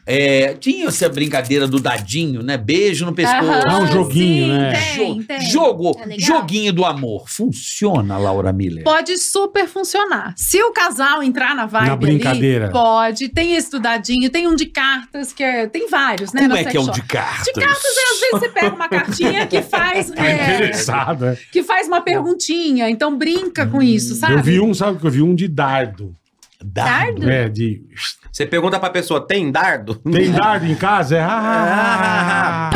é, tinha essa brincadeira do dadinho, né? Beijo no pescoço.
Ah, um joguinho,
sim,
né?
Tem,
Jo-
tem.
Jogo,
É legal.
joguinho do amor. Funciona, Laura Miller.
Pode super funcionar. Se o casal entrar na vibe
Na brincadeira.
ali, pode. Tem estudadinho, tem um de cartas, que é, tem vários, né?
Como
na
é
sex
que é o
shop.
de cartas?
De cartas, é, às vezes você pega uma cartinha que faz,
Tá
é,
interessado, é.
que faz uma perguntinha, então brinca com isso, sabe?
Eu vi um, sabe o que eu vi? Um de dardo.
Dardo.
É, de.
Você pergunta pra pessoa, tem dardo?
Tem dardo em casa? É. Ah,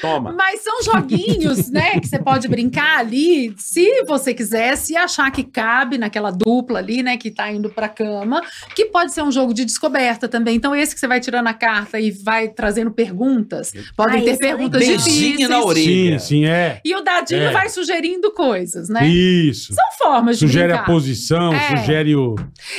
Toma.
Mas são joguinhos, né, que você pode brincar ali, se você quiser, se achar que cabe naquela dupla ali, né, que tá indo pra cama, que pode ser um jogo de descoberta também. Então esse que você vai tirando a carta e vai trazendo perguntas, podem
Ah,
ter
isso é
perguntas
legal.
Beijinho
difíceis.
na orelha.
sim, sim, é.
E o dadinho
É.
vai sugerindo coisas, né?
Isso.
São formas de
Sugere a
brincar.
posição,
É.
sugere o.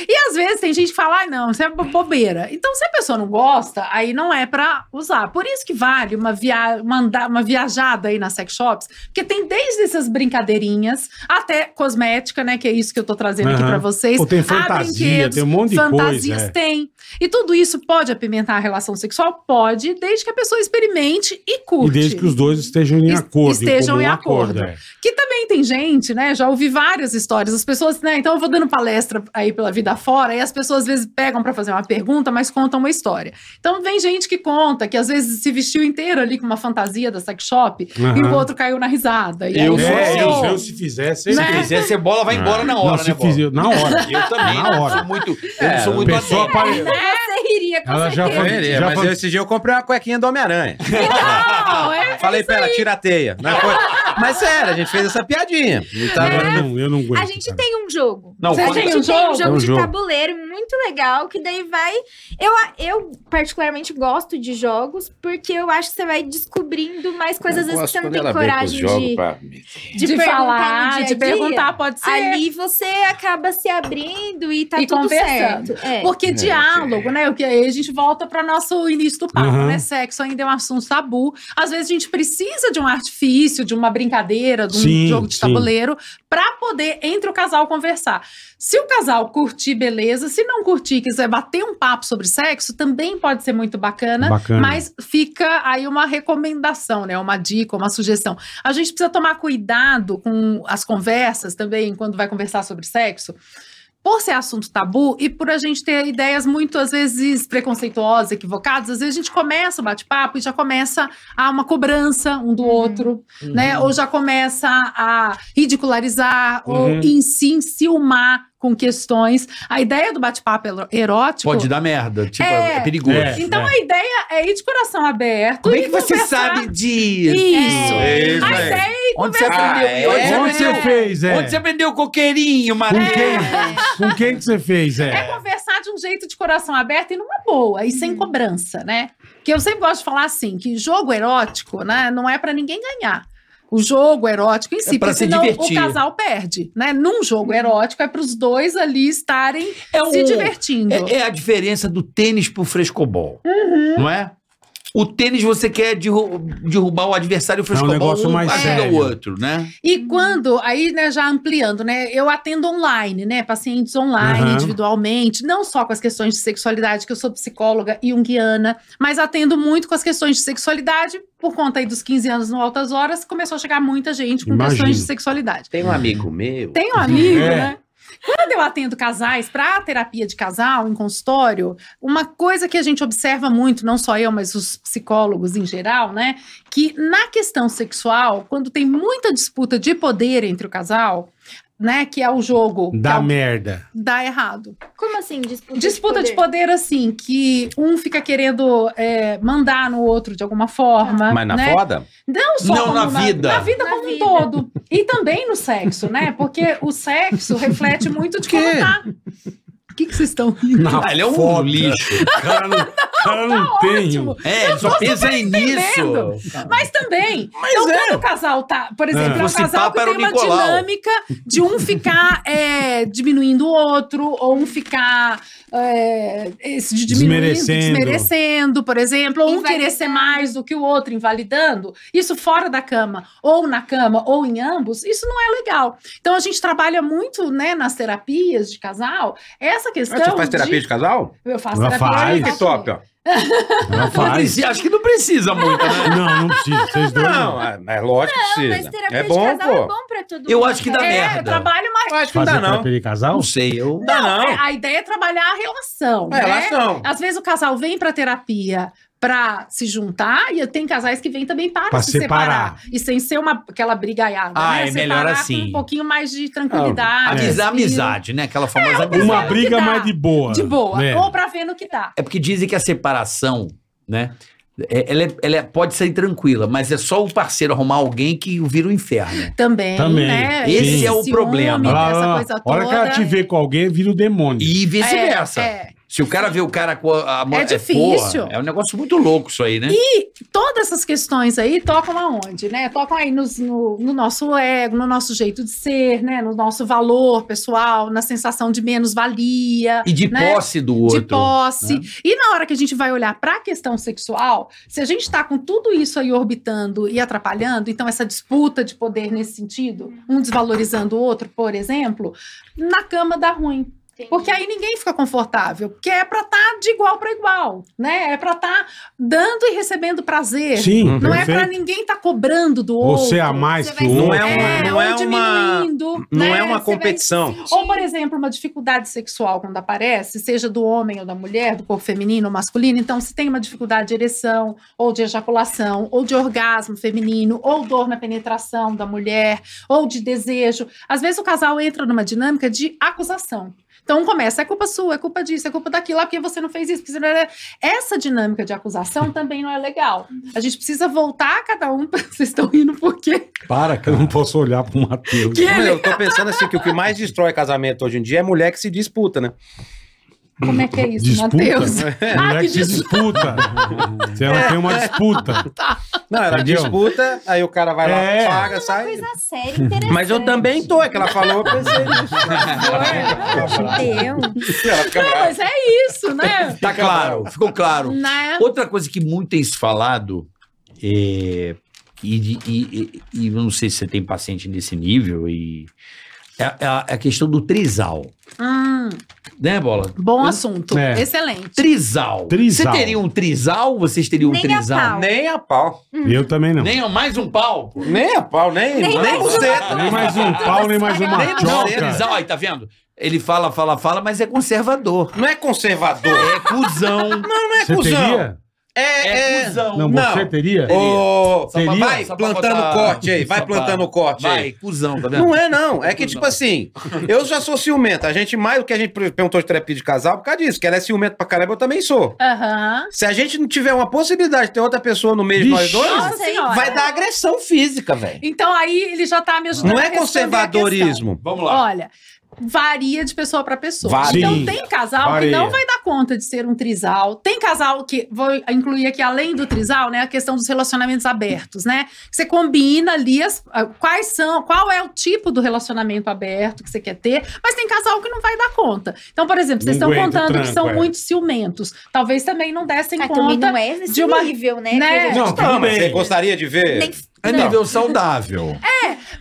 E às vezes tem gente que fala, ah, não, isso é bo- bobeira. Então, se a pessoa não gosta, aí não é pra usar. Por isso que vale uma, via uma, anda- uma viajada aí nas sex shops, porque tem desde essas brincadeirinhas até cosmética, né? Que é isso que eu tô trazendo aqui
Aham.
pra vocês.
Ou tem
Há
fantasia,
brinquedos,
tem um monte de coisa,
Fantasias
é.
tem. E tudo isso pode apimentar a relação sexual? Pode, desde que a pessoa experimente e curte.
E desde que os dois estejam em
Es-
acordo.
estejam
comum
em acordo.
é.
Que também tem gente, né? Já ouvi várias histórias. As pessoas, né? Então eu vou dando palestra aí pela vida fora, e as pessoas às vezes pegam pra fazer uma pergunta, mas contam uma história. Então vem gente que conta, que às vezes se vestiu inteiro ali com uma fantasia da sex shop, e
É. Aham.
o outro caiu na risada. E
Eu
aí,
sou
É, eu,
"Oh,
assim.
eu se fizesse.
Né?
Se quiser ser bola, vai embora na hora,
não, se
né, bola?
fizer- na hora.
Eu também
Na
não
hora.
sou muito. Eu
É,
não sou
o
muito
pessoal
adepto.
apare-
Você riria com
Ela já
certeza.
Eu veria,
Já
mas
foi-
eu- esse dia eu comprei uma cuequinha do Homem-Aranha.
Não, é
Falei pra ela, tira a teia. Mas, foi- mas sério, a gente fez essa piadinha. Não
É,
tá-
Né?
Agora eu não, eu não aguento.
A gente
cara.
tem um jogo.
Não,
a
quando-
gente
Tem
tem
um jogo?
um
É um
jogo de
jogo.
tabuleiro muito legal, que daí vai. Eu, eu particularmente gosto de jogos, porque eu acho que você vai descobrindo mais coisas às vezes que você não tem coragem de,
de,
perguntar no
falar,
dia a
de
dia.
perguntar, pode ser.
Ali você acaba se abrindo e tá
E
tudo
conversando.
certo. É.
Porque diálogo, né? O que aí a gente volta para nosso início do papo,
Uhum.
né? Sexo ainda é um assunto tabu. Às vezes a gente precisa de um artifício, de uma brincadeira, de um
Sim,
jogo de
sim.
tabuleiro para poder entre o casal conversar. Se o casal curtir, beleza. Se não curtir, quiser bater um papo sobre sexo, também pode ser muito bacana.
Bacana.
né? Mas fica aí uma recomendação, né? Uma dica, uma sugestão. A gente precisa tomar cuidado com as conversas também, quando vai conversar sobre sexo, por ser assunto tabu e por a gente ter ideias muito, às vezes, preconceituosas, equivocadas, às vezes a gente começa o bate-papo e já começa a uma cobrança um do outro, né? Ou já começa a ridicularizar
Uhum.
ou em si enciumar com questões. A ideia do bate-papo ero- erótico.
Pode dar merda. Tipo, é,
É.
perigoso.
É.
Então a ideia é ir de coração aberto.
Como é
e
que você
conversar.
sabe disso?
Isso.
Isso,
A
é.
ideia
Onde você
Ah,
aprendeu?
é?
Onde,
Onde
você
você
aprendeu?
fez, é?
né? Onde você aprendeu o coqueirinho,
Com
Maré?
quem? Com quem que você fez,
é
é?
conversar de um jeito de coração aberto e numa boa, e
Hum.
sem cobrança, né? Que eu sempre gosto de falar assim, que jogo erótico, né, não é pra ninguém ganhar. O jogo erótico em si,
É pra
porque
se
senão
divertir. Hum.
o casal perde, né? Num jogo erótico é pros dois ali estarem
É, um-
se divertindo.
é, é a diferença do tênis pro frescobol. Não é? O tênis você quer derru- derrubar o adversário e
É
frescobola
negócio
um
mais
ajuda
sério.
o outro, né?
E
Uhum.
quando, aí, né, já ampliando, né? Eu atendo online, né? Pacientes online,
Aham.
individualmente, não só com as questões de sexualidade, que eu sou psicóloga e junguiana, mas atendo muito com as questões de sexualidade, por conta aí dos 15 anos no Altas Horas, começou a chegar muita gente com
Imagino.
questões de sexualidade.
Tem um amigo meu.
Tem um amigo,
É.
né? Quando eu atendo casais para terapia de casal em consultório, uma coisa que a gente observa muito, não só eu, mas os psicólogos em geral, né, que na questão sexual, quando tem muita disputa de poder entre o casal, né, que é o jogo que
Da
é o-
merda.
dá errado.
Como assim? Disputa,
Disputa de
de
poder, assim, que um fica querendo é, mandar no outro de alguma forma.
Mas na
né?
foda?
Não só
Não,
como
na vida.
Na vida
Na
como
vida.
um todo. E também no sexo, né? Porque o sexo reflete muito de como tá. O que que vocês estão rindo?
Na
Ah, ele é um
foda.
lixo.
O cara não, o cara não tem.
Tá
um-
Ótimo.
É, ele só pensa aí
Então,
nisso.
entendendo. Mas também, então quando o casal tá, por exemplo,
É.
é, um
Se
casal
papa
que
era
tem
o
uma
Nicolau.
dinâmica de um ficar é, diminuindo o outro, ou um ficar é, esse de diminuindo,
Desmerecendo.
desmerecendo. por exemplo, ou um
Invalidando.
querer ser mais do que o outro, invalidando, isso fora da cama, ou na cama, ou em ambos, isso não é legal. Então a gente trabalha muito, né, nas terapias de casal, essa questão
então,
Você faz terapia
de...
de casal?
Eu faço
Ela
terapia
faz.
de
Que top, ó.
Ela
Não
faz.
preci- acho que não precisa muito, né?
Não, não precisa. Vocês dois não.
Não, é, é lógico que
Mas
precisa.
terapia
É bom,
de casal é
pô.
bom pra todo
Eu
mundo.
acho que dá
cara.
merda.
É, eu trabalho mais
Eu acho que não
Fazer
dá, não.
terapia de casal?
Não sei, eu.
Dá,
É,
não.
A ideia é trabalhar a relação.
É,
né?
relação.
Às vezes o casal vem pra terapia pra se juntar e tem casais que vêm também para
Pra
se
separar.
separar. E sem ser uma, aquela brigaiada.
Ah,
né?
é melhor
Separar
assim. Ah,
Com um pouquinho mais de
É.
tranquilidade.
Avisa a
respiro.
amizade, né? Aquela famosa amizade.
Uma briga
dá.
mais de boa.
De boa.
né?
Ou pra ver no que dá.
É porque dizem que a separação, né? é- Ela, é- ela é- pode ser tranquila, mas é só o parceiro arrumar alguém que vira o inferno.
Também,
Também.
né?
Esse é o
ciúme,
problema.
Lá,
Essa
lá, lá.
coisa
A hora que ela
toda.
te vê com alguém, vira o demônio.
E
É,
vice-versa.
é.
Se o cara vê o cara com a, a
É difícil.
porra, é um negócio muito louco isso aí, né?
todas essas questões aí tocam aonde, né? Tocam aí nos- no, no nosso ego, no nosso jeito de ser, né? No nosso valor pessoal, na sensação de menos-valia.
E de
né?
posse do outro.
De posse.
né?
E na hora que a gente vai olhar para a questão sexual, se a gente está com tudo isso aí orbitando e atrapalhando, então essa disputa de poder nesse sentido, um desvalorizando o outro, por exemplo, na cama dá ruim.
Entendi.
Porque é aí ninguém fica confortável, porque é pra estar de igual pra igual, né? É pra estar dando e recebendo prazer.
Sim,
não é pra
perfeito.
ninguém estar cobrando do outro.
Você a mais
Você
que o outro.
Não
vai-
é uma-
É,
não é
ou
uma-
diminuindo,
Não
né?
é uma
Você vai-
competição.
ou,
um
por exemplo, uma dificuldade sexual quando aparece, seja do homem ou da mulher, do corpo feminino ou masculino. Então, se tem uma dificuldade de ereção, ou de ejaculação, ou de orgasmo feminino, ou dor na penetração da mulher, ou de desejo. Às vezes o casal entra numa dinâmica de acusação. Então um começa, é culpa sua, é culpa disso, é culpa daquilo, ah, porque você não fez isso. Porque você não era... Essa dinâmica de acusação também não é legal. A gente precisa voltar a cada um. Vocês estão rindo por quê?
Para, que eu não posso olhar pro Matheus.
Que-
Mas Eu tô pensando assim que o que mais destrói casamento hoje em dia é mulher que se disputa, né?
Como é que é isso,
Disputa?
Matheus?
A mulher que se disputa. Se ela tem uma disputa.
Não, ela
Entendeu?
disputa, aí o cara vai lá,
É.
paga, sai.
Coisa séria, interessante.
Mas eu também tô, é que ela falou, eu pensei nisso. Ela fica
Meu Deus.
É. Não,
brava.
mas é isso, né?
Tá claro, ficou claro.
né?
Outra coisa que muito tem se falado, é, e, de- e- e- e eu não sei se você tem paciente nesse nível, e é, é a, é a questão do trisal.
Hum,
Né, Bola?
bom assunto.
É.
Excelente.
Trisal.
Trisal.
Você teria um trisal? Vocês teriam um
Nem a
trisal?
pau.
Nem a pau.
Eu também não.
Nem mais um pau? pô.
Nem a pau, nem, é nem, buceta.
Nem mais um pau, nem mais uma
Nem não,
choca.
trisal, aí tá vendo? Ele fala, fala, fala, mas é conservador.
Não é conservador.
É cuzão.
Não, não é
Você
cuzão.
teria?
É,
É
é...
cuzão.
Não,
Não.
você teria?
Ô,
Só pra-
Seria?
vai
só pra
plantando
botar-
corte aí, vai
só pra-
plantando corte
Vai,
aí.
cuzão, tá vendo?
Não é, não. É que, tipo assim, eu já sou ciumento. A gente, mais do que a gente perguntou de terapia de casal, por causa disso, que ela é ciumento pra caramba, eu também sou.
Aham.
Se a gente não tiver uma possibilidade de ter outra pessoa no meio de nós
Vixe.
dois,
Nossa senhora.
vai dar agressão física, velho.
Então aí ele já tá me ajudando.
Não
a
é
responder a questão.
conservadorismo.
Vamos lá.
Olha, varia de pessoa pra pessoa.
Varia.
Então
Sim,
tem casal
varia.
que não vai dar conta de ser um trisal. Tem casal que vou incluir aqui além do trisal, né, a questão dos relacionamentos abertos, né? Que você combina ali as, ah, quais são, qual é o tipo do relacionamento aberto que você quer ter, mas tem casal que não vai dar conta. Então, por exemplo, vocês
Não
estão
aguenta o
contando que
tranco,
são
é.
muito ciumentos. Talvez também não dessem
Ah, também
conta.
não é nesse
de uma-
nível, né?
né?
que a gente
Não,
tá.
tudo
Não, mas
bem.
você gostaria de ver.
Nem-
É
Não.
nível saudável.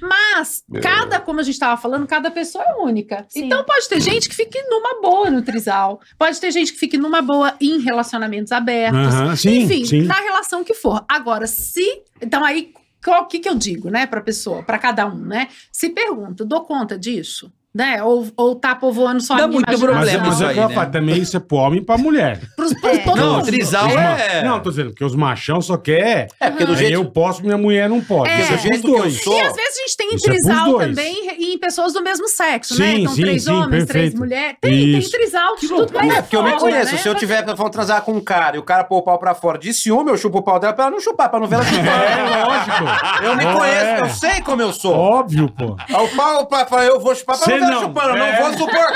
Mas cada, como a gente estava falando, cada pessoa é única.
Sim.
Então pode ter gente que fique numa boa no trisal, pode ter gente que fique numa boa em relacionamentos abertos.
Aham, sim,
É. Enfim, tá
sim.
na relação que for. Agora, se. Então, aí, qual- o que, que eu digo, né, pra pessoa, pra cada um, né? Se pergunta, dou conta disso? Né? Ou, ou tá povoando só
Dá
a minha
muito
imaginação?
Mas é
problema
por
isso
isso
aí,
que eu
né?
falo, também isso é pro homem e pra mulher.
Pros- pros
É.
todo
Não,
mundo.
trisal
Os ma-
é.
Não, tô dizendo, porque os machão só quer.
É, porque do
aí
jeito,
eu posso, minha mulher não pode.
É.
Porque
do
são os
jeito que eu
dois.
sou.
E às vezes a gente tem em
Isso é pros
trisal
dois.
também e em pessoas do mesmo sexo, né?
Sim,
Então,
sim,
três
sim,
homens, três
perfeito.
mulheres. Tem,
Isso.
tem trisal de tudo mais. né?
É, porque eu me conheço. Se eu tiver pra for transar com um cara e o cara pôr o pau pra fora de ciúme, eu chupo o pau dela pra ela não chupar, pra não ver ela
É,
chupar.
lógico.
Eu me
Ó,
conheço,
é.
eu sei como eu sou. É
Óbvio, pô.
O pau pra fora, eu vou chupar pra
Cê
não ver ela
não.
chupando, eu
É.
não vou suportar.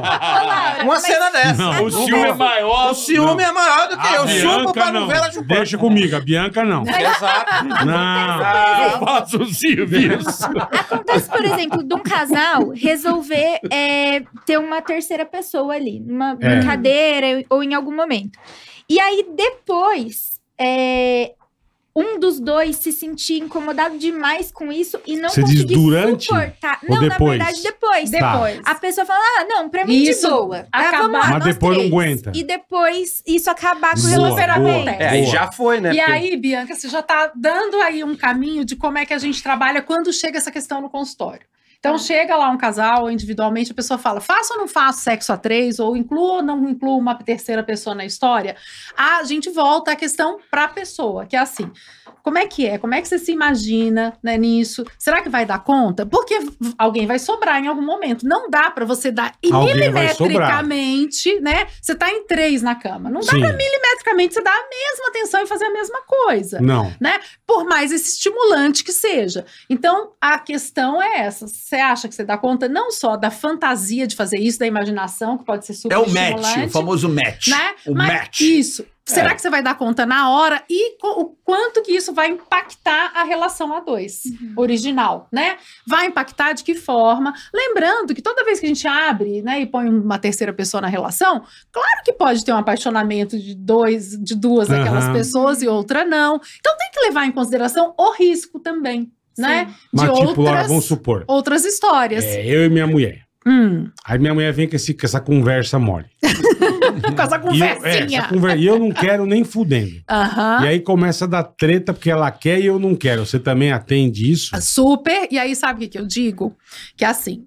Ô,
Ah,
Laura,
Uma
mas-
cena dessa.
Não,
Não vou.
é maior.
O ciúme é maior é do que eu. Chupo pra não ver ela chupando.
Deixa comigo, a Bianca não.
Exato.
Não.
Eu faço o serviço.
Acontece, por exemplo, de um casal resolver é, ter uma terceira pessoa ali, numa
É.
brincadeira ou em algum momento. E aí, depois, é, um dos dois se sentir incomodado demais com isso e não
Você diz
conseguir
durante
suportar.
ou
Não,
depois?
na verdade, depois.
Tá.
Depois.
A pessoa fala, ah, não, pra mim
Isso
de boa. Ah,
acabar-
vamos lá,
Mas
nós
depois não
três.
aguenta.
E depois isso acabar com o
Boa,
relacionamento.
boa.
É, aí
Boa.
já foi, né?
E
Porque-
aí, Bianca, você já está dando aí um caminho de como é que a gente trabalha quando chega essa questão no consultório. Então, chega lá um casal, individualmente, a pessoa fala, faço ou não faço sexo a três? Ou incluo ou não incluo uma terceira pessoa na história? A gente volta à questão para a pessoa, que é assim, como é que é? Como é que você se imagina né, nisso? Será que vai dar conta? Porque v- alguém vai sobrar em algum momento. Não dá para você dar
Alguém vai sobrar.
milimetricamente, né? Você tá em três na cama. Não dá
Sim.
milimetricamente você dar a mesma atenção e fazer a mesma
né?
coisa,
Não.
por mais esse estimulante que seja. Então, a questão é essa. Você acha que você dá conta não só da fantasia de fazer isso, da imaginação, que pode ser super
É o match, o
estimulante,
famoso match.
né?
O
Mas
match.
isso.
É.
Será que você vai dar conta na hora? E co- o quanto que isso vai impactar a relação a dois, original, né? Vai impactar de que forma? Lembrando que toda vez que a gente abre, né, e põe uma terceira pessoa na relação, claro que pode ter um apaixonamento de dois, de duas
Aham.
daquelas pessoas e outra não. Então tem que levar em consideração o risco também, né? De
Mas, tipo, Laura,
outras,
vamos supor.
outras histórias.
É, eu e minha mulher.
Hum,
Aí minha mulher vem com, esse- com essa conversa mole.
por causa da
E eu, é, essa
conversinha.
conver- e eu não quero nem fudendo.
Aham.
E aí começa a dar treta porque ela quer e eu não quero. Você também atende isso?
Ah, Super. E aí, sabe o que, que eu digo? Que é assim.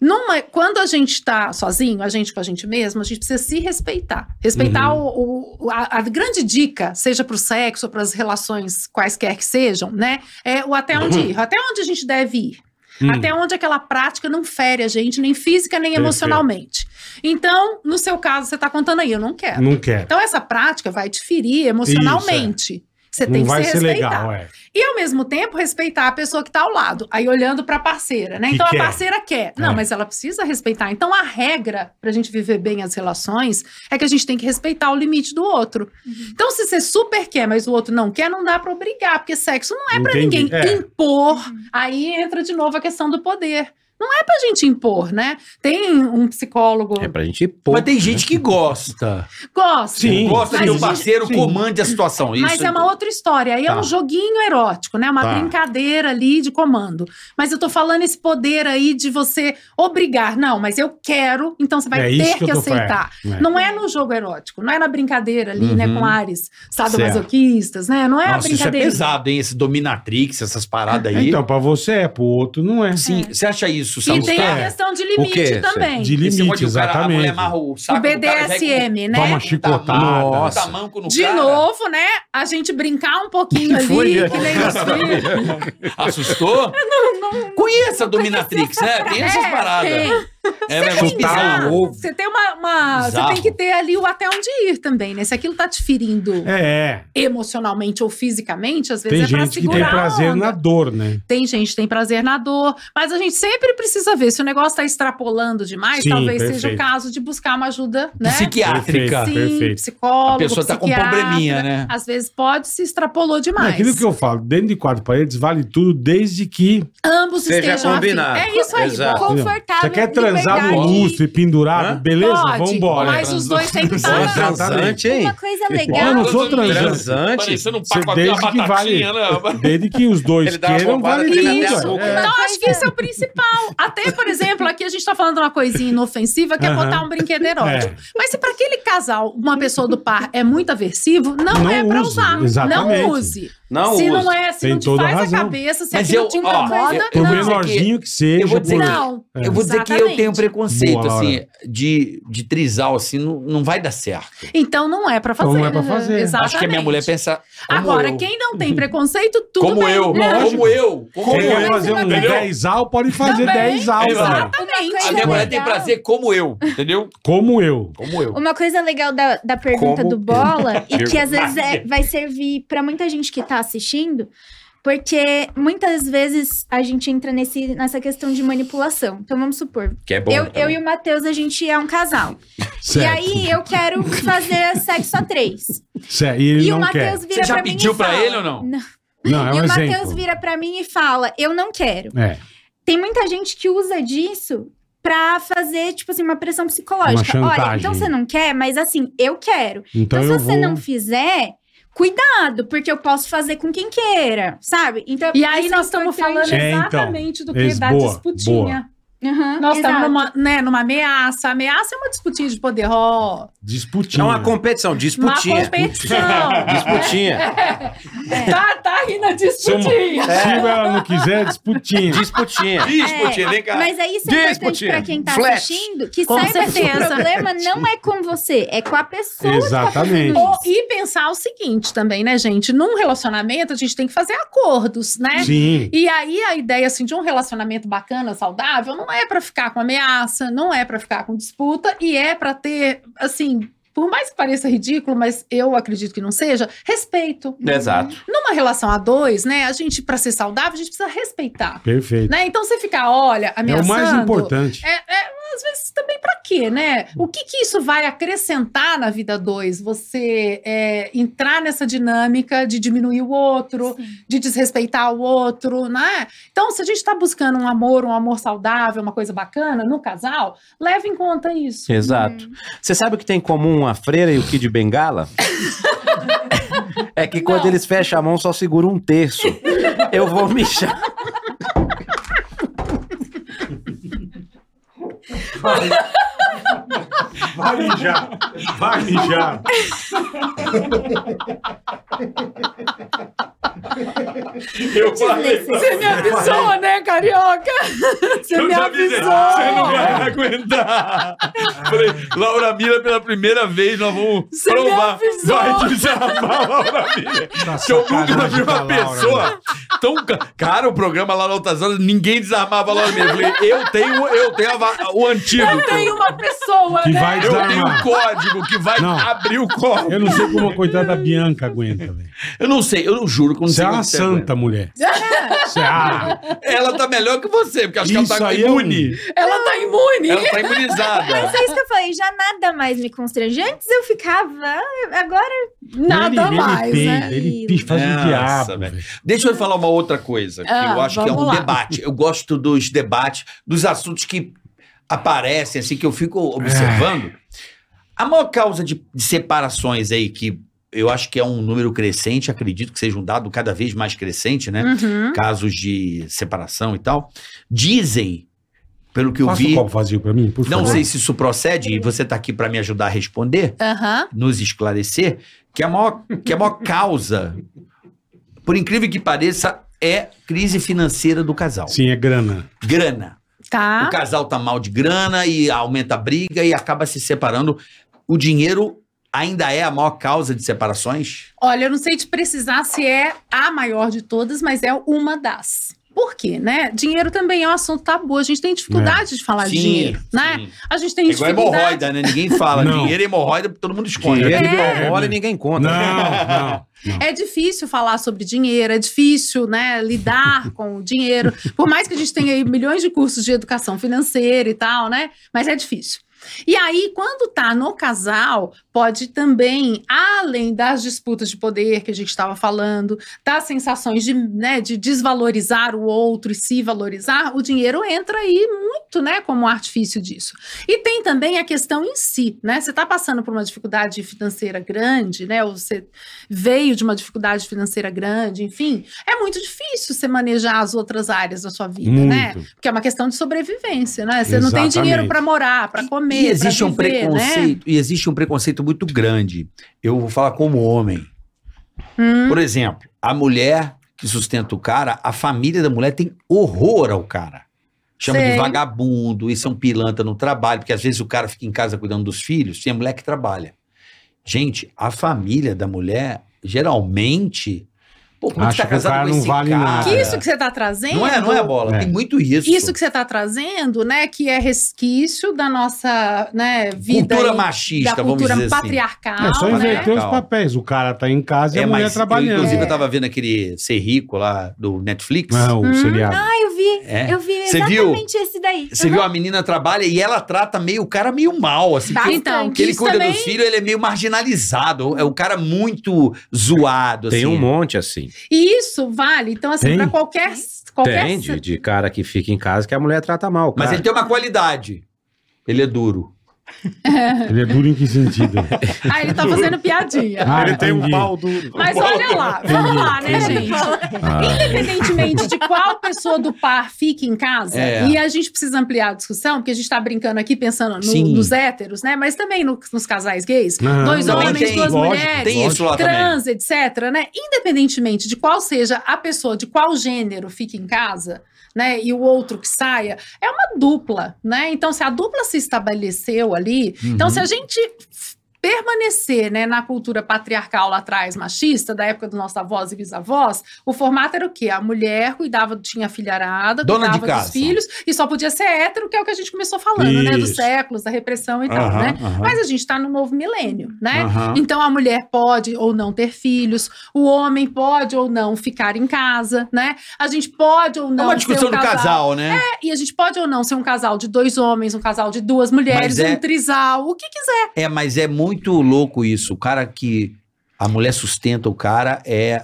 Numa, quando a gente tá sozinho, a gente com a gente mesmo, a gente precisa se respeitar. Respeitar
Uhum.
o, o- a, a grande dica, seja pro sexo ou pras relações quaisquer que sejam, né? É o até onde ir, até onde a gente deve ir.
Hum.
Até onde aquela prática não fere a gente, nem física, nem
Perfeito.
emocionalmente. Então, no seu caso, você tá contando aí, eu não quero.
Não quero.
Então, essa prática vai te ferir emocionalmente. Você tem
é. não
que
vai
se
ser
respeitar.
legal, é.
E ao mesmo tempo respeitar a pessoa que tá ao lado, aí olhando pra parceira, né?
Que
então
quer.
a parceira quer. Não,
É.
mas ela precisa respeitar. Então a regra pra gente viver bem as relações é que a gente tem que respeitar o limite do outro. Então se você super quer, mas o outro não quer, não dá pra obrigar, porque sexo não é pra
Entendi.
ninguém
É.
impor. Aí entra de novo a questão do poder. Não é pra gente impor, né? Tem um psicólogo
É pra gente pôr.
Mas tem gente que gosta.
que gosta.
Sim. um
gosta
Mas
que
a
o
gente-
parceiro
sim.
comande a situação. Isso.
Mas é uma outra história. Aí
Tá.
é um joguinho erótico, né? Uma
Tá.
brincadeira ali de comando. Mas eu tô falando esse poder aí de você obrigar. Não, mas eu quero, então você vai
É isso
ter
que
que,
eu tô
aceitar.
falando, é.
Não é no jogo erótico, não é na brincadeira ali, né? Com ares sadomasoquistas, né? Não é a
Nossa, isso é
brincadeira.
pesado, hein? Esse dominatrix, essas paradas aí.
Então, pra você é, pro outro não é.
Sim, você acha isso,
E
Samuel?
tem a
É.
questão de
quê?
limite também.
De
Esse
limite,
negócio de o cara- A mulher
exatamente.
amarra o
O
saco do cara, já é com-
BDSM, né?
Toma chicotada.
Nossa.
tamanco no
De
cara.
novo, né? A gente brincar um pouquinho ali,
foi,
que nem os filhos.
Assustou? Conheça a dominatrix, né? Tem essas
É,
paradas.
tem.
É, vai
tem
tá
chutar
bizarro.
o ovo.
Você tem uma. uma- você
Bizarro.
tem que ter ali o até onde ir também, né? Se aquilo tá te ferindo
É, é.
emocionalmente ou fisicamente, às vezes
Tem
é pra
gente que
segurar.
tem
a
prazer
onda.
na dor, né?
Tem gente que tem prazer na dor, mas a gente sempre precisa ver se o negócio tá extrapolando demais,
Sim,
talvez seja o
perfeito.
caso de buscar uma ajuda, né?
Psiquiátrica.
Sim,
perfeito.
psicólogo,
A pessoa tá com um probleminha, né?
psiquiatra. Às vezes pode se extrapolou demais.
Aquilo que eu falo, dentro de quatro paredes vale tudo, desde que.
É Ambos
Seja
estejam afim.
combinado.
É isso aí.
Exato.
bom.
Confortável.
Você quer transar no
liberdade.
lustre, pendurado,
Hã?
beleza?
Pode,
Vambora.
Mas os dois têm que
Pô,
estar.
transante, hein?
Uma coisa
Eu
legal.
não sou transante.
Transante.
Parecendo um
Você
pacote de
desde que vale.
batatinha, né?
Desde que os dois
Ele dá uma
queiram,
bombada,
vale
tira
tudo.
até a
velho.
boca.
É.
Então, acho que esse é o principal. Até, por exemplo, aqui a gente tá falando uma coisinha inofensiva, que é
Aham.
botar um brinquedo erótico.
É.
Mas se pra aquele casal, uma pessoa do par é muito aversivo, não,
Não
é pra
use,
usar.
exatamente.
Não use.
Não
se
usa.
não é, se
Tem
não te
toda a
faz a
razão.
cabeça, se
Mas
aquilo
eu-
te
ó,
incomoda,
Por
Não,
menorzinho que
eu
seja.
vou dizer
por-
não.
Eu vou dizer que eu
Exatamente.
tenho preconceito,
Boa, Laura.
assim, de, de trisal, assim, não, não vai dar certo.
Então não é pra fazer.
Então não é pra fazer.
Exatamente.
Acho que a minha mulher pensa. como
Agora,
eu.
quem não tem preconceito, tudo
como
bem.
eu,
Né?
como eu, como
Quem
eu.
quer fazer um
né?
Entendeu?
10 al, pode fazer né?
Também.
10 al, velho.
Exatamente.
A
Uma
minha
coisa
mulher tem
legal.
prazer como eu, entendeu?
Como eu.
Como eu.
Uma coisa legal da, da pergunta
Como
do Bola, e que às vezes é-
Verdade.
vai servir pra muita gente que tá assistindo, porque muitas vezes a gente entra nesse, nessa questão de manipulação. Então vamos supor,
Que é bom.
eu,
também.
eu e o Matheus, a gente é um casal. E
tá Certo.
aí eu quero fazer sexo a três.
Certo. E ele
e o
não quer.
Matheus vira
Você já
pra mim. e
pediu pra
fala-
ele ou não?
Não, é
e
um
o Matheus
exemplo.
vira pra mim e fala: Eu não quero.
É,
tem muita gente que usa disso pra fazer, tipo assim, uma pressão psicológica.
Uma
Olha,
chantagem.
então você não quer, mas assim, eu quero.
então
Então,
eu
se você
vou...
não fizer, cuidado, porque eu posso fazer com quem queira, sabe? Então,
E aí
isso é
nós estamos
importante.
falando
É, então.
exatamente do que
Ex-
da
boa,
disputinha.
boa.
Aham,
Nós estamos
exato.
numa, né, numa ameaça. A ameaça é uma disputinha de poder, ó.
Disputinha.
É uma competição,
Uma
disputinha. é
competição.
Disputinha.
tá, tá rindo a
Se, eu-
disputinha.
se
É.
ela não quiser, disputinha.
Disputinha.
É, Mas aí isso é
Diz,
importante
Putinha.
pra quem tá
Flex.
assistindo, que
Com
saiba que o
certeza.
problema não é com você, é com a pessoa que
Exatamente.
tá fazendo
Ou-
isso.
e pensar o seguinte também, né, gente? Num relacionamento, a gente tem que fazer acordos, né?
Sim.
E aí a ideia assim de um relacionamento bacana, saudável, não é pra ficar com ameaça, não é pra ficar com disputa e é pra ter assim, por mais que pareça ridículo, mas eu acredito que não seja, respeito.
É,
Exato.
Numa relação a dois, né, a gente pra ser saudável, a gente precisa respeitar,
Perfeito.
né? Então você ficar, olha,
É o
ameaçando,
mais importante.
é, é, às vezes também pra quê, né? O que que isso vai acrescentar na vida dois? Você é, entrar nessa dinâmica de diminuir o outro, de desrespeitar o outro, né? Então, se a gente tá buscando um amor, um amor saudável, uma coisa bacana no casal, leve em conta isso.
Exato. Você sabe o que tem em comum a freira e o Kid Bengala? É que quando
Não.
eles fecham a mão, só segura um terço. Eu vou mijar.
Vai mijar. Vai mijar.
Eu falei.
Você me avisou, né, carioca? Você
Eu
me
já avisei,
avisou.
você não vai aguentar. Falei, Laura Mira, pela primeira vez, nós vamos
Você me
provar.
avisou.
Vai desarmar, Laura Mira.
Tá
Que eu nunca vi
sacanagem da
uma
Laura, né?
pessoa tão. ca- Cara, o programa lá na Outras Horas, ninguém desarmava a Laura Mira. Eu falei, eu tenho, eu tenho a va- o antídoto.
Eu tenho uma pessoa,
Que
né?
vai
Eu tenho um
desarmar.
código que vai
Não.
abrir o código.
Eu não sei como a coitada da Bianca aguenta, velho.
Eu não sei, eu juro que eu não
Você
sei.
é uma
como aguenta.
santa mulher. Você é ah,
Ela tá melhor que você, porque acho que ela
Isso
tá
aí é um-
imune.
Ela tá imune.
Ela tá imunizada.
Mas é isso que eu falei, já nada mais me constrange. Antes eu ficava, ah, agora
Nada
ele,
mais,
ele
né?
peida, Ele pi- faz
Nossa,
o diabo.
velho.
velho.
Deixa eu falar uma outra coisa, que
Ah,
eu acho que é um
vamos lá.
debate. Eu gosto dos debates, dos assuntos que aparecem, assim, que eu fico observando.
É.
A maior causa de, de separações aí, que eu acho que é um número crescente, acredito que seja um dado cada vez mais crescente, né?
Uhum.
Casos de separação e tal. Dizem, pelo que eu
Passa o
vi,
copo vazio pra mim, por favor.
não sei se isso procede, e você está aqui para me ajudar a responder
Aham.
nos esclarecer que a maior, que a maior causa, por incrível que pareça, é crise financeira do casal.
Sim, é grana.
Grana.
Tá.
O casal tá mal de grana e aumenta a briga e acaba se separando. O dinheiro ainda é a maior causa de separações?
Olha, eu não sei te precisar se é a maior de todas, mas é uma das. Por quê, né? Dinheiro também é um assunto tabu. A gente tem dificuldade de falar de
É. Sim,
dinheiro, né?
sim.
A gente tem
É igual
dificuldade.
hemorroida, né? Ninguém fala.
Não.
Dinheiro e hemorroida, todo mundo esconde.
Dinheiro
né?
É. Olha e ninguém
Não,
conta.
não.
É difícil falar sobre dinheiro, é difícil, né, lidar com o dinheiro. Por mais que a gente tenha aí milhões de cursos de educação financeira e tal, né? Mas é difícil. E aí, quando tá no casal, pode também, além das disputas de poder que a gente estava falando, das sensações de, né, de desvalorizar o outro e se valorizar, o dinheiro entra aí muito, né, como um artifício disso. E tem também a questão em si, né? Você tá passando por uma dificuldade financeira grande, né? Ou você veio de uma dificuldade financeira grande, enfim, é muito difícil você manejar as outras áreas da sua vida, né?
Muito.
Porque é uma questão de sobrevivência, né? Você não tem
Exatamente.
dinheiro para morar, para comer,
E existe
pra
um
viver, né?
preconceito, e existe um preconceito muito grande. Eu vou falar como homem.
Hum,
Por exemplo, a mulher que sustenta o cara, a família da mulher tem horror ao cara. Chama
Sei.
de vagabundo, isso é um pilantra no trabalho, porque às vezes o cara fica em casa cuidando dos filhos e a mulher que trabalha. Gente, a família da mulher, geralmente. Pô, como
Acha
Acho tá
que o
casado
cara
com
não
esse
vale
cara?
nada.
que isso que você tá trazendo?
Não é, não é bola.
É.
Tem muito isso.
Isso que você está trazendo, né, que é resquício da nossa né, vida
cultura
aí,
machista,
da
vamos
cultura
dizer assim.
patriarcal,
É só
né?
inverter os
Calma.
papéis. O cara tá em casa e a
É,
mulher
mas eu,
trabalhando.
inclusive eu tava vendo aquele Ser Rico lá do Netflix.
Não, o
Hum,
seriado.
Ah, eu vi.
É.
Eu vi
Você viu?
exatamente esse daí.
Você viu a menina trabalha e ela trata meio o cara meio mal, assim.
Tá.
Que,
Então,
que ele
isso
cuida
também-
dos filhos, ele é meio marginalizado. É um cara muito zoado,
Tem
assim.
um monte assim.
E isso vale, então, assim,
Tem?
para qualquer, qualquer
Tem de, de cara que fica em casa que a mulher trata mal.
Mas
cara.
ele tem uma qualidade. Ele é duro.
Ele é duro em que sentido?
Ah, ele tá fazendo piadinha.
Ah,
um
entendi.
duro.
Mas olha lá, vamos lá, né, gente?
Ah.
Ah.
Independentemente de qual pessoa do par fique em casa,
É.
e a gente precisa ampliar a discussão, porque a gente tá brincando aqui pensando no-
Sim.
nos héteros, né? Mas também no- nos casais gays.
Não,
dois
não,
homens,
tem,
duas
lógico,
mulheres.
Tem isso lá também.
trans, etc, né? Independentemente de qual seja a pessoa, de qual gênero fique em casa, né? E o outro que saia, é uma dupla, né? Então, se a dupla se estabeleceu ali, então
Uhum.
se a gente f- permanecer, né, na cultura patriarcal lá atrás, machista, da época dos nossos avós e bisavós, o formato era o quê? A mulher cuidava, tinha filharada,
Dona de
cuidava
casa.
dos filhos, e só podia ser hétero, que é o que a gente começou falando, né? Dos
Isso.
séculos, da repressão e tal, né? Mas a gente tá no novo milênio, né?
Aham.
Então a mulher pode ou não ter filhos, o homem pode ou não ficar em casa, né? A gente pode ou
É
não
uma
ser
discussão
um
do casal, né?
E a gente pode ou não ser um casal de dois homens, um casal de duas
Mas
mulheres,
é-
um trisal, o que quiser.
É, mas é muito louco isso. O cara que a mulher sustenta o cara é,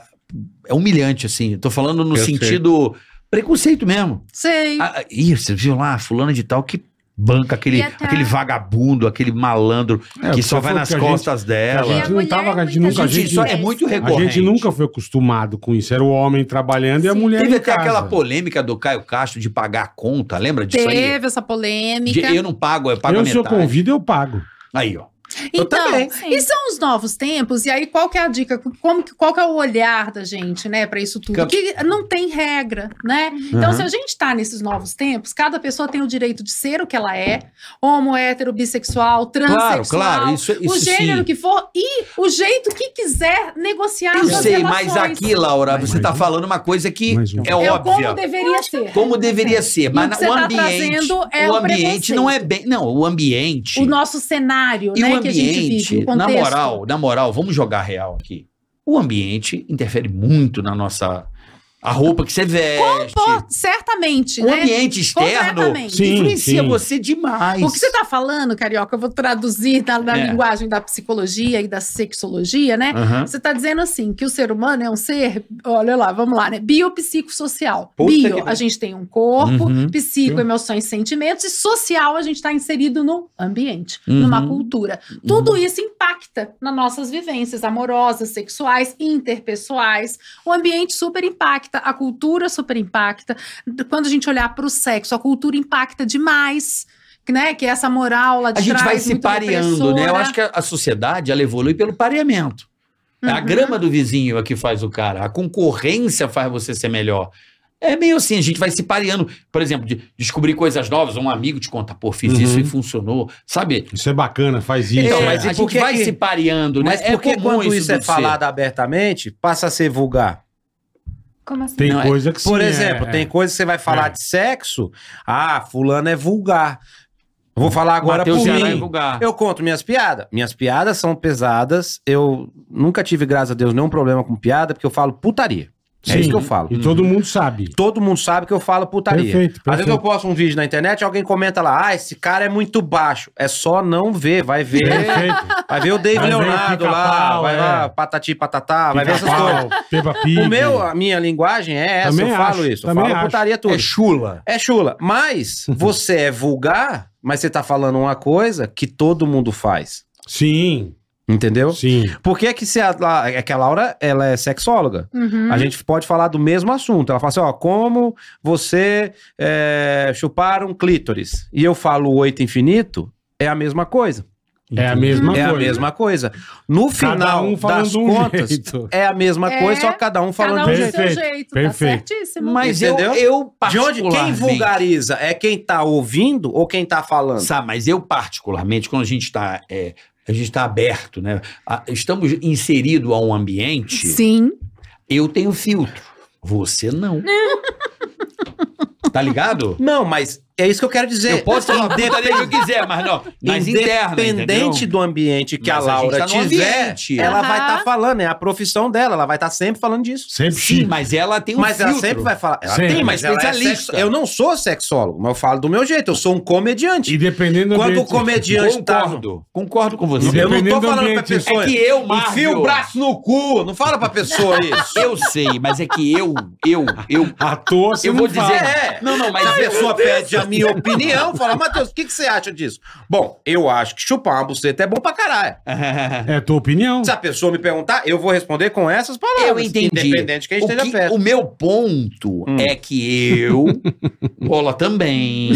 é humilhante, assim. Tô falando no
Perfeito.
sentido preconceito mesmo.
Sei.
Ah, ah, ih, você viu lá, fulano de tal que banca aquele,
E até-
aquele vagabundo, aquele
É,
malandro que
porque
só vai
foi
nas
que a
costas
A
dela.
E
gente
a
não
mulher
tava, a gente
muitas
nunca, a
vezes
gente,
isso é muito
a
recorrente.
gente nunca foi acostumado com isso. Era o homem trabalhando e a
Sim.
mulher
Teve
em
até
casa.
aquela polêmica do Caio Castro de pagar a conta, lembra disso aí?
Teve essa
De,
polêmica.
eu não pago, eu pago a
Eu, se eu
metade.
convido, eu pago.
Aí, ó.
Então,
também.
e são os novos tempos, e aí qual que é a dica? Como, que- qual que é o olhar da gente, né, pra isso tudo?
Cam-
Que não tem regra, né? Então, se a gente tá nesses novos tempos, cada pessoa tem o direito de ser o que ela é, homo, hétero, bissexual,
Claro,
transexual,
claro, isso, é, isso
o gênero
sim.
que for e o jeito que quiser negociar
Eu
suas
sei,
relações.
mas aqui, Laura,
Mas
você tá
um-
falando uma coisa que
mais um.
é
é
óbvia.
como deveria ser.
Como deveria ser,
o
mas
que
na-
você
o
tá
ambiente,
trazendo é
o
o
ambiente não é bem, não, o ambiente,
O nosso cenário,
E
né,
o
que a gente vive,
ambiente,
o contexto.
na moral, na moral, vamos jogar real aqui. O ambiente interfere muito na nossa. A roupa que você veste.
Pô, certamente,
o
né?
ambiente externo
Completamente.
Sim,
influencia
sim.
você demais.
O que você tá, está falando, Carioca, eu vou traduzir na, na
É.
linguagem da psicologia e da sexologia, né?
Aham.
Você está dizendo assim, que o ser humano é um ser, olha lá, vamos lá, né? Biopsicossocial.
Puta
Bio,
que-
a gente tem um corpo,
Uhum.
psico, emoções, sentimentos, e social, a gente está inserido no ambiente,
Uhum.
numa cultura. Tudo isso impacta nas nossas vivências amorosas, sexuais, interpessoais. O ambiente super impacta, a cultura super impacta. Quando a gente olhar para o sexo, a cultura impacta demais. Né? Que é essa moral lá de
A gente
trás,
vai se
muito
pareando, né? Eu
repressora.
acho que a, a sociedade ela evolui pelo pareamento. É A
Uhum.
grama do vizinho é que faz o cara. A concorrência faz você ser melhor. É meio assim, a gente vai se pareando. Por exemplo, de- descobrir coisas novas, um amigo te conta, pô, fiz
Uhum.
isso e funcionou. Sabe?
Isso é bacana, faz isso.
Então,
é.
mas
e
a
por
gente
que
vai
que-
se pareando, né?
Mas por que
comum
quando isso é
de ser.
falado abertamente, passa a ser vulgar?
Como assim?
Tem
Não, é-
coisa que sim.
Por
é-
exemplo,
é.
tem coisa que você vai falar
É.
de sexo. Ah, fulano é vulgar. Eu vou falar agora
Mateus
por
Ceará é
mim.
vulgar.
Eu conto minhas piadas. Minhas piadas são pesadas. Eu nunca tive, graças a Deus, nenhum problema com piada, porque eu falo putaria. É
Sim,
isso que eu falo.
E todo mundo sabe.
Todo mundo sabe que eu falo putaria.
Perfeito,
Às vezes
perfeito.
eu posto um vídeo na internet, alguém comenta lá, ah, esse cara é muito baixo. É só não ver, vai ver.
Perfeito.
Vai ver o David
É. Vai ver o
Leonardo
pica-pau,
lá, vai
é.
lá, patati patatá, ah, vai ver essas coisas.
Pica-pau, Peppa Pig.
O meu, ah, a minha linguagem é essa,
Também
eu falo
acho,
isso. Eu
também
falo
acho.
putaria tudo.
É chula.
É chula, mas você é vulgar, mas você tá falando uma coisa que todo mundo faz.
Sim,
Entendeu?
sim.
Por que que se a, La- é que a Laura, ela é sexóloga?
Uhum.
A gente pode falar do mesmo assunto. Ela fala assim, ó, como você é, chupar um clítoris. E eu falo oito infinito, é a mesma coisa.
É a mesma
é
coisa.
a mesma coisa. No final
um falando
das
de um
contas,
jeito.
é a mesma
É,
coisa, só que cada um falando
Cada um
de um
de
jeito.
do seu
Perfeito,
jeito,
perfeito.
tá certíssimo.
Mas eu,
Entendeu?
eu
De onde quem
particularmente-
vulgariza é quem tá ouvindo ou quem tá falando?
Sabe, mas eu particularmente, quando a gente está a gente está aberto, né? A- estamos inseridos a um ambiente,
Sim.
eu tenho filtro. Você não. tá ligado?
Não, mas é isso que eu quero dizer.
Eu posso falar a putaria que eu quiser, mas não. Nas internas,
Independente
entendeu?
do ambiente que
Mas
a
a gente
Laura
tá num
tiver,
ambiente.
ela vai estar
Aham.
falando, é a profissão dela, ela vai estar sempre falando disso.
Sempre
Sim,
chique.
mas ela tem um
mas
filtro.
ela sempre vai falar. Ela
Sempre.
tem, mas ela é
Especialista.
sexo- eu não sou sexólogo, mas eu falo do meu jeito, eu sou um comediante.
E dependendo do
Quando o
ambiente-
comediante tá. no-
Concordo. Concordo com você.
Eu não
Dependendo
tô
do
falando pra
ambiente.
pessoa.
É que eu,
Enfia o
Marvel-
braço no cu. Não fala pra pessoa isso.
Eu sei, mas é que eu, eu, eu,
À toa, você
eu
não
vou dizer.
fala.
É.
Não, não, mas
A
eu
pessoa pede a minha opinião, fala, Matheus, o que, que você acha disso? Bom, eu acho que chupar uma buceta é bom pra caralho.
É a tua opinião.
Se a pessoa me perguntar, eu vou responder com essas palavras.
Eu entendi.
Independente de quem
O,
esteja
que-
perto.
o meu ponto é que eu, Bola também,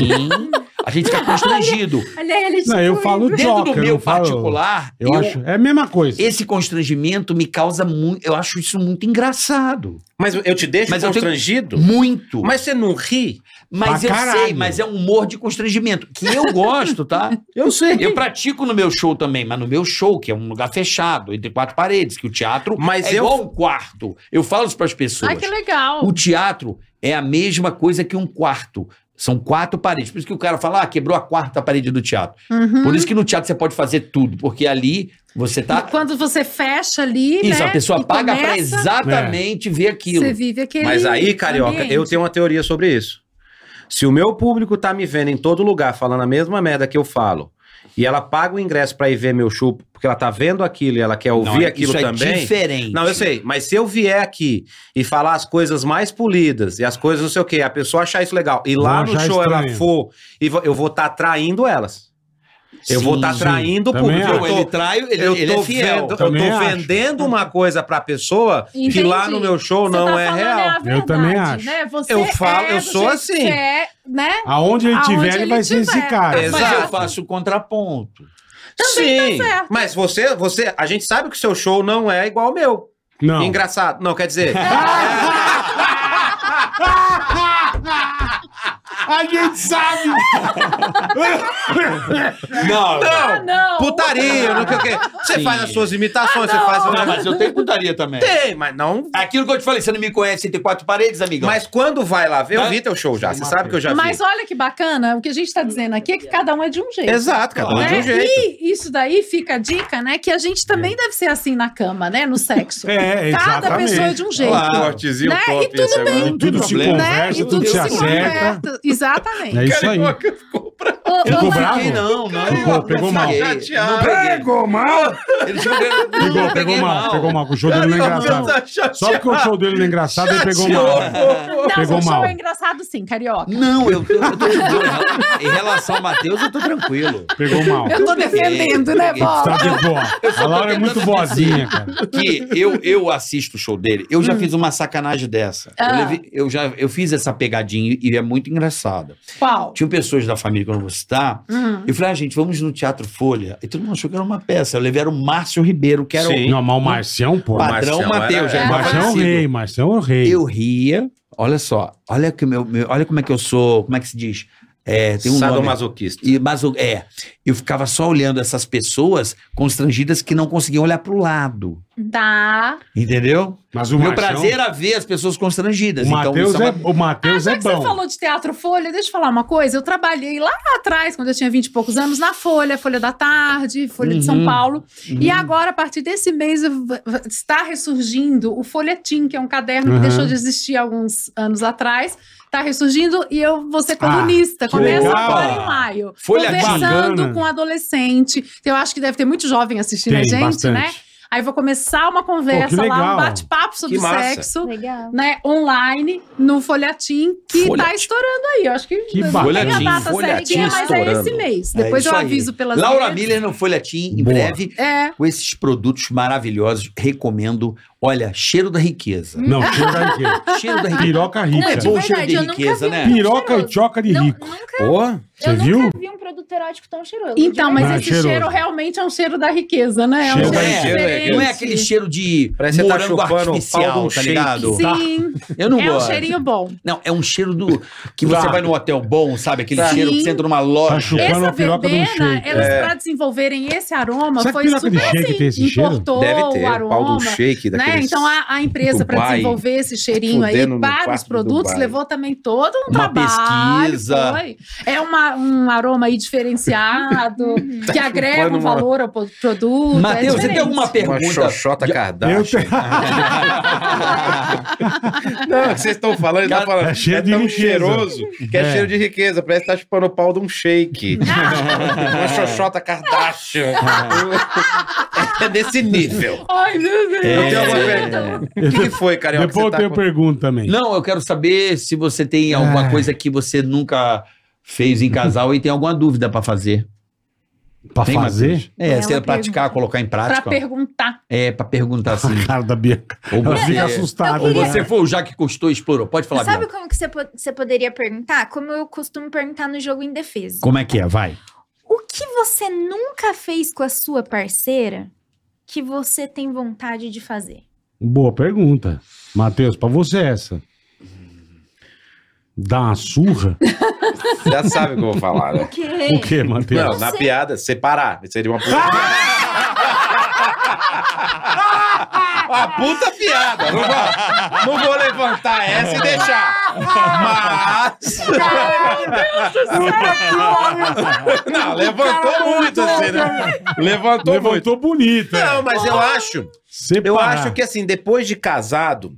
a gente fica constrangido.
Olha ele
Não,
é
eu falo
Dentro
joca,
do
eu
meu
não falo-
particular,
Eu, acho. É a mesma coisa.
esse constrangimento me causa muito. Eu acho isso muito engraçado.
Mas eu te deixo
Mas eu tenho-
constrangido?
Muito. Mas,
Mas você não ri?
eu
pra caralho.
sei, mas é um humor de constrangimento. Que eu gosto, tá?
Eu sei.
Eu pratico no meu show também, mas no meu show, que é um lugar fechado, entre quatro paredes, que o teatro
Mas
é
eu-
igual um quarto. Eu falo isso para as pessoas.
Ai, que legal.
O
Uhum.
teatro é a mesma coisa que um quarto. São quatro paredes. Por isso que o cara fala, ah, quebrou a quarta parede do teatro.
Uhum.
Por isso que no teatro você pode fazer tudo, porque ali você tá.
Quando você fecha ali,
Isso,
né,
a pessoa
e
paga pra
começa,
exatamente ver aquilo.
Você vive aquele
Mas aí, carioca,
ambiente.
eu tenho uma teoria sobre isso. Se o meu público tá me vendo em todo lugar falando a mesma merda que eu falo, e ela paga o ingresso pra ir ver meu show, porque ela tá vendo aquilo e ela quer ouvir
Não,
aquilo
isso É
também.
diferente.
não, eu sei, mas se eu vier aqui e falar as coisas mais polidas e as coisas não sei o quê, a pessoa achar isso legal, e lá
Vão
no
achar
show ela
estranho.
for, e vo- eu vou estar traindo elas. Eu
Sim,
vou estar
sim.
traindo o
Também
público.
acho.
Eu tô-
tá- Ele trai, ele,
eu
ele
tô
é fiel.
vendo- eu
Também
tô
acho.
vendendo uma coisa pra pessoa que
Entendi.
lá no meu show
Você
não
tá
é
falando
real.
a
Eu também
verdade,
acho.
Né? Você
Eu falo-
é,
eu sou
você
assim.
quer, né?
Aonde ele
Aonde
tiver, ele
ele
vai ser
tiver.
esse cara.
Exato.
Mas eu faço o contraponto.
Sim,
tá
mas você, você, a gente sabe que o seu show não é igual ao meu.
Não.
Engraçado, não quer dizer.
Ah,
A gente sabe.
Não,
Ah, não. Ah,
Putaria, não sei o quê. Você
Sim.
faz as suas imitações, você
não.
faz.
não, Ah, mas eu tenho putaria também.
Tem, mas não.
Aquilo que eu te falei, você não me conhece entre quatro paredes, amigão?
Mas quando vai lá ver, eu
Tá?
vi teu show já. Você sabe que eu já vi.
Mas olha que bacana, o que a gente está dizendo aqui é que cada um é de um jeito.
Exato, cada um
né?
de um jeito. É.
E isso daí fica a dica, né? Que a gente também deve ser assim na cama, né? No sexo.
É,
Cada
exatamente.
pessoa é de um jeito.
Claro.
Cortezinho
Né?
top
E tudo
esse é agora.
E tudo se
Não tem problema.
Né?
conversa,
E
tudo, se acerta.
converta. Exatamente.
É isso aí. Ficou bravo?
Fiquei, Ah, não, não.
Pegou,
não
pegou
fiquei.
mal.
Não peguei.
mal?
Eles jogaram-
Pegou,
Não,
pegou
peguei
mal. Pegou mal. que O show dele não é engraçado. Só porque o show dele não é engraçado, ele pegou mal.
Não,
Pegou
o show
mal.
é engraçado sim, carioca.
Não, eu, eu, eu tô de boa. Em relação ao Matheus, eu tô tranquilo.
Pegou mal.
Eu tô defendendo, né,
Tá
Bola?
de boa. A Laura é muito boazinha, cara.
Que eu, eu assisto o show dele. Eu já fiz uma sacanagem dessa. Eu,
Ah.
levei- eu já, eu fiz essa pegadinha e é muito engraçada.
Qual?
Tinham pessoas da família que eu não vou citar.
Hum.
Eu falei, ah, gente, vamos no Teatro Folha. E todo mundo achou que era uma peça. Eu levei era o Márcio Ribeiro, que era
Sim.
o
Não, mas o Marcião, pô.
padrão
Marcião
Matheus.
era-
O
já era
Marcião é o
conhecido.
rei, Marcião é o rei.
Eu ria, olha só, olha que meu, meu- olha como é que eu sou, como é que se diz? É, tem um nome.
Sadomasoquista.
E, mas o- é, eu ficava só olhando essas pessoas constrangidas que não conseguiam olhar pro lado.
Tá.
Entendeu?
Mas o
Meu
Marcão-
prazer era ver as pessoas constrangidas.
O
então,
Matheus
isso é
é,
uma-
o Mateus
Já
é
que Ah, você
bom.
falou de Teatro Folha, deixa eu falar uma coisa. Eu trabalhei lá atrás, quando eu tinha 20 e poucos anos, na Folha, Folha da Tarde, Folha de
Uhum.
São Paulo. E agora, a partir desse mês, eu- está ressurgindo o Folhetim, que é um caderno
Uhum.
que deixou de existir há alguns anos atrás. Está ressurgindo e eu vou ser colunista.
Ah, que
Começa
legal.
agora em maio.
Folhetim.
Conversando
Bacana.
com adolescente. Eu acho que deve ter muito jovem assistindo a gente, né? Aí vou começar uma conversa lá,
legal.
um bate-papo sobre
Que massa.
sexo
Legal.
né, online no Folhetim, que
Folhetim.
tá estourando aí. Eu acho que,
Que
não
bacana.
tem a data
Folhetim
certinha, mas é esse
estourando.
mês. Depois
É
eu
isso aí.
aviso pelas
Laura
redes.
Miller no Folhetim, em
Boa.
breve,
É.
com esses produtos maravilhosos. Recomendo. Olha, cheiro da riqueza.
Não, chega aqui.
Cheiro da riqueza.
Piroca
Não,
rica.
é
de
bom o cheiro
verdade,
de
eu nunca
riqueza,
vi
né?
um
Piroca e
cheiroso.
choca de
Não,
rico.
nunca-
Porra,
Você
eu nunca
viu?
vi um produto erótico tão cheiroso.
Então,
de
mas
Ah,
verdade.
esse
cheiroso.
cheiro realmente é um cheiro da riqueza, né? É um
Cheiro
cheiro
da
riqueza, é,
diferente.
Não é aquele cheiro de
Parece que você tá
morango
chupando o pau de
artificial,
um
tá
shake.
ligado?
Sim,
Eu Tá. não
é um
gosto.
cheirinho bom.
Não, é um cheiro do. Que você
Tá.
vai num hotel bom, sabe? Aquele
Tá.
cheiro que você entra numa
Tá
loja.
chupando
Essa
a piroca de um
verbena,
shake.
É.
elas pra desenvolverem esse aroma,
Será que
foi
piroca de
super
shake
assim,
tem esse cheiro?
importou
deve ter.
o
O pau
aroma.
do shake
né?
daqueles...
Então a, a empresa para
Dubai,
desenvolver esse cheirinho aí
fudendo no
para
quarto
os
do
produtos
Dubai.
levou também todo um
Uma
trabalho.
pesquisa.
foi. É uma- um aroma aí diferenciado
Uhum.
que agrega um
chupando uma-
valor ao po- produto.
Matheus,
é
você tem alguma
Uma
pergunta?
xoxota
Eu
Kardashian.
tenho...
Não, o que vocês estão falando, ele tá falando.
É cheiro de
tão
riqueza.
cheiroso que é.
É.
cheiro de riqueza. Parece que tá chupando o pau de um shake. Uma xoxota Kardashian. é desse nível. É.
Ai, meu Deus.
Eu tenho uma pergunta. O que que foi, Carioca?
Depois eu
Você tá
tenho
com-
pergunta também.
Não, eu quero saber se você tem alguma
Ah.
coisa que você nunca fez em casal e tem alguma dúvida pra fazer.
pra
Tem,
fazer?
É,
É
você
uma
praticar, colocar em
Pra
prática.
perguntar.
É, pra perguntar assim.
Cara da Bianca.
ou
Ela
é.
fica
você,
assustada.
eu
ou
queria-
né?
você foi o já que custou e explorou. Pode falar,
Sabe
Sabe...
como que você, po- você poderia perguntar? Como eu costumo perguntar no jogo em defesa.
Como é que é? Vai.
O que você nunca fez com a sua parceira que você tem vontade de fazer?
Boa pergunta. Matheus, pra você é essa. Dá uma surra?
Já sabe o que eu vou falar, né?
Que...
O quê, Matheus?
Não, na
sei.
piada, separar. Seria uma puta piada. Uma puta piada. Não vou, não vou levantar essa e deixar. Mas. Não, levantou muito, assim, né? Levantou muito.
Levantou é. bonita.
Não, mas eu acho. Eu acho que assim, depois de casado,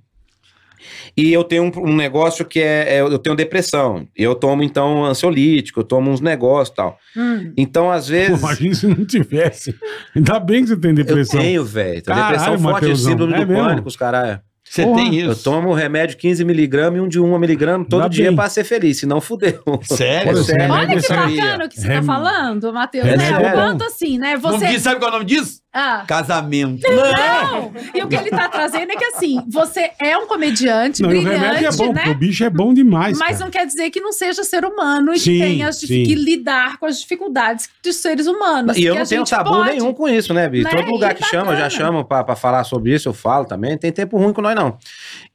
e eu tenho um, um negócio que é, é- Eu tenho depressão. Eu tomo, então, ansiolítico, eu tomo uns negócios e tal.
Hum.
Então, às vezes.
Imagina se não tivesse. Ainda bem que você tem
Eu
depressão.
tenho, velho. Tenho
Caralho,
Depressão forte,
Mateusão,
síndrome
é
do
mesmo?
pânico, os caralho.
Você
Porra,
tem isso?
Eu tomo remédio 15mg e um de 1mg todo
Dá
dia
bem.
pra ser feliz, senão fudeu.
é
Sério?
Olha,
Sério.
remédio
Olha que
é
sabia.
bacana o que você tá
Rem-
falando, Matheus.
Rem-
né?
Sério?
O quanto assim, né?
Não
Você.
diz- sabe qual é o nome disso?
Ah.
Casamento.
Não! E o que ele tá trazendo é que assim, você é um comediante
Não, e o
brilhante,
remédio é bom,
né?
porque o bicho é bom demais.
Mas
cara.
não quer dizer que não seja ser humano e
Sim,
que tenha as dif-
sim.
que lidar com as dificuldades dos seres humanos.
E eu
que
não
a
tenho
gente
tabu
pode.
nenhum com isso, né, Bi?
Né?
Todo lugar
E
que chama,
bacana.
já chamam pra, pra falar sobre isso, eu falo também. Não tem tempo ruim com nós, não.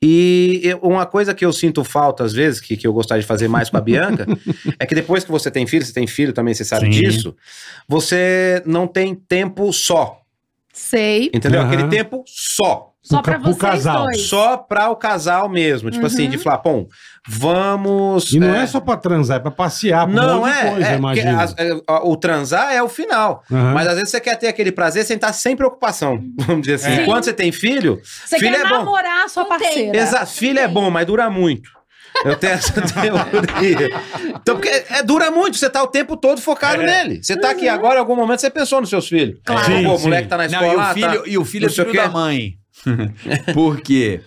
E eu- uma coisa que eu sinto falta, às vezes, que, que eu gostaria de fazer mais com a Bianca, é que depois que você tem filho, você tem filho também, você sabe
Sim.
disso, você não tem tempo só,
Sei.
entendeu?
Aham.
Aquele tempo só.
Só
Pro ca-
pra
pro
vocês
casal.
dois.
Só pra o casal mesmo. Tipo
É Uhum.
assim, de falar, bom, vamos.
um
né?"
E não é só pra transar, é pra passear, pra um
Não,
monte de
é.
coisa,
é, porque
imagina.
as- é, a- o transar é o final.
Aham.
Mas às vezes você quer ter aquele prazer sem estar sem preocupação. Vamos dizer assim.
É.
Quando você tem filho.
Você
filho
quer
é bom.
namorar a sua
Não tem.
parceira.
Exato, filho é bom, mas dura muito. Eu tenho essa teoria. Então, porque é, dura muito, você tá o tempo todo
É.
focado nele. Você tá aqui agora, em algum momento, você pensou nos seus filhos.
Uhum. Claro.
Pô,
Sim,
o
sim.
moleque tá na
Não,
escola.
e o
tá-
filho, e o filho é
não sei o
filho
quê.
da mãe. Por quê?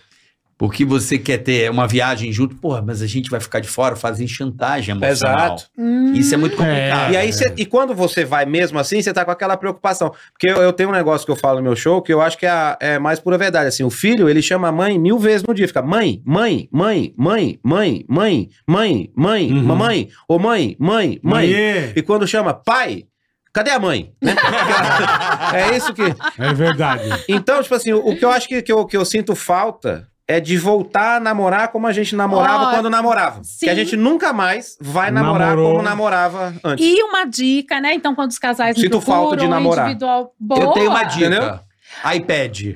Porque você quer ter uma viagem junto, porra, mas a gente vai ficar de fora, fazem chantagem emocional.
Exato.
Hum.
Isso é muito complicado.
E aí, cê- e quando você vai mesmo assim, você tá com aquela preocupação. Porque eu, eu tenho um negócio que eu falo no meu show que eu acho que é, a- é mais pura verdade. Assim, o filho, ele chama a mãe mil vezes no dia. Fica mãe, mãe, mãe, mãe, mãe, mãe, mãe, mãe,
Uhum.
mamãe, ô mãe, mãe, mãe.
Mãe,
E quando chama pai, cadê a mãe? Né? é isso que.
É verdade.
Então, tipo assim, o que eu acho que, que, eu, que eu sinto falta é de voltar a namorar como a gente namorava
Ó,
quando namorava.
sim.
Que a gente nunca mais vai namorar
Namorou.
como namorava antes.
E uma dica, né? Então, quando os casais me
Sinto
procuram,
falta de
um
namorar.
individual boa.
Eu tenho uma dica.
Entendeu?
iPad.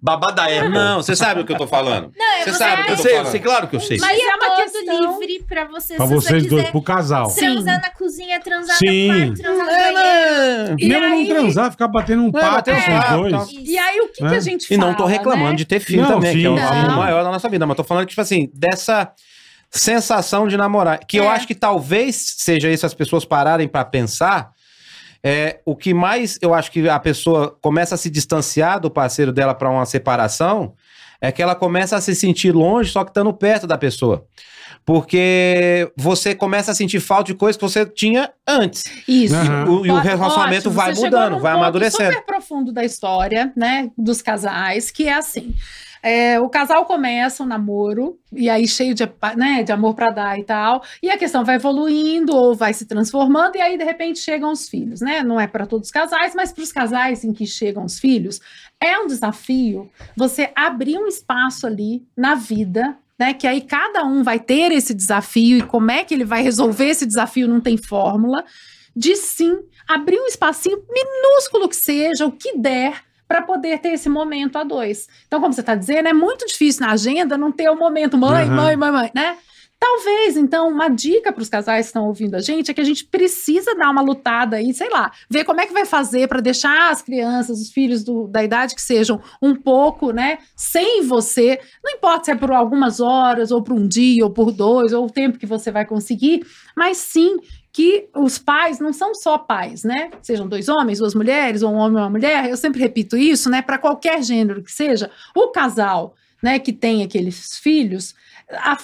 Babada é.
Não, você sabe o que eu tô falando.
Não, eu
Você
vou
sabe o
é
dar
que eu
Eu
tô
sei, eu sei,
falando.
claro que eu sei.
Mas
Mas
é
é
uma
todo
questão-
livre pra você.
Pra
se você
vocês dois,
quiser
pro casal.
transar na cozinha, transar
Sim.
no quarto, transar no
É,
banheiro.
né?
E
Mesmo
aí-
não transar, ficar batendo um papo
bater um
com
papo,
os
tal.
dois.
E aí, o que,
Né?
que a gente
E
fala,
não tô reclamando
né?
de ter filho
Não,
também, que é o
sim,
sim.
amor maior da nossa vida. Mas tô falando, tipo assim, dessa sensação de namorar. Que eu
É.
acho que talvez seja isso, as pessoas pararem pra pensar. É, o que mais eu acho que a pessoa começa a se distanciar do parceiro dela pra uma separação é que ela começa a se sentir longe, só que estando perto da pessoa. Porque você começa a sentir falta de coisas que você tinha antes.
Isso.
Aham.
O- e o
Ó-
relacionamento
ótimo,
vai
você chegou
mudando,
num
vai
ponto
amadurecendo.
super profundo da história, né, dos casais, que é assim. é, o casal começa um namoro, e aí cheio de, apa- né, de amor pra dar e tal, e a questão vai evoluindo ou vai se transformando, e aí de repente chegam os filhos, né? Não é pra todos os casais, mas para os casais em que chegam os filhos, é um desafio você abrir um espaço ali na vida, né? Que aí cada um vai ter esse desafio e como é que ele vai resolver esse desafio não tem fórmula. De sim, abrir um espacinho minúsculo que seja, o que der, para poder ter esse momento a dois. Então, como você está dizendo, é muito difícil na agenda não ter o momento mãe,
Uhum.
mãe, mãe, mãe, né? Talvez, então, uma dica para os casais que estão ouvindo a gente é que a gente precisa dar uma lutada aí, sei lá, ver como é que vai fazer para deixar as crianças, os filhos do- da idade que sejam, um pouco, né, sem você. Não importa se é por algumas horas, ou por um dia, ou por dois, ou o tempo que você vai conseguir, mas sim que os pais não são só pais, né? Sejam dois homens, duas mulheres, ou um homem e uma mulher, eu sempre repito isso, né? Para qualquer gênero que seja, o casal, né, que tem aqueles filhos, a-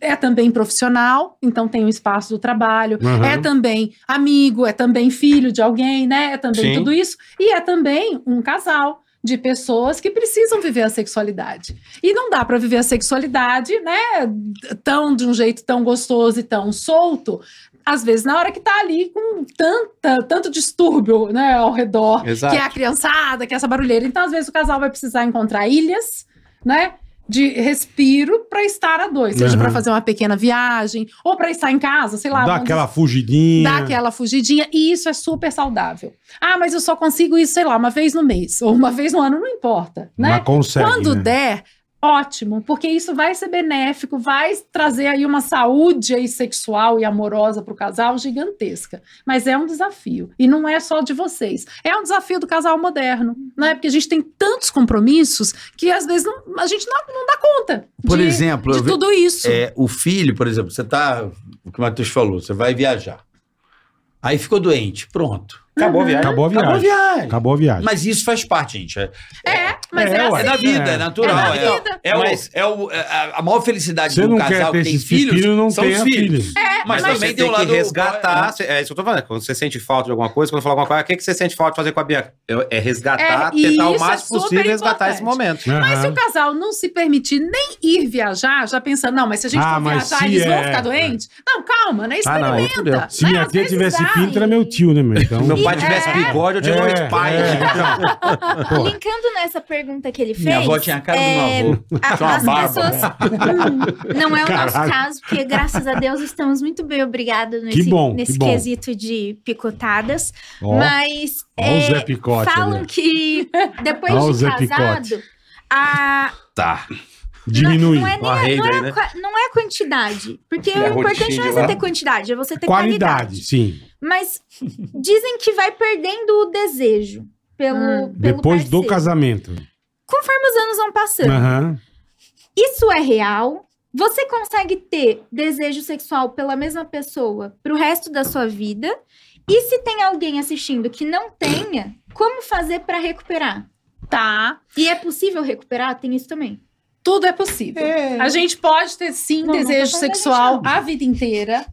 é também profissional, então tem o espaço do trabalho,
Aham.
é também amigo, é também filho de alguém, né? É também
Sim.
tudo isso, e é também um casal de pessoas que precisam viver a sexualidade. E não dá para viver a sexualidade, né, tão de um jeito tão gostoso e tão solto às vezes, na hora que tá ali com tanta, tanto distúrbio né, ao redor,
Exato.
que é a criançada, que é essa barulheira. Então, às vezes, o casal vai precisar encontrar ilhas, né? De respiro para estar a dois, seja
Uhum.
para fazer uma pequena viagem ou para estar em casa, sei lá.
Dá
manda-
aquela fugidinha.
dá aquela fugidinha e isso é super saudável. Ah, mas eu só consigo isso, sei lá, uma vez no mês ou uma vez no ano, não importa, né?
Mas consegue,
Quando
né?
der, ótimo, porque isso vai ser benéfico, vai trazer aí uma saúde aí sexual e amorosa para o casal gigantesca. Mas é um desafio. E não é só de vocês. É um desafio do casal moderno, né? Porque a gente tem tantos compromissos que às vezes não- a gente não, não dá conta
Por
de,
exemplo,
de
eu vi-
tudo isso.
É, o filho, por exemplo, você tá. O que o Matheus falou, você vai viajar. Aí ficou doente, pronto.
Acabou a viagem.
Acabou a viagem.
Acabou a viagem.
Acabou a viagem.
Mas isso faz parte, gente. É,
É, mas é,
é,
assim.
ué.
é da vida, é,
É.
natural.
É
É,
da
é,
vida.
o-
Mas-
é o- é a, a maior felicidade
Você
de um
não quer
casal
ter
que tem
esses filhos,
filhos,
não
são os
tenha
filhos.
filhos.
Mas,
Mas,
também
você
tem
tem
o lado
que resgatar. cê- É isso que eu tô falando. Quando você sente falta de alguma coisa, quando eu falo alguma coisa, "Ah, o que, que você sente falta de fazer com a Bianca? Eu- É resgatar,
É, e
tentar o
isso é
máximo
super
possível resgatar
importante.
esse momento.
Mas se o
Aham.
casal não se permitir nem ir viajar, já pensando, não, mas se a gente
Ah,
for
mas
viajar,
se
eles vão
é.
ficar doentes? Não, calma, né?
Ah, não, aí
Experimenta.
fudeu.
Se minha tia tivesse filho, era
meu
meu tio, né, meu? Então...
Meu pai tivesse
é.
bigode, eu tinha
É,
dois pais.
é, então. Pô.
Linkando nessa pergunta que ele fez. é,
Minha avó tinha a cara do meu avô.
a-
Tinha uma
as
barba. né?
pessoas. Hum, não é o nosso
Caralho.
caso, porque graças a Deus estamos muito bem obrigados nesse,
bom, que
nesse
bom.
quesito de picotadas.
Ó,
Mas é,
ó o Zé Picote
falam
ali.
que depois
Ó o
de
Zé
casado,
Picote.
a,
Tá.
diminui.
não é, nem
Uma
a- não,
rede
é
aí,
a
né?
qua- não é a quantidade. Porque
É a
o importante não é
rotina
você
lá.
ter quantidade, é você ter qualidade.
Qualidade, sim.
Mas dizem que vai perdendo o desejo pelo,
Hum.
pelo
Depois do Ah.
parceiro.
casamento.
Conforme os anos vão passando.
Aham.
Isso é real? Você consegue ter desejo sexual pela mesma pessoa pro resto da sua vida? E se tem alguém assistindo que não tenha, como fazer pra recuperar?
Tá.
E é possível recuperar? Tem isso também.
Tudo é possível. A gente pode ter sim
Não, não tô
desejo
falando da
sexual
gente,
a vida inteira.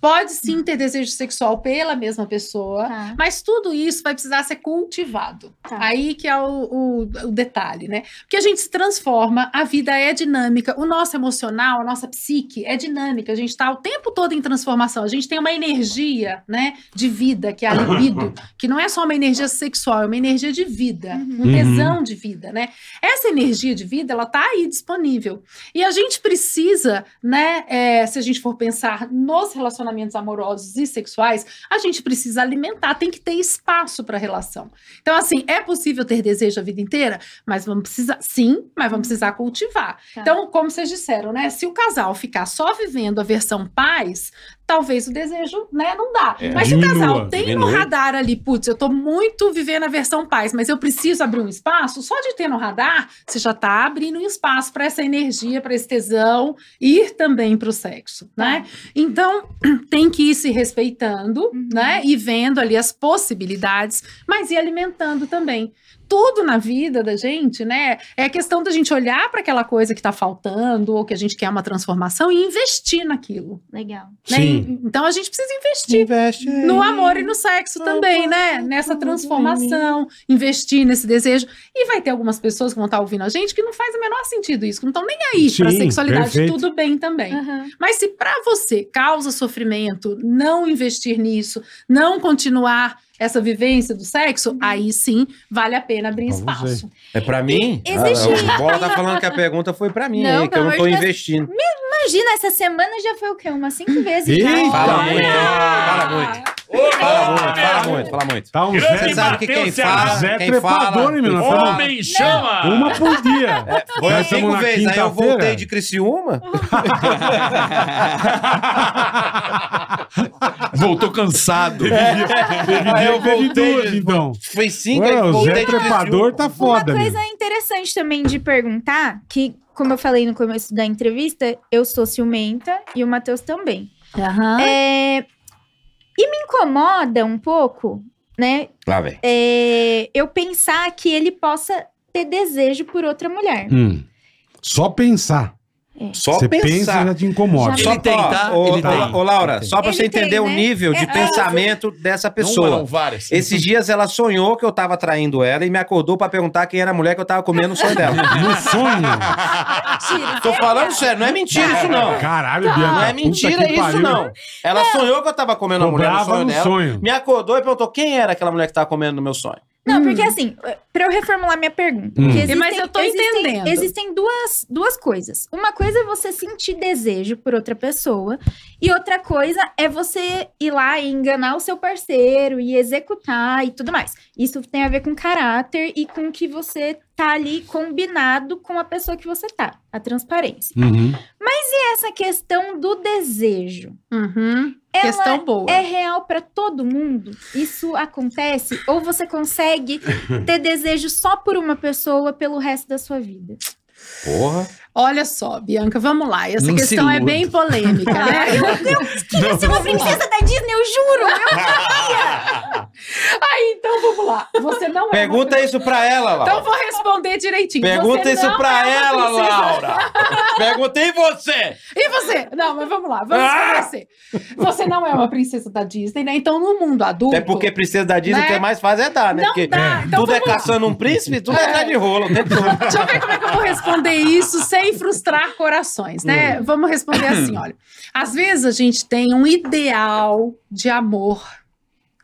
Pode sim ter desejo sexual pela mesma pessoa,
Tá.
mas tudo isso vai precisar ser cultivado.
Tá.
Aí que é o, o- o detalhe, né? Porque a gente se transforma, a vida é dinâmica, o nosso emocional, a nossa psique é dinâmica, a gente está o tempo todo em transformação, a gente tem uma energia, né, de vida, que é a libido, que não é só uma energia sexual, é uma energia de
Tá.
vida, um
Uhum.
tesão de vida, né? Essa energia de vida, ela tá aí disponível. E a gente precisa, né, é, se a gente for pensar nos relacionamentos amorosos e sexuais, a gente precisa alimentar, tem que ter espaço para relação. Então, assim, é possível ter desejo a vida inteira, mas vamos precisar, sim, mas vamos precisar cultivar.
Tá.
Então, como vocês disseram, né, se o casal ficar só vivendo a versão paz, talvez o desejo, né, não dá. mas se o
diminua,
casal tem no
diminui.
radar ali, putz, eu tô muito vivendo a versão paz, mas eu preciso abrir um espaço, só de ter no radar, você já tá abrindo um espaço para essa energia, para esse tesão ir também pro sexo, né? Então, tem que ir se respeitando,
Uhum.
né? E vendo ali as possibilidades, mas ir alimentando também. Tudo na vida da gente, né? É questão da gente olhar para aquela coisa que tá faltando ou que a gente quer uma transformação e investir naquilo.
Legal.
né?
Sim.
E- Então a gente precisa investir no amor e no sexo também, né? Nessa transformação, investir nesse desejo. E vai ter algumas pessoas que vão estar ouvindo a gente que não faz o menor sentido isso, que não estão nem aí para pra
Sim,
sexualidade,
perfeito.
tudo bem também.
Aham.
Mas se pra você causa sofrimento, não investir nisso, não continuar essa vivência do sexo, aí sim vale a pena abrir
Pra
espaço.
É pra mim?
Existe-
Ah, o Bola tá falando que a pergunta foi pra mim,
Não,
hein, que eu
pelo
não tô
amor de Deus.
investindo.
Imagina, essa semana já foi o quê? Umas cinco vezes já.
Eita!
Fala
Olha!
muito, fala muito, fala muito, fala muito, fala muito.
Tá um
Grande
Zé,
Você sabe que quem
Mateus Ceará.
fala,
Zé
quem
trepador,
fala,
hein, menino?
quem fala-
Fala.
Homem chama!
uma por dia.
Foi
Nós
cinco
estamos na
vezes, aí eu
quinta-feira.
voltei de Criciúma.
Voltou cansado.
Aí eu
Teve
voltei
duas,
de-
então.
Foi cinco,
Ué,
aí
o
voltei
Zé
de
Trepador
Criciúma.
tá
Uma
foda,
coisa
meu.
interessante também de perguntar, que, como eu falei no começo da entrevista, eu sou ciumenta e o Matheus também. É, E me incomoda um pouco, né?
Lá, velho.
é, eu pensar que ele possa ter desejo por outra
é
mulher.
Hum. Só pensar.
Só
Você pensa
pensar.
já te incomoda.
Já
Só
Ele tem,
pra-
tá?
Ô,
Ele
ô,
tem.
ô, Laura,
Ele
só pra
tem.
você
Ele tem,
entender o
né?
nível de
É,
pensamento dessa
Não,
pessoa.
não, várias.
Esses dias ela sonhou que eu tava traindo ela e me acordou pra perguntar quem era a mulher que eu tava comendo no sonho dela.
No sonho.
Mentira.
Tô falando sério, não é mentira isso não.
Caralho, Bianca.
Não é
puta que
mentira isso
pariu.
não. Ela sonhou que eu tava comendo a mulher no
Cobrava
um
sonho
no
dela.
sonho.
Me acordou e perguntou quem era aquela mulher que tava comendo no meu sonho.
Não, porque assim, pra eu reformular minha pergunta.
Hum.
porque
Mas eu tô
existem-
entendendo.
Existem duas, duas coisas. Uma coisa é você sentir desejo por outra pessoa, e outra coisa é você ir lá e enganar o seu parceiro e executar e tudo mais. Isso tem a ver com caráter e com o que você tá ali combinado com a pessoa que você tá, a transparência.
Uhum.
E essa questão do desejo.
Uhum.
Ela
Questão boa.
é real pra todo mundo? Isso acontece? Ou você consegue ter desejo só por uma pessoa pelo resto da sua vida?
Porra.
Olha só, Bianca, vamos lá. Essa
Não se
questão é
iluda.
bem polêmica, né?
Queria ser é uma princesa da Disney, eu juro!
Aí, então vamos lá. Você não é uma
Pergunta isso pra ela, Laura.
Então vou responder direitinho.
Pergunta
Você
isso
não
pra
é uma
ela,
princesa.
Laura. Perguntei em você.
E você? Não, mas vamos lá, vamos
Ah!
esclarecer. Você não é uma princesa da Disney, né? Então, no mundo adulto.
Até É porque princesa da Disney,
Né?
o que é mais fácil é dar, né?
Não
porque
dá, então
tudo é
vamos lá.
caçando um príncipe, tudo é atrás de rolo. o tempo todo.
Deixa eu ver como é que eu vou responder isso sem frustrar corações, né? Vamos responder assim, olha. Às vezes a gente tem um ideal de amor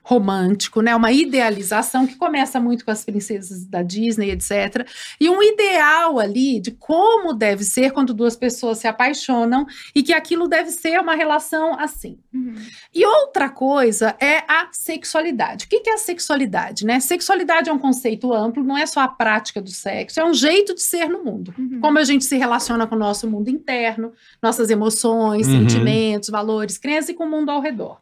romântico, né? Uma idealização que começa muito com as princesas da Disney, etc. E um ideal ali de como deve ser quando duas pessoas se apaixonam e que aquilo deve ser uma relação assim.
Uhum,
E outra coisa é a sexualidade. O que que é a sexualidade? Né? Sexualidade é um conceito amplo, não é só a prática do sexo, é um jeito de ser no mundo.
Uhum,
uhum.
Como a gente se relaciona com o nosso mundo interno, nossas emoções,
Uhum.
sentimentos, valores, crenças e com o mundo ao redor.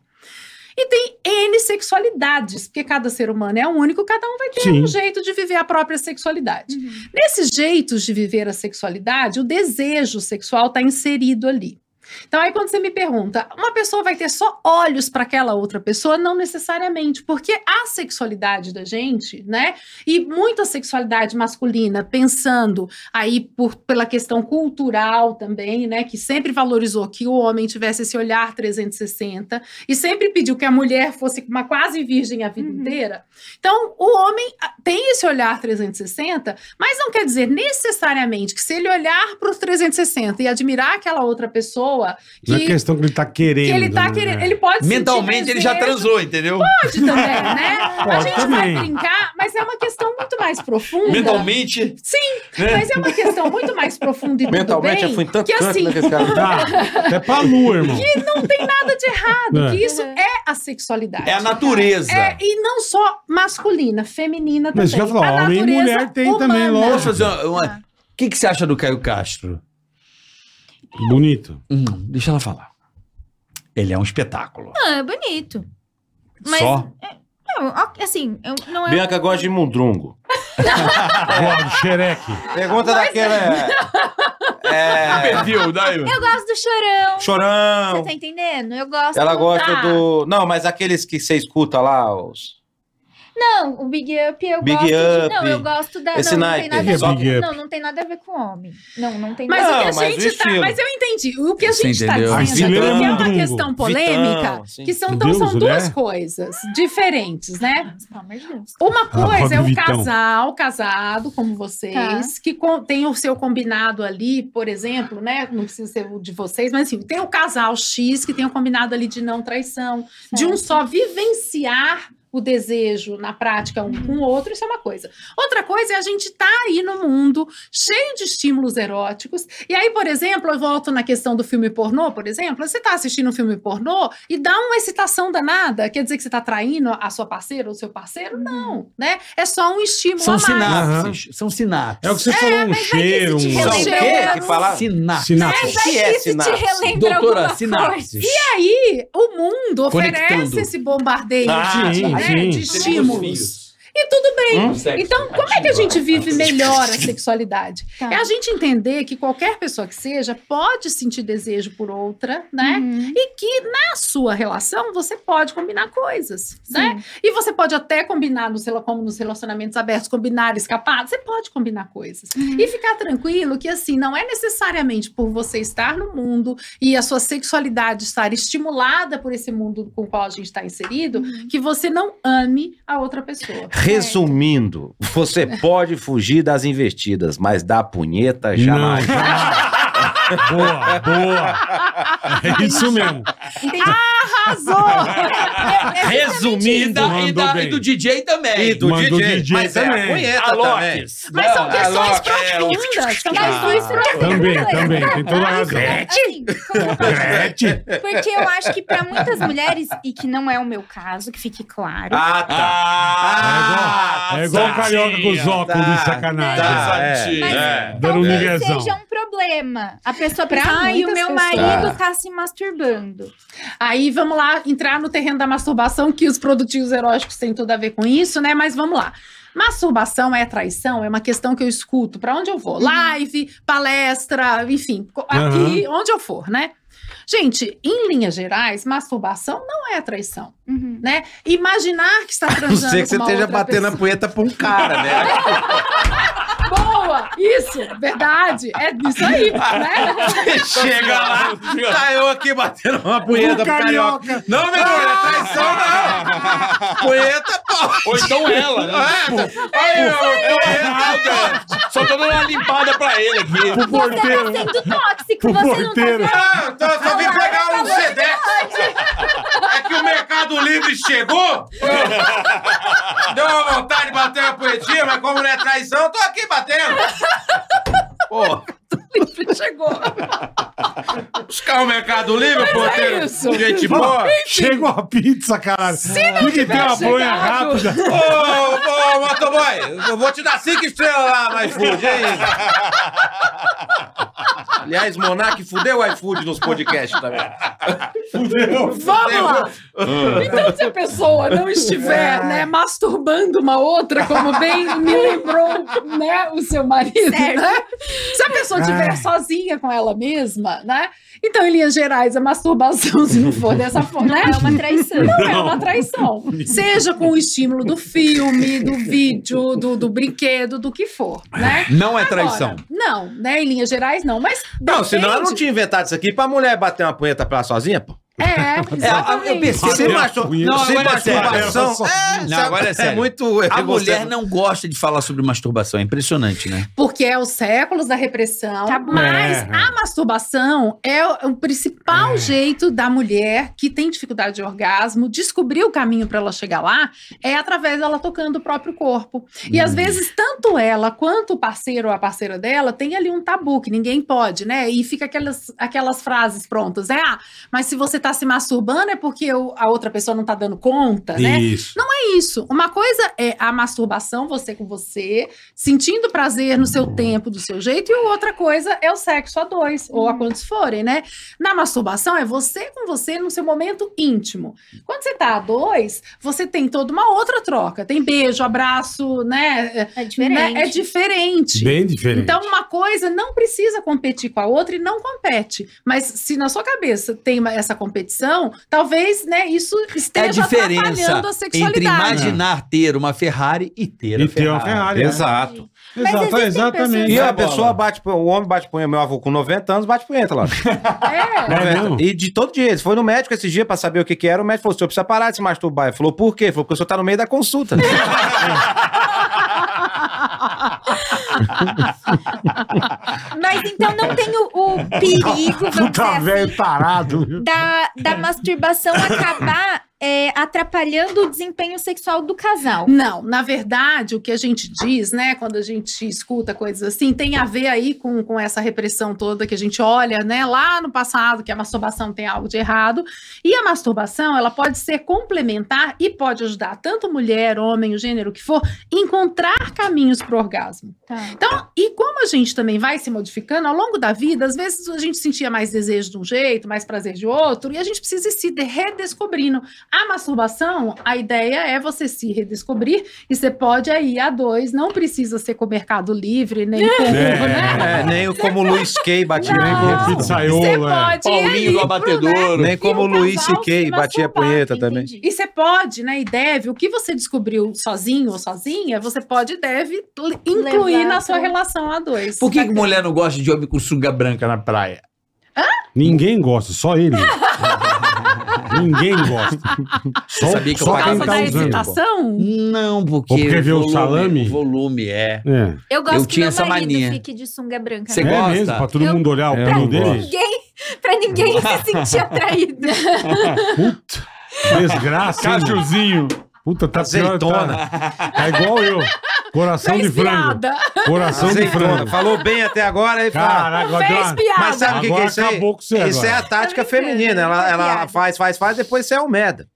E tem N sexualidades, porque cada ser humano é único, cada um vai ter
Sim.
um jeito de viver a própria sexualidade.
Uhum.
Nesses jeitos de viver a sexualidade, o desejo sexual está tá inserido ali. Então, aí quando você me pergunta, uma pessoa vai ter só olhos para aquela outra pessoa? Não necessariamente, porque a sexualidade da gente, né? E muita sexualidade masculina, pensando aí por, pela questão cultural também, né? Que sempre valorizou que o homem tivesse esse olhar 360 e sempre pediu que a mulher fosse uma quase virgem a vida
Uhum.
inteira. Então, o homem ah, tem esse olhar 360, mas não quer dizer necessariamente que se ele olhar para os 360 e admirar aquela outra pessoa
Não é
que,
questão que ele tá querendo.
que ele tá
né?
querendo, ele pode sentir
Mentalmente ele já
desejo,
transou, entendeu?
Pode também, né? a
Pode
gente
também.
vai brincar, mas é uma questão muito mais profunda.
Mentalmente.
Sim, mas é uma questão muito mais profunda e tudo
né? Mentalmente
bem,
eu fui em tanto
que
canto
assim,
naquele cara.
Tá, até pra lua, irmão.
que não tem nada de errado,
É.
que isso
Uhum.
é a sexualidade.
É a natureza.
É, e não só masculina, feminina também.
Mas isso que eu ia falar,
A
homem e
natureza
mulher tem também,
humana.
lógico.
Posso fazer uma-
É.
uma- O que, que você acha do Caio Castro?
Bonito.
Hum, deixa ela falar. Ele é um espetáculo.
Ah, é bonito. Mas-
Só?
Não, ó, assim, eu- não é.
Bianca gosta de mundrungo.
Gordo, xereque.
Pergunta daquela. É.
Perdeu, daí.
Eu gosto do chorão. Você
Chorão.
tá entendendo? Eu gosto.
Ela
não
gosta
dá.
do. Não, mas aqueles que você escuta lá, os.
Não, o Big Up eu
Big
gosto. De...
Up.
Não, eu gosto da.
Esse
não,
naipe.
não tem nada
Só
a
Big
ver.
Up.
Não, não tem nada a ver com homem. Não, não tem
Mas
nada
Não,
o que a
mas o
gente tá.
estilo.
Mas eu entendi. O que a
Você
gente está
entendeu?
dizendo
Ah, estilo
aqui é uma
Mandrungo.
questão polêmica,
Vitão, sim.
que são, então,
Deus,
são duas
né?
coisas diferentes, né?
Mas, Pelo amor de Deus.
Uma coisa
pobre
é um
Vitão.
casal casado, como vocês, que com- tem o seu combinado ali, por exemplo, né? Não precisa ser o de vocês, mas assim, tem o casal X que tem o combinado ali de não traição, de
É.
um só vivenciar o desejo na prática um com o outro, isso é uma coisa. Outra coisa é a gente tá aí no mundo cheio de estímulos eróticos. E aí, por exemplo, eu volto na questão do filme pornô, por exemplo, você tá assistindo um filme pornô e dá uma excitação danada, quer dizer que você tá traindo a sua parceira ou seu parceiro? Não, né? É só um estímulo
São
a mais. tipo
sinapses. São
É o que
sinapses.
você falou, um cheiro, um...
existe
São o
relação.
quê? Que fala?
Sinapses.
Sinapse.
que é sinapse?
relembra
Doutora,
alguma coisa.
sinapses.
E aí, o mundo
Conectando.
oferece esse bombardeio
Ah,
de,
sim, sim.
né, de
um
estímulos. E tudo bem.
Hum?
Então, como é que a gente vive melhor a sexualidade?
Tá.
É a gente entender que qualquer pessoa que seja pode sentir desejo por outra, né?
Uhum,
E que na sua relação você pode combinar coisas, né?
sim.
E você pode até combinar, nos, rela- como nos relacionamentos abertos, combinar escapado, você pode combinar coisas.
Uhum.
E ficar tranquilo que, assim, não é necessariamente por você estar no mundo e a sua sexualidade estar estimulada por esse mundo com o qual a gente está inserido,
Uhum.
que você não ame a outra pessoa.
Resumindo, você pode fugir das investidas, mas da punheta
Não,
jamais.
jamais. boa, boa. É isso mesmo.
Entendi.
Arrasou!
Resumido. E,
É Mandou
da-
bem.
e do DJ também.
E do
Mandou
DJ,
DJ
mas é
também.
a punheta também.
Alokes.
Mas são
Não,
questões
Alokes, é, o-
profundas. São
tá.
Mas
questões
isso é
Ah, Também,
coisa.
também. Tem toda a razão.
Assim, como eu posso dizer?
Gretchen.
Porque eu acho que pra muitas mulheres, e que não é o meu caso, que fique claro.
Ah, tá.
Ah,
É igual o carioca com os óculos de sacanagem.
Tá.
Mas
É.
Dando um
talvez
miguezão. Ah.
seja um problema. A pessoa
Pra
pensa, ai, o
muitas
meu
pessoas.
marido tá se masturbando.
Aí vamos lá entrar no terreno da masturbação, que os produtivos eróticos têm tudo a ver com isso, né? Mas vamos lá. Masturbação é traição? É uma questão que eu escuto. Pra onde eu vou?
Uhum.
Live, palestra, enfim, co- aqui, onde eu for, né? Gente, em linhas gerais, masturbação não é traição,
Uhum.
né? Imaginar que está
A não
transando
ser que você
com uma
tá
esteja
outra
batendo a punheta pra um cara, né?
Boa! Isso, verdade. É isso aí, né?
Chega lá, tá eu aqui batendo uma
é
punheta pro carioca. Não, meu irmão, é traição, não. Punheta, pô. é.
Ou então ela, né?
Aí, meu,
Só tô dando uma limpada pra ele aqui.
O porteiro.
Você tá sendo tóxico,
O
você não tá
porteiro.
Ah, então eu só vim pegar um CD. É que o Mercado Livre chegou. Deu uma vontade de bater uma poetinha, mas como não é traição, eu tô aqui batendo. Pô,
Chegou.
buscar o Mercado
é
Livre, porteiro.
isso.
Gente boa.
Chegou a pizza, caralho. Tem que ter uma
tivesse
bronha
chegado-
rápida.
Ô, ô, motoboy, eu vou te dar cinco estrelas lá no iFood, hein? Aliás, Monark fudeu o iFood nos podcasts também.
Fudeu.
Vamos lá! Então, se a pessoa não estiver
É.
né, masturbando uma outra, como bem me lembrou né, o seu marido,
Certo.
né? Se a pessoa estiver
Ai.
sozinha com ela mesma, né? Então, em linhas gerais, a masturbação, se não for dessa forma, né?
É uma traição.
Não é uma traição. Seja com o estímulo do filme, do vídeo, do, do brinquedo, do que for, né?
Não é
Agora,
traição.
não, né? Em linhas gerais, não. Mas
Não, senão eu não
depende.
tinha inventado isso aqui pra mulher bater uma punheta pra ela sozinha, pô.
É, exatamente.
eu percebo.
Se,
Bater
uma
mastur-
punheta.
Não,
se
agora é sério.
masturbação. É,
Não,
sabe?
agora é sério.
muito.
A
egocêntrico.
mulher não gosta de falar sobre masturbação. É impressionante, né?
Porque é os séculos da repressão.
Tá bom.
mas
É.
a masturbação é o, o principal jeito da mulher que tem dificuldade de orgasmo descobrir o caminho para ela chegar lá é através dela tocando o próprio corpo. E às vezes, tanto ela quanto o parceiro ou a parceira dela tem ali um tabu que ninguém pode, né? E fica aquelas, aquelas frases prontas. É, ah, mas se você tá se masturbando é porque o- a outra pessoa não tá dando conta, né?
Isso.
isso. Uma coisa é a masturbação, você com você, sentindo prazer no seu tempo, do seu jeito, e outra coisa é o sexo a dois, ou a quantos forem, né? Na masturbação é você com você no seu momento íntimo. Quando você tá a dois, você tem toda uma outra troca. Tem beijo, abraço, né?
É diferente.
Né? É diferente.
Bem diferente.
Então, uma coisa não precisa competir com a outra e não compete. Mas se na sua cabeça tem uma- essa competição, talvez né, isso
É a
esteja
diferença
atrapalhando a sexualidade.
entre imaginar ter uma Ferrari e ter a
e tem uma
Ferrari.
Ferrari. né?
Exato.
Mas
Exato,
existem
exatamente.
E
pessoas-
é
a pessoa bate, pu- o homem bate punheta, meu avô com 90 anos bate punheta lá.
É.
Não é mesmo?
E de todo dia, ele foi no médico esse dia pra saber o que que era, o médico falou, o senhor precisa parar de se masturbar. Ele falou, por quê? Ele falou, porque o senhor tá no meio da consulta.
Mas então não tem o, o perigo, vamos dizer
Puta
assim,
Tá velho tarado. viu?
da, da masturbação acabar é, atrapalhando o desempenho sexual do casal.
Não, na verdade, o que a gente diz, né, quando a gente escuta coisas assim, tem a ver aí com, com essa repressão toda que a gente olha, né, lá no passado, que a masturbação tem algo de errado. E a masturbação, ela pode ser complementar e pode ajudar tanto mulher, homem, o gênero que for, encontrar caminhos para o orgasmo.
Tá.
Então, e como a gente também vai se modificando ao longo da vida, às vezes a gente sentia mais desejo de um jeito, mais prazer de outro, e a gente precisa ir se de- redescobrindo. A masturbação, a ideia é você se redescobrir e você pode aí a dois, não precisa ser com o Mercado Livre, nem com o né?
É, nem o- como o Luiz Kay batia.
Nem
Não.
com
Você
pizzaiola. é.
pode ir
Paulinho
aí
do
pro, né?
abatedouro.
Nem como o
E o
Luiz
casal
C.K.
se
batia
masturbar,
punheta também.
entendi.
E você pode, né, e deve, o que você descobriu sozinho ou sozinha, você pode e deve l- incluir
Levar
na sua
pra-
relação a dois.
Por que, que mulher não gosta de homem com sunga branca na praia?
Ninguém gosta, só ele. Ninguém gosta. Só,
Sabia que eu
só
Por
quem
pagava
causa
tá
da
usando.
excitação?
Não, porque.
Ou porque vê o
volume-
salame?
Volume, é.
É.
Eu gosto
Eu
que
tinha
meu
essa
marido
mania.
fique de sunga branca.
Você
É
gosta?
mesmo, pra todo
Eu-
mundo olhar o
É,
Eu
pelo
não
dele.
Ninguém, pra ninguém se sentir atraído.
Puta, desgraça. hein?
Cajuzinho.
Puta, tá pior.
Azeitona.
Tá, tá igual eu. Coração de
Fez
frango.
piada.
Coração de
Azeitona.
frango.
Falou bem até agora, e fala.
Caraca, agora deu
Fez
uma-
piada.
Mas sabe o que, que é
Agora
isso aí?
acabou com você
isso
agora.
é a tática
Tá brincando,
feminina. Ela,
tá
ela
é?
piada.
faz, faz, faz, depois você é um merda.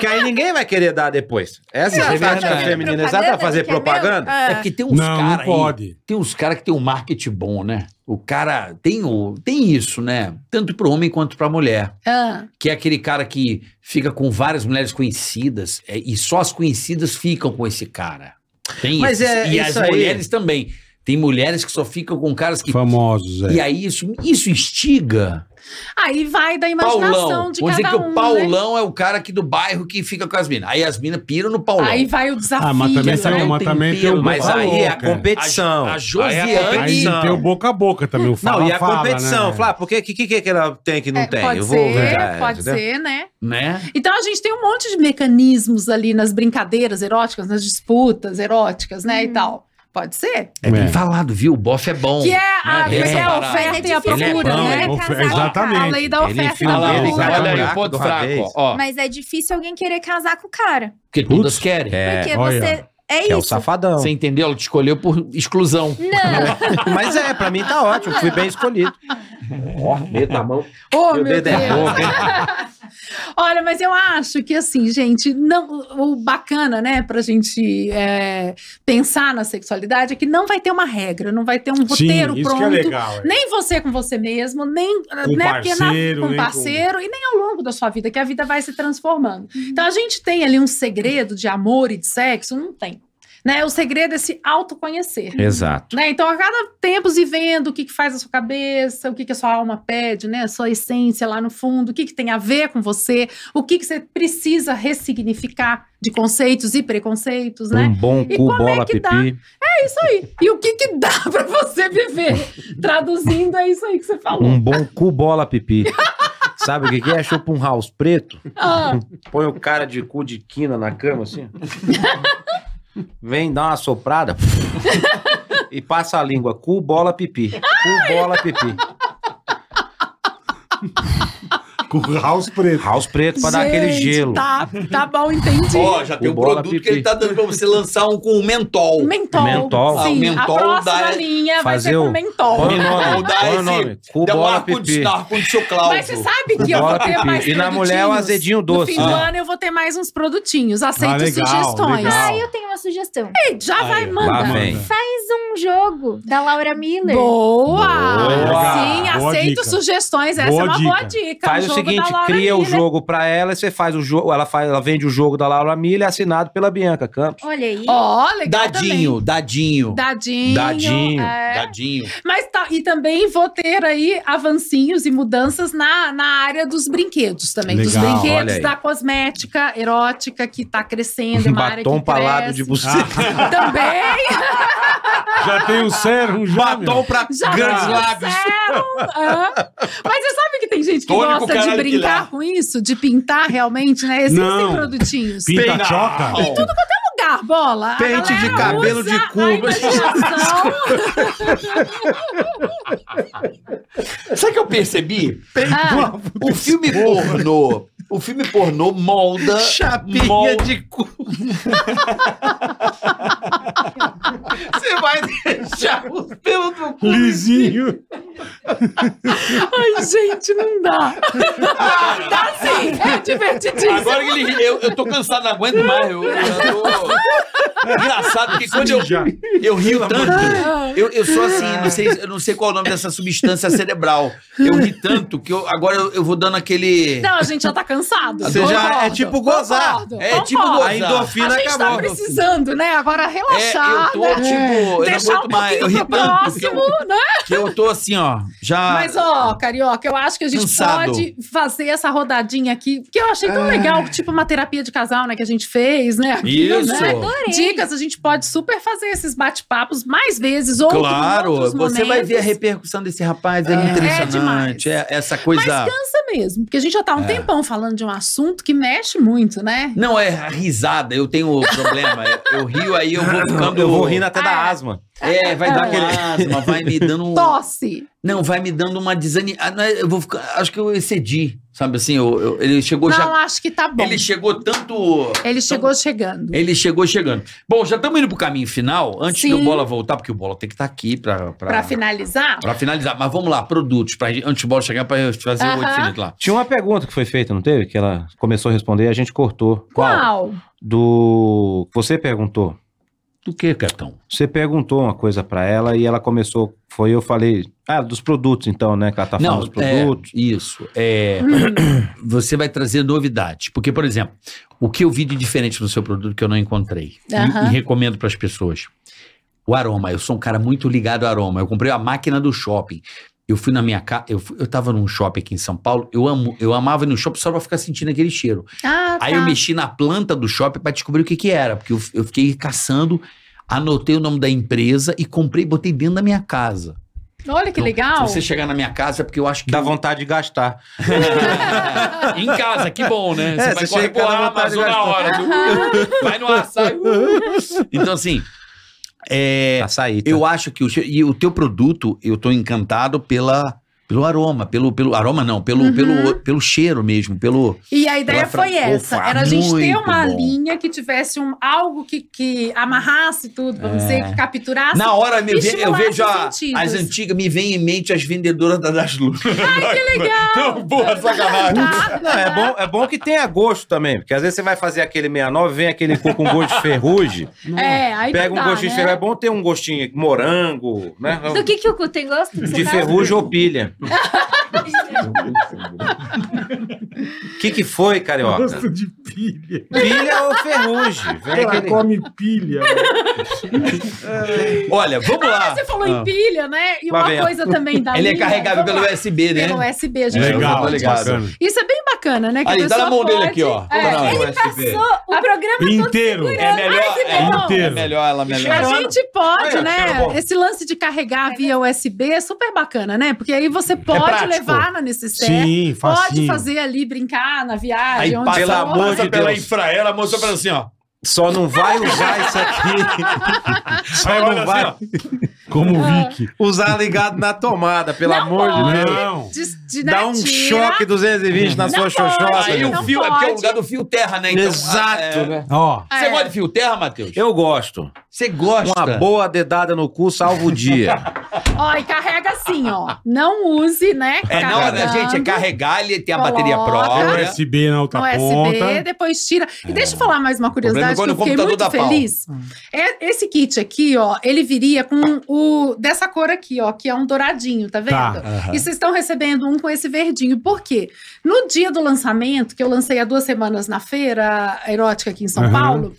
que aí ninguém vai querer dar depois. Essa é a tática
verdade.
feminina. Exato, pra fazer
Ah.
propaganda.
Ah.
É porque tem uns
Não, não
caras aí.
pode.
Tem uns caras que tem um marketing bom, né? O cara tem, o, tem isso, né? Tanto pro homem quanto pra mulher.
Ah,
Que é aquele cara que fica com várias mulheres conhecidas é, e só as conhecidas ficam com esse cara. Tem
Mas
isso.
é
e
isso
as
aí.
mulheres também. Tem mulheres que só ficam com caras que.
Famosos, é.
E aí isso, isso instiga.
Aí vai da imaginação
Paulão.
de
Vamos dizer
cada
que
um.
o
né?
Paulão é o cara aqui do bairro que fica com as minas. Aí as minas piram no Paulão.
Aí vai o desafio.
Ah, mas também
né?
tem uma, também tem
tempero,
um
Mas
boca a
aí é a
boca.
competição.
A
Aí é a
Josiane.
competição.
Aí tem o boca a boca também, o fala
Não, e a
fala,
competição.
né?
Flá, por que, que, que que ela tem que não
É,
tem?
Pode
Eu vou
ser,
ver. já,
pode
entendeu?
ser, né?
né?
Então a gente tem um monte de mecanismos ali nas brincadeiras eróticas, nas disputas eróticas, né, e tal. Pode ser.
É bem
É.
falado, viu? O bofe é bom.
Que é
Né?
a, que é a
Separado.
oferta e a
Mas é
procura,
difícil,
né?
né?
Ofe-
Casal,
A
Exatamente.
lei da
Ele
oferta e
enfia
da
Olha lá,
o dedo em
procura.
cada
olha aí o
buraco
ponto
de uma vez.
fraco, ó. ó.
Mas é difícil alguém querer casar com o cara.
Porque todas querem.
Porque
olha.
você. É
Que é o
isso.
safadão.
Você entendeu? Ela te escolheu por exclusão.
Não,
Mas é, pra mim tá ótimo. Fui bem escolhido.
Ô, Oh,
Meu
meu
dedo
Deus.
é pouco, hein?
Olha, mas eu acho que assim, gente, não, o bacana, né, pra gente é, pensar na sexualidade é que não vai ter uma regra, não vai ter um roteiro
isso que é
pronto.
legal. é.
Nem você com você mesmo, nem
Com
né, porque na-
parceiro,
com
nem
parceiro, e nem ao longo da sua vida, que a vida vai se transformando. Então a gente tem ali um segredo de amor e de sexo? Não tem. Né? O segredo é se autoconhecer.
Exato.
Né? Então, a cada tempo, se vendo o que, que faz a sua cabeça, o que, que a sua alma pede, né? A sua essência lá no fundo, o que, que tem a ver com você, o que, que você precisa ressignificar de conceitos e preconceitos, né?
Um bom
E
cu,
como é
bola,
que
pipi.
dá? É isso aí. E o que, que dá pra você viver? Traduzindo, é isso aí que você falou.
Um bom cu, bola, pipi. Sabe o que, que é? Chupa um house preto.
Ah,
Põe o cara de cu de quina na cama, assim. Vem dar uma soprada. e passa a língua. Cu, bola, pipi. Cu, bola, pipi.
Com o House Preto.
House preto pra dar aquele
gente,
gelo.
Tá, tá bom, entendi.
Ó, já tem um
Bola,
produto que
pipi.
ele tá dando pra você lançar um com mentol.
Mentol.
Mentol.
Sim,
Ah, o mentol
a próxima
dá-
linha vai
fazer
ser com
o-
mentol.
Põe
Põe
o nome,
dá
põe o
esse-
nome. Cu,
Dá um
bola,
arco-de-
pipi.
dá um arco-dicional.
Mas você sabe que eu
Bola,
vou ter
pipi.
mais
E na mulher é o
produtinhos.
azedinho
No
doce. né?
fim do ano eu vou ter mais uns produtinhos. Aceito
Ah, legal,
sugestões.
legal.
Aí Ah, eu tenho uma sugestão.
Ei, já Ah, vai,
Lá
manda.
vem.
Um jogo da Laura Miller.
Boa!
Boa.
Sim,
Boa
aceito
dica.
sugestões. Essa
Boa
é uma boa
dica.
dica.
Faz o
jogo da
seguinte,
Laura né?
cria o
Miller.
jogo pra ela, e você faz o jogo, ela faz, ela vende o jogo da Laura Milha, assinado pela Bianca Campos.
Olha aí.
Ó, legal
Dadinho, dadinho.
também. Dadinho.
Dadinho,
é.
Dadinho.
Mas tá, e também vou ter aí avancinhos e mudanças na, na área dos brinquedos também. dos
Legal,
brinquedos,
olha aí.
da cosmética erótica que tá crescendo. é uma área
Batom
que
palado
cresce.
de buceta.
Também!
Já tem o sérum, já.
Batom um pra
Já
grandes
fizeram,
lábios.
é. Mas você sabe que tem gente que
Tônico
gosta de
caralho
brincar
pilar.
com isso? De pintar realmente, né? Existem
Não.
produtinhos.
Pinta
Peinar.
choca.
Lugar, bola. A
Pente de
galera
cabelo de
usa
cu.
a imaginação.
Sabe o que eu percebi?
Ah,
O filme pornô. O filme pornô molda.
Chapinha
mol-
de cu. Você vai deixar o pelo do cu.
Lisinho.
Ai, gente, não dá. Dá sim, é divertidíssimo.
Agora que ele. Eu, eu tô cansado, não aguento mais. Eu, eu tô... Engraçado que quando eu,
Já.
eu rio tanto. Eu, eu sou assim, não sei, eu não sei qual é o nome dessa substância cerebral. Eu ri tanto que eu, agora eu, eu vou dando aquele.
Não, a gente já tá cansado.
Você já-
Concordo,
é tipo gozar.
concordo,
É tipo
concordo.
gozar.
A endorfina
A gente tá
acabou.
precisando, né? Agora
É, eu
relaxar,
tô,
né?
tipo, eu não
Deixar um
aguento mais. Eu ri
pouquinho pro
tanto que eu,
próximo, né?
que eu tô assim, ó. Já.
Mas, ó, Carioca, eu acho que a gente
Cansado. É.
pode fazer essa rodadinha aqui, que eu achei tão legal, tipo uma terapia de casal, né, que a gente fez, né? aqui,
Isso.
né?
Adorei.
Dicas, a gente pode super fazer esses bate-papos mais vezes, ou
Claro, você vai ver a
repetição.
repercussão desse rapaz, é,
É.
impressionante.
É
É,
demais.
essa
Mas
coisa.
cansa mesmo, porque a gente já
É.
tá há um tempão falando de um assunto que mexe muito, né?
Não, é a risada, eu tenho problema. é, Eu- Eu rio aí, eu vou ficando.
Eu vou rindo até da
Ah, é.
asma.
É, vai dar
É.
aquele asma, vai me dando um.
Tosse.
Não, vai me dando uma desanimada. é, Eu vou ficar. Acho que eu excedi, sabe assim? eu- eu- ele chegou
não,
já.
acho que tá bom.
Ele
Ele,
chegou tanto.
chegou chegando.
Ele chegou chegando. Bom, já estamos indo pro caminho final, antes
Sim.
do Bola voltar, porque o Bola tem que estar aqui pra, pra,
Pra finalizar,
pra finalizar. Mas vamos lá, produtos, pra, gente- antes do Bola chegar, pra eu fazer o
Aham.
infinito lá.
Tinha uma pergunta que foi feita, não teve? Que ela começou a responder e a gente cortou.
qual?
Do. Você perguntou.
Do que, Catão?
Você perguntou uma coisa pra ela e ela começou. Foi eu falei. Ah, dos produtos, então, né? Que ela tá falando dos
é,
produtos.
isso. É,
Hum.
você vai trazer novidades. Porque, por exemplo, o que eu vi de diferente no seu produto que eu não encontrei e-
Aham.
e, recomendo para as pessoas? O aroma. Eu sou um cara muito ligado ao aroma. Eu comprei a máquina do shopping. Eu fui na minha casa, eu, fui- eu tava num shopping aqui em São Paulo, eu amo, eu amava ir no shopping só pra ficar sentindo aquele cheiro.
Ah,
Aí
tá.
eu mexi na planta do shopping pra descobrir o que que era, porque eu, eu fiquei caçando, anotei o nome da empresa e comprei, botei dentro da minha casa.
Olha que
Então,
legal.
Se você chegar na minha casa, é porque eu acho que
Dá vontade de gastar.
em casa, que bom, né? Você vai
É, você
correr
chega
pro
lá,
ar,
vontade de
Amazon na
gastar.
hora. Vai no açaí. Então, assim, é,
Açaí. Tá?
eu acho que o, che- e o teu produto, eu tô encantado pela Pelo aroma, pelo, pelo aroma não, pelo,
Uhum.
pelo, pelo cheiro mesmo, pelo...
E a ideia
Pela
foi
Francofa,
essa: era a gente ter
muito
uma
bom.
linha que tivesse um, algo que, que amarrasse tudo, vamos dizer,
É.
que capturasse.
Na hora me vem- eu
estimulasse
vejo a-
os sentidos.
as antigas, me vem em mente as vendedoras da das luzes. Ai, que legal! Não, porra, sacanagem.
Tá?
Não, é bom, é bom que tenha gosto também, porque às vezes você vai fazer aquele 69, vem aquele cu com um gosto de ferrugem,
É, aí
pega um
não dá,
gostinho de
né?
ferrugem, é bom ter um gostinho de morango, né? Um
Do que, que o cu tem gosto? que você
De
tá?
ferrugem ou pilha. O que que foi, carioca?
Gosto de pilha.
Pilha ou ferrugem? Vem
Ela
aquele-
come pilha. né? velho.
Olha, vamos lá. Ah.
Você falou em pilha, né? E
Lá
uma
vem ela.
coisa também da
Ele é
linha,
carregável
vamos
pelo
lá,
USB, né?
pelo USB, a gente.
Legal,
tô ligado.
bacana.
Isso é bem bacana, né? Que a
Aí, dá
pessoa
na mão dele
pode-
aqui, ó.
É.
Não,
Ele
USB.
passou o programa
Inteiro.
É melhor,
que
é,
bom.
inteiro. é melhor ela,
A
melhor.
gente pode,
É,
né?
cheiro bom.
Esse lance de carregar via USB é super bacana, né? Porque aí você pode
É prático.
levar na necessaire,
Sim,
pode
facinho.
fazer ali, brincar na
Aí
viagem, onde
passa,
Pelo
for.
amor
passa
de
pela
Deus.
infraera, a moça fala assim, ó.
Só não vai usar isso aqui. Só
Aí olha
não vai
assim,
Como o Vicky.
usar ligado na tomada, pelo
Não
amor de
pode.
Deus.
Não.
De, de, né,
Dá um
tira.
choque 220 na sua
pode.
xoxota.
Aí
Não
o fio, é porque é o
pode.
lugar do fio terra, né? Então,
Exato,
é.
né?
Ó,
É.
Você gosta de fio terra, Matheus?
Eu gosto.
Você gosta?
Uma boa dedada no cu salva o dia.
Ó, e carrega assim, ó. Não use, né?
É, não, né,
carregando.
gente, é carregar, ele tem a
Coloca.
bateria própria.
USB na outra
no USB,
tá ponta.
depois tira. E deixa eu falar mais uma curiosidade que
quando
eu
o
fiquei
computador
muito
dá pau.
feliz. É, esse kit aqui, ó, ele viria com o dessa cor aqui, ó, que é um douradinho, tá vendo?
Tá,
E vocês estão recebendo um com esse verdinho. Por quê? No dia do lançamento, que eu lancei há duas semanas na feira erótica aqui em São
Aham.
Paulo,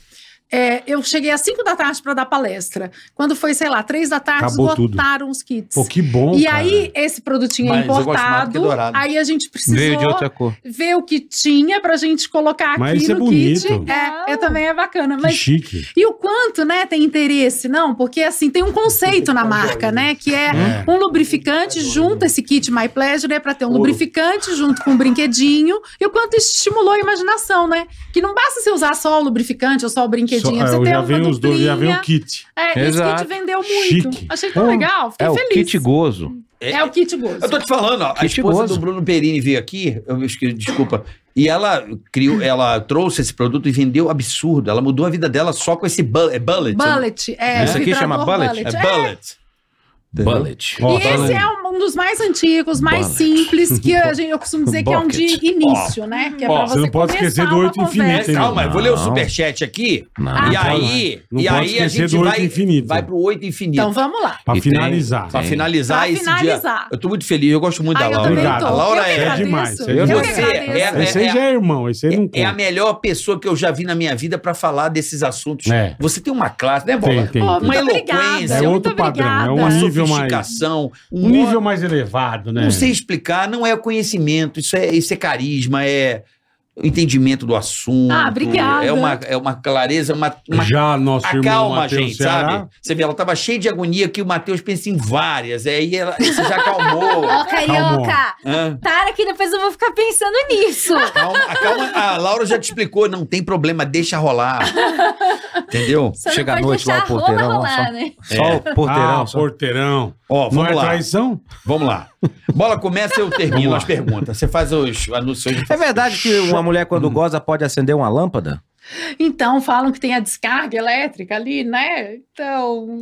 é, eu cheguei às 5 da tarde para dar palestra. Quando foi, sei lá, 3 da tarde,
Acabou tudo.
esgotaram os kits.
Pô, que bom,
e
cara.
aí, esse produtinho é
Mas eu gosto mais do que
importado.
dourado.
Aí a gente precisou
cor.
ver o que tinha pra gente colocar
Mas
aqui
isso é
no
bonito.
kit. É, é, também é bacana.
Que
Mas
chique.
e o quanto, né, tem interesse, não? Porque assim, tem um conceito na marca, né, que é um lubrificante junto esse kit My Pleasure, é pra ter um lubrificante junto com um brinquedinho. E o quanto isso estimulou a imaginação, né? Que não basta você usar só o lubrificante ou só o
Só,
brinquedinho,
é,
você tem um
já
uma
vem os dois, já vem o
duplinha.
kit.
É, e esse
Exato.
kit vendeu muito.
Chique. é,
Achei tão
Pô,
legal, fiquei feliz.
gozo.
É o kit gozo.
Eu tô te falando, ó, a
Que
esposa
perigoso.
do Bruno Perini veio aqui, eu esqueci, desculpa, e ela criou, ela trouxe esse produto e vendeu absurdo. Ela mudou a vida dela só com esse bullet. É bullet?
Bullet, é.
Isso aqui chama
vibrador
bullet?
É
É,
bullet.
É.
Bullet.
Ó,
e esse é um, um dos mais antigos, mais simples, que a gente, eu costumo dizer que é um de início, né? Que é pra
Ó,
você,
você não pode
começar
esquecer do
uma
oito
conversa.
infinito,
É,
hein?
calma, eu vou ler o
Não.
superchat aqui.
Não.
e
Ah,
aí,
tá. não
e
pode
aí a
esquecer
gente
do oito
vai,
infinito.
vai pro oito infinito.
Então vamos lá.
Pra
E tem-
finalizar.
Pra finalizar
Pra
esse
finalizar.
dia. Eu tô muito feliz, eu gosto muito
Ah,
da
eu
Laura.
também
Obrigado.
tô.
A Laura
eu
é.
que
é
agradeço.
demais, é
Eu que
demais.
Você é-
agradeço.
Esse aí já é irmão, esse aí não
É, é a
conta.
melhor pessoa que eu já vi na minha vida pra falar desses assuntos.
É.
Você tem uma classe, né, Bola?
Tem, tem.
Pô,
Uma
muito
eloquência.
obrigada.
É
muito
outro padrão, é
obrigada.
um
Uma
Um nível mais-
sofisticação.
Um nível mais elevado, né?
Não sei explicar, não é conhecimento, isso é, isso é carisma, é entendimento do assunto.
Ah, obrigada.
É uma, é uma clareza, uma, uma
Já nosso irmão
acalma a
Matheus
tá gente,
Ceará.
sabe? Você vê, ela tava cheia de agonia que o Matheus pensa em várias, aí ela você já acalmou.
Ó, carioca,
Hã?
para que depois eu vou ficar pensando nisso.
Calma, acalma. A Laura já te explicou, não tem problema, deixa rolar. Entendeu?
Você
Chega à
não
noite
pode
lá,
deixar
o
a rola
porteirão lá,
rolar,
só.
né?
Só o
Porteirão,
porteirão.
ah,
É. só.
porteirão.
Ó,
Não
vamos
é
lá.
traição?
Vamos lá. Bola começa, eu termino
Vamos lá.
as perguntas. Você faz os anúncios.
É verdade que uma mulher quando goza pode acender uma lâmpada?
Então, falam que tem a descarga elétrica ali, né? Então.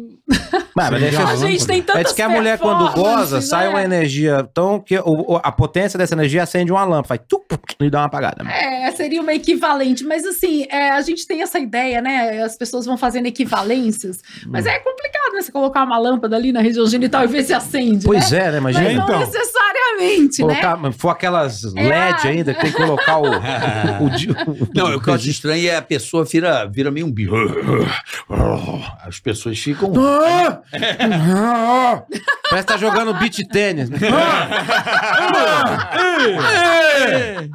Mas, mas deixa
A
A
eu...
gente tem tantas
É diz que a mulher quando
performances,
goza, sai
né?
uma energia tão que o- o- a potência dessa energia acende uma lâmpada, faz tup, e dá uma apagada.
É, seria uma equivalente, mas assim, é, a gente tem essa ideia, né? As pessoas vão fazendo equivalências, mas
Hum.
é complicado, né? Você colocar uma lâmpada ali na região genital e ver se acende.
Pois
né?
é, né?
Mas
Imagina.
não
então.
necessariamente, né? É
Colocar, mas For aquelas LED
a-
ainda, que tem que colocar o. o, di- o-
Não, o que eu acho estranho é a pessoa vira, vira meio um bicho. As pessoas ficam.
Parece que tá jogando beat
Ah!
tênis. Ah!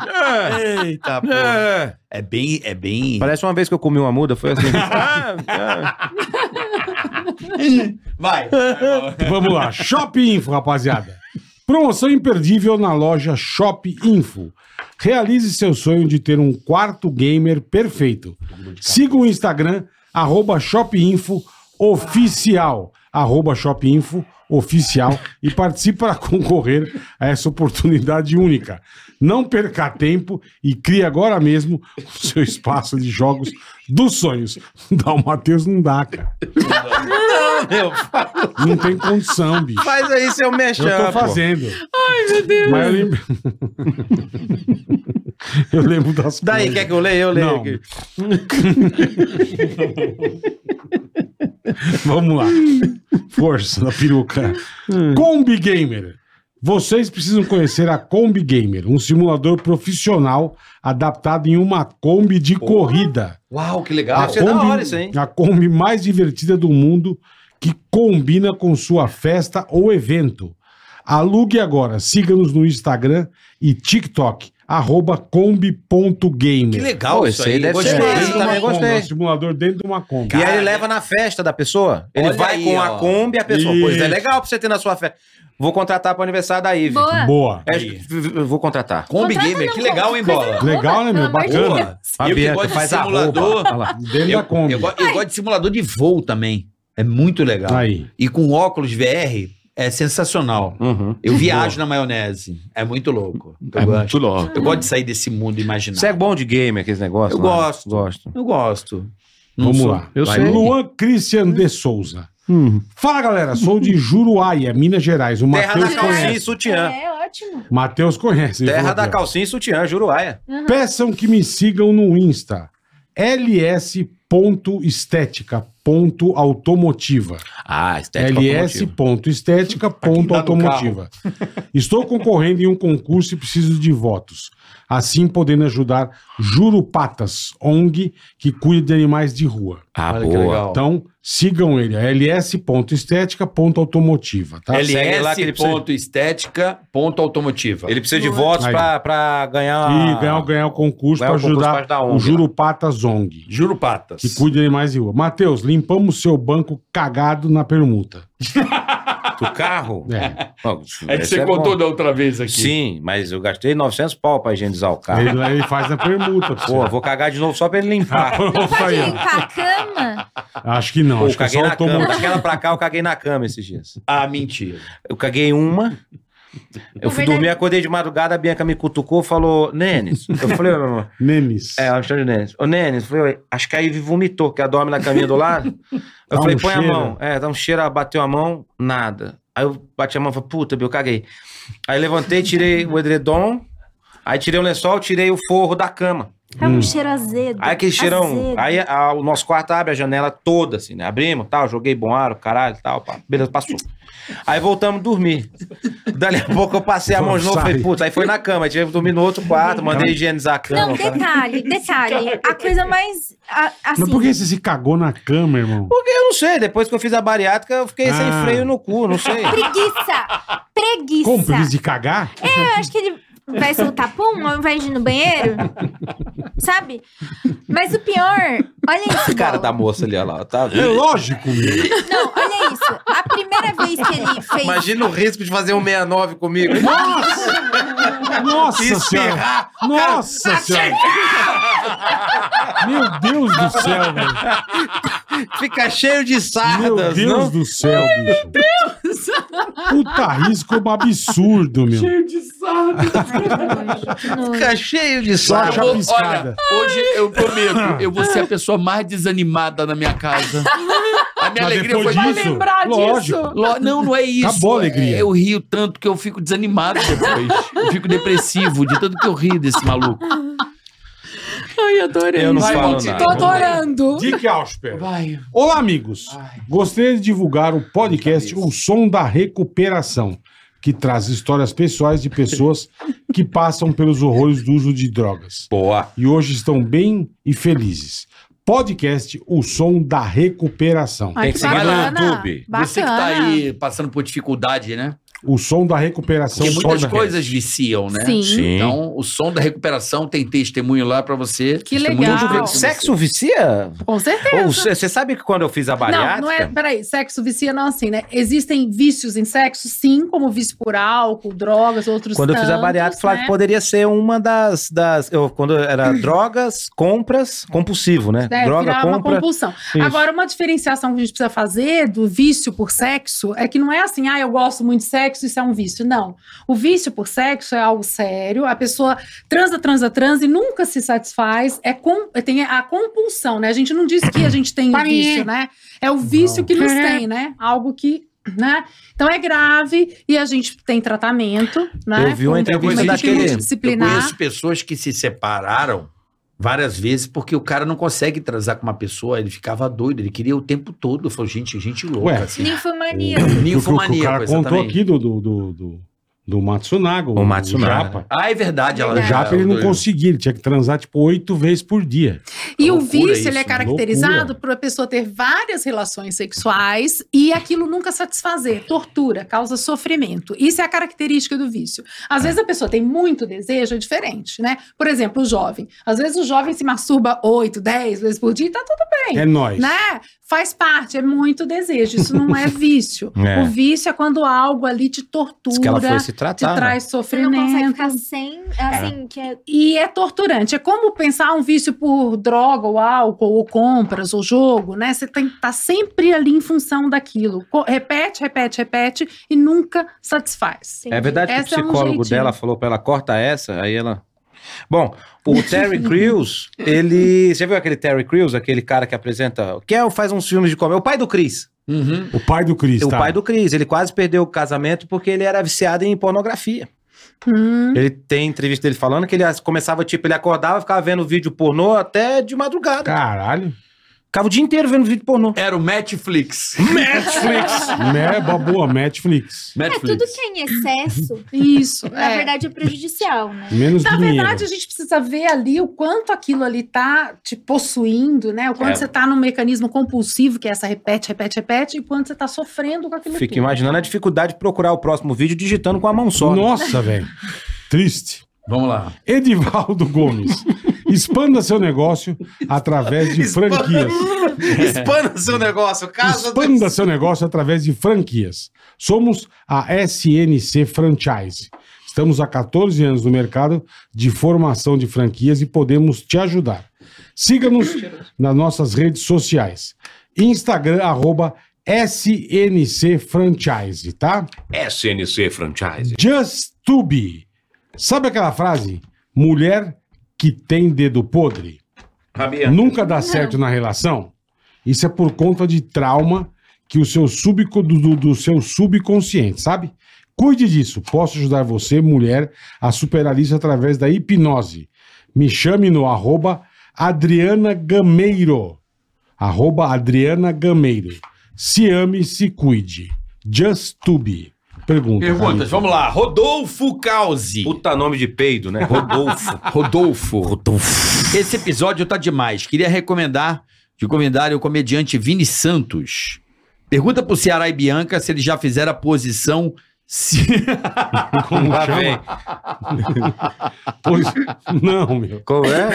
Ah!
tá,
Eita, pô.
Ah!
É bem. É bem...
Parece uma vez que eu comi uma muda, foi assim.
Vai.
Vamos lá. Shop Info, rapaziada. Promoção imperdível na loja Shop Info. Realize seu sonho de ter um quarto gamer perfeito. Siga o Instagram, arroba Shop Info Oficial. Arroba Shop Info oficial e participe para concorrer a essa oportunidade única. Não perca tempo e crie agora mesmo o seu espaço de jogos dos sonhos. Dá o Matheus não dá, cara.
Não, meu.
Não tem condição, bicho.
Faz aí seu mexão.
Eu tô fazendo. Ai, meu Deus. Mas eu lembro. eu lembro das
Daí, quer que eu leia? Eu leio
Não.
aqui.
Vamos lá. Força da peruca. Combi Gamer. Vocês precisam conhecer a Combi Gamer, um simulador profissional adaptado em uma Kombi de corrida.
Uau, que legal. tá
A
Deve Tá, ser da hora isso, hein?
a Kombi mais divertida do mundo que combina com sua festa ou evento. Alugue agora. Siga-nos no Instagram e TikTok, arroba
Que
combi.gamer.
legal
Pô,
isso
esse aí
aí.
deve ser
Gostei.
massa. também gostei.
Um É, simulador dentro de uma Kombi.
E aí ele leva na festa da pessoa. Ele
Olha
vai
aí,
com
ó.
a Kombi e a pessoa. Pois é
Isso.
legal pra você ter na sua festa. Vou contratar pro aniversário da Ive.
Boa.
Boa.
É, v- v- vou contratar.
Combi
Contrata
Gamer,
não,
que legal, hein,
coisa
Bola?
não.
Legal, né, meu?
Pelo amor de
Bacana.
Boa. Eu que gosto de simulador.
Dentro da
Eu,
Kombi.
eu go- eu gosto de simulador de voo também. É muito legal.
Aí.
E com óculos VR é sensacional.
Uhum.
Eu viajo na maionese. É muito louco. Eu,
É
gosto.
muito louco.
eu gosto de sair desse mundo imaginário.
Você é bom de game, aqueles negócios?
Eu
lá?
gosto.
Gosto.
Eu gosto. Não
Vamos
sou-
lá.
Eu
Vai.
sei.
Luan Christian de Souza.
Hum.
Fala, galera. Sou de Juruáia, Minas Gerais. O
Terra
Matheus
da calcinha e
conhece.
sutiã.
É ótimo.
Matheus conhece. ele
Terra
falou
da
aqui, ó.
calcinha e sutiã, Juruáia.
Peçam que me sigam no Insta. ls.estética.automotiva.
Ah, estética automotiva. tá
ls.estética.automotiva. Estou concorrendo em um concurso e preciso de votos. Assim podendo ajudar Jurupatas, ONG, que cuida de animais de rua.
Ah,
Olha que legal.
Então, sigam ele, é ls.estética.automotiva, tá?
L-
é
Segue lá que ele precisa-
ls.estética.automotiva.
Ele precisa
é.
de votos
Aí.
pra, pra ganhar...
E ganhar, um ganhar o concurso
Ganhar
para
o concurso pra
ajudar
ajudar a ONG,
o
né?
Jurupata Zong,
Juro patas.
que cuida de animais de rua. Matheus, limpamos seu banco cagado na permuta.
do carro.
É,
Não,
É que
esse
você
bom.
contou da outra vez aqui.
Sim, mas eu gastei 900 pau pra higienizar o carro.
ele, ele faz na permuta. pra
Tá. Pô,
você.
vou cagar de novo só pra ele limpar.
Não
Opa,
pode
aí, ó.
limpar Tá a cama?
Acho que não,
Pô,
Ah,
eu
acho que é
caguei
só
na cama.
automotivo.
Daquela pra cá, eu caguei na cama esses dias.
Ah, mentira.
Eu caguei uma. Eu fui
verdade-
dormir, acordei de madrugada, a Bianca me cutucou e falou, Nenes. Eu falei, ô, meu amor.
Nemes.
É, ela me chama de Nenes. Ô, Nenes, eu falei, "Oi, acho que a Ivy vomitou, que ela dorme na caminha do lado. Eu
Dá
falei,
um
põe
cheiro.
a mão. É, dá um cheiro, ela bateu a mão, nada. Aí eu bati a mão e falei, puta, eu caguei. Aí levantei, tirei o edredom, aí tirei o lençol, tirei o forro da cama.
Tá
Hum.
um cheiro azedo.
Aí aquele cheirão.
Azedo.
Aí a- o nosso quarto abre a janela toda, assim, né? Abrimos, tal, joguei bom ar, o caralho, tal, pá, beleza, passou. Aí voltamos dormir. Dali a pouco eu passei a mão de novo,
Sai.
falei, putz, aí foi na cama, aí tive que dormir no outro quarto, mandei higienizar a
Não,
cama. cara.
detalhe, detalhe. A coisa mais. a- assim,
Mas por que você se cagou na cama, irmão?
Porque eu não sei, depois que eu fiz a bariátrica, eu fiquei sem
Ah.
freio no cu, não sei.
Preguiça! Preguiça!
Como, preguiça de cagar?
É, eu acho que ele vai soltar pum ao invés de ir no banheiro. Sabe? Mas o pior, olha isso.
Cara
Bola.
da moça ali, olha lá, tá
É
vendo?
lógico, meu.
Não, olha isso. A primeira vez que ele fez.
Imagina o risco de fazer um 69 comigo.
Nossa
Espirrar.
senhora!
tá
Nossa senhora! Meu Deus do céu, velho!
Fica cheio de
Meu
sardas,
Deus
não?
do céu, bicho! Puta risco é um absurdo, meu!
Ai, que nojo.
Fica cheio de
Só a
sardas.
chapiscada.
Hoje eu prometo, eu vou ser a pessoa mais desanimada na minha casa. A minha
Mas
alegria foi
depois
de...
disso,
lembrar disso.
lógico.
Lo- Não, não é isso.
Acabou a alegria.
É, Eu rio tanto que eu fico desanimado depois. Eu fico depressivo de tanto que eu ri desse maluco.
Ai, adorei.
Eu não
gente.
falo nada.
Tô adorando.
Dick Ausper.
Vai.
Olá, amigos. Gostaria de divulgar o podcast O Som da Recuperação, que traz histórias pessoais de pessoas que passam pelos horrores do uso de drogas.
Boa.
e hoje estão bem e felizes. Podcast O Som da Recuperação.
Ai,
Tem que seguir no
bacana.
YouTube.
tá
Bacana.
Você que tá aí passando por dificuldade, né?
O som da recuperação
Porque muitas
só da-
coisas viciam, né?
Sim.
Então, o som da recuperação tem testemunho lá pra você.
Que
testemunho
legal.
de você.
Sexo vicia?
Com certeza.
Ou você você sabe que quando eu fiz a bariátrica...
Não, não é. Peraí, sexo vicia não assim, né? Existem vícios em sexo, sim, como vício por álcool, drogas, outros
Quando eu fiz a
tantos,
bariátrica, falaram
né?
que poderia ser uma das. das eu, quando era drogas, compras, compulsivo, né?
É,
Droga,
virar uma
compra.
compulsão. Agora, uma diferenciação que a gente precisa fazer do vício por sexo é que não é assim, ah, eu gosto muito de sexo, isso é um vício. Não. O vício por sexo é algo sério, a pessoa transa, transa, transa e nunca se satisfaz. É com, tem a compulsão, né? A gente não diz que a gente tem o vício, né? É o vício que nos tem, né? Algo que. Né? Então é grave e a gente tem tratamento, né?
Eu vi uma
Com
é
entrevista
medida
daquele-
Eu
multidisciplinar.
conheço pessoas que se separaram várias vezes porque o cara não consegue transar com uma pessoa, ele ficava doido, ele queria o tempo todo. Eu falei, gente, gente louca,
Ué.
assim.
Ninfomania.
Porque o que o cara
Ninfomaníaco,
contou
exatamente.
aqui do, do, do, do, do Matsunaga,
O Matsunaga.
Japa.
Ah, é verdade. Ela,
O Japa ele não
doido.
conseguia, ele tinha que transar tipo oito vezes por dia.
E o
Uma
vício,
loucura
ele é
né?
isso,
caracterizado por a pessoa ter várias relações sexuais e aquilo nunca satisfazer. Tortura, causa sofrimento. Isso é a característica do vício. Às
É.
vezes a pessoa tem muito desejo, é diferente, né? Por exemplo, o jovem. Às vezes o jovem se masturba 8, 10 vezes por dia e tá tudo bem.
É nóis.
Né? Faz parte, é muito desejo. Isso não é vício.
É.
O vício é quando algo ali te
Diz que ela foi
tortura,
se
te
tratar. né?
traz
Você não
sofrimento.
consegue ficar sem, assim, que é
E é torturante. É como pensar um vício por droga, ou álcool, ou compras, ou jogo, né? Você tem que estar sempre ali em função daquilo. Co- repete, repete, repete e nunca satisfaz.
É verdade que o
Essa é um
psicólogo
jeitinho.
dela falou pra ela, corta essa, aí ela. Bom, o Terry Crews, ele. Você viu aquele Terry Crews, aquele cara que apresenta. Que é, faz uns filmes de comédia. O pai do Chris.
Uhum.
O pai do Cris,
O
tá?
pai do Chris. Ele quase perdeu o casamento porque ele era viciado em pornografia.
Hum,
Ele tem entrevista dele falando que ele as- começava, tipo, ele acordava, ficava vendo vídeo pornô até de madrugada.
Caralho.
Ficava o dia inteiro vendo vídeo pornô.
Era o Netflix.
Netflix. é uma boa, Netflix.
É
Netflix.
tudo que é em excesso,
isso.
na
é.
verdade, é prejudicial, né?
Menos
Na
dinheiro.
verdade, a gente precisa ver ali o quanto aquilo ali tá te possuindo, né? O quanto
É.
você tá num mecanismo compulsivo, que é essa repete, repete, repete, e quanto você tá sofrendo com aquilo
Fico
tudo.
imaginando a dificuldade de procurar o próximo vídeo digitando com a mão só. né?
Nossa, velho. Triste.
Vamos lá.
Edivaldo Gomes. Expanda seu negócio através de franquias.
Expanda seu negócio, casa
Expanda seu negócio através de franquias. Somos a SNC Franchise. Estamos há 14 anos no mercado de formação de franquias e podemos te ajudar. Siga-nos nas nossas redes sociais. Instagram, arroba SNC Franchise, tá?
SNC Franchise.
Just to be. Sabe aquela frase? Mulher que tem dedo podre
Fabiano.
nunca dá certo na relação? Isso é por conta de trauma que o seu súbico do, do- do seu subconsciente, sabe? Cuide disso. Posso ajudar você, mulher, a superar isso através da hipnose. Me chame no arroba Adriana Gameiro. Arroba Adriana Gameiro. Se ame, se cuide. Just to be. Pergunta.
Perguntas, vamos lá. Rodolfo Causi.
Puta nome de peido, né? Rodolfo.
Rodolfo. Esse episódio tá demais. Queria recomendar, recomendar o comediante Vini Santos. Pergunta pro Ceará e Bianca se eles já fizeram a posição. se-
Como
Lá
chama?
vem.
Pois- Não, meu.
Qual é?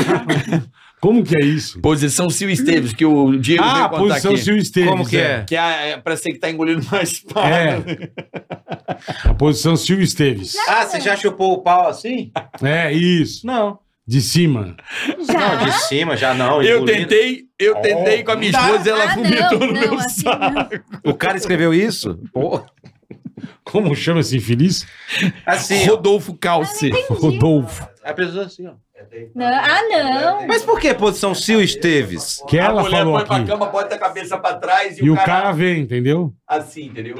Como que é isso?
posição Sil Esteves, que o Diego
Ah,
veio contar
posição
aqui.
Sil Esteves.
Como que é?
Que é, é, parece que tá engolindo uma espada.
É. A posição Sil Esteves.
Ah, você já chupou o pau assim?
É, isso.
Não.
De cima.
Já.
Não, de cima, já não.
Eu
engolindo.
tentei, eu tentei com a minha esposa e ela
ah,
vomitou
não,
no
não,
meu
assim
saco.
não.
O cara escreveu isso? Pô.
Como chama esse infeliz?
Assim, ó.
Ah,
Rodolfo Calci.
Rodolfo.
a pessoa assim, ó.
Não, Ah, não.
Mas por que posição Sil Esteves?
Que ela falou
põe pra
aqui.
cama, bota a cabeça pra trás e,
E o cara vem, entendeu?
assim, entendeu?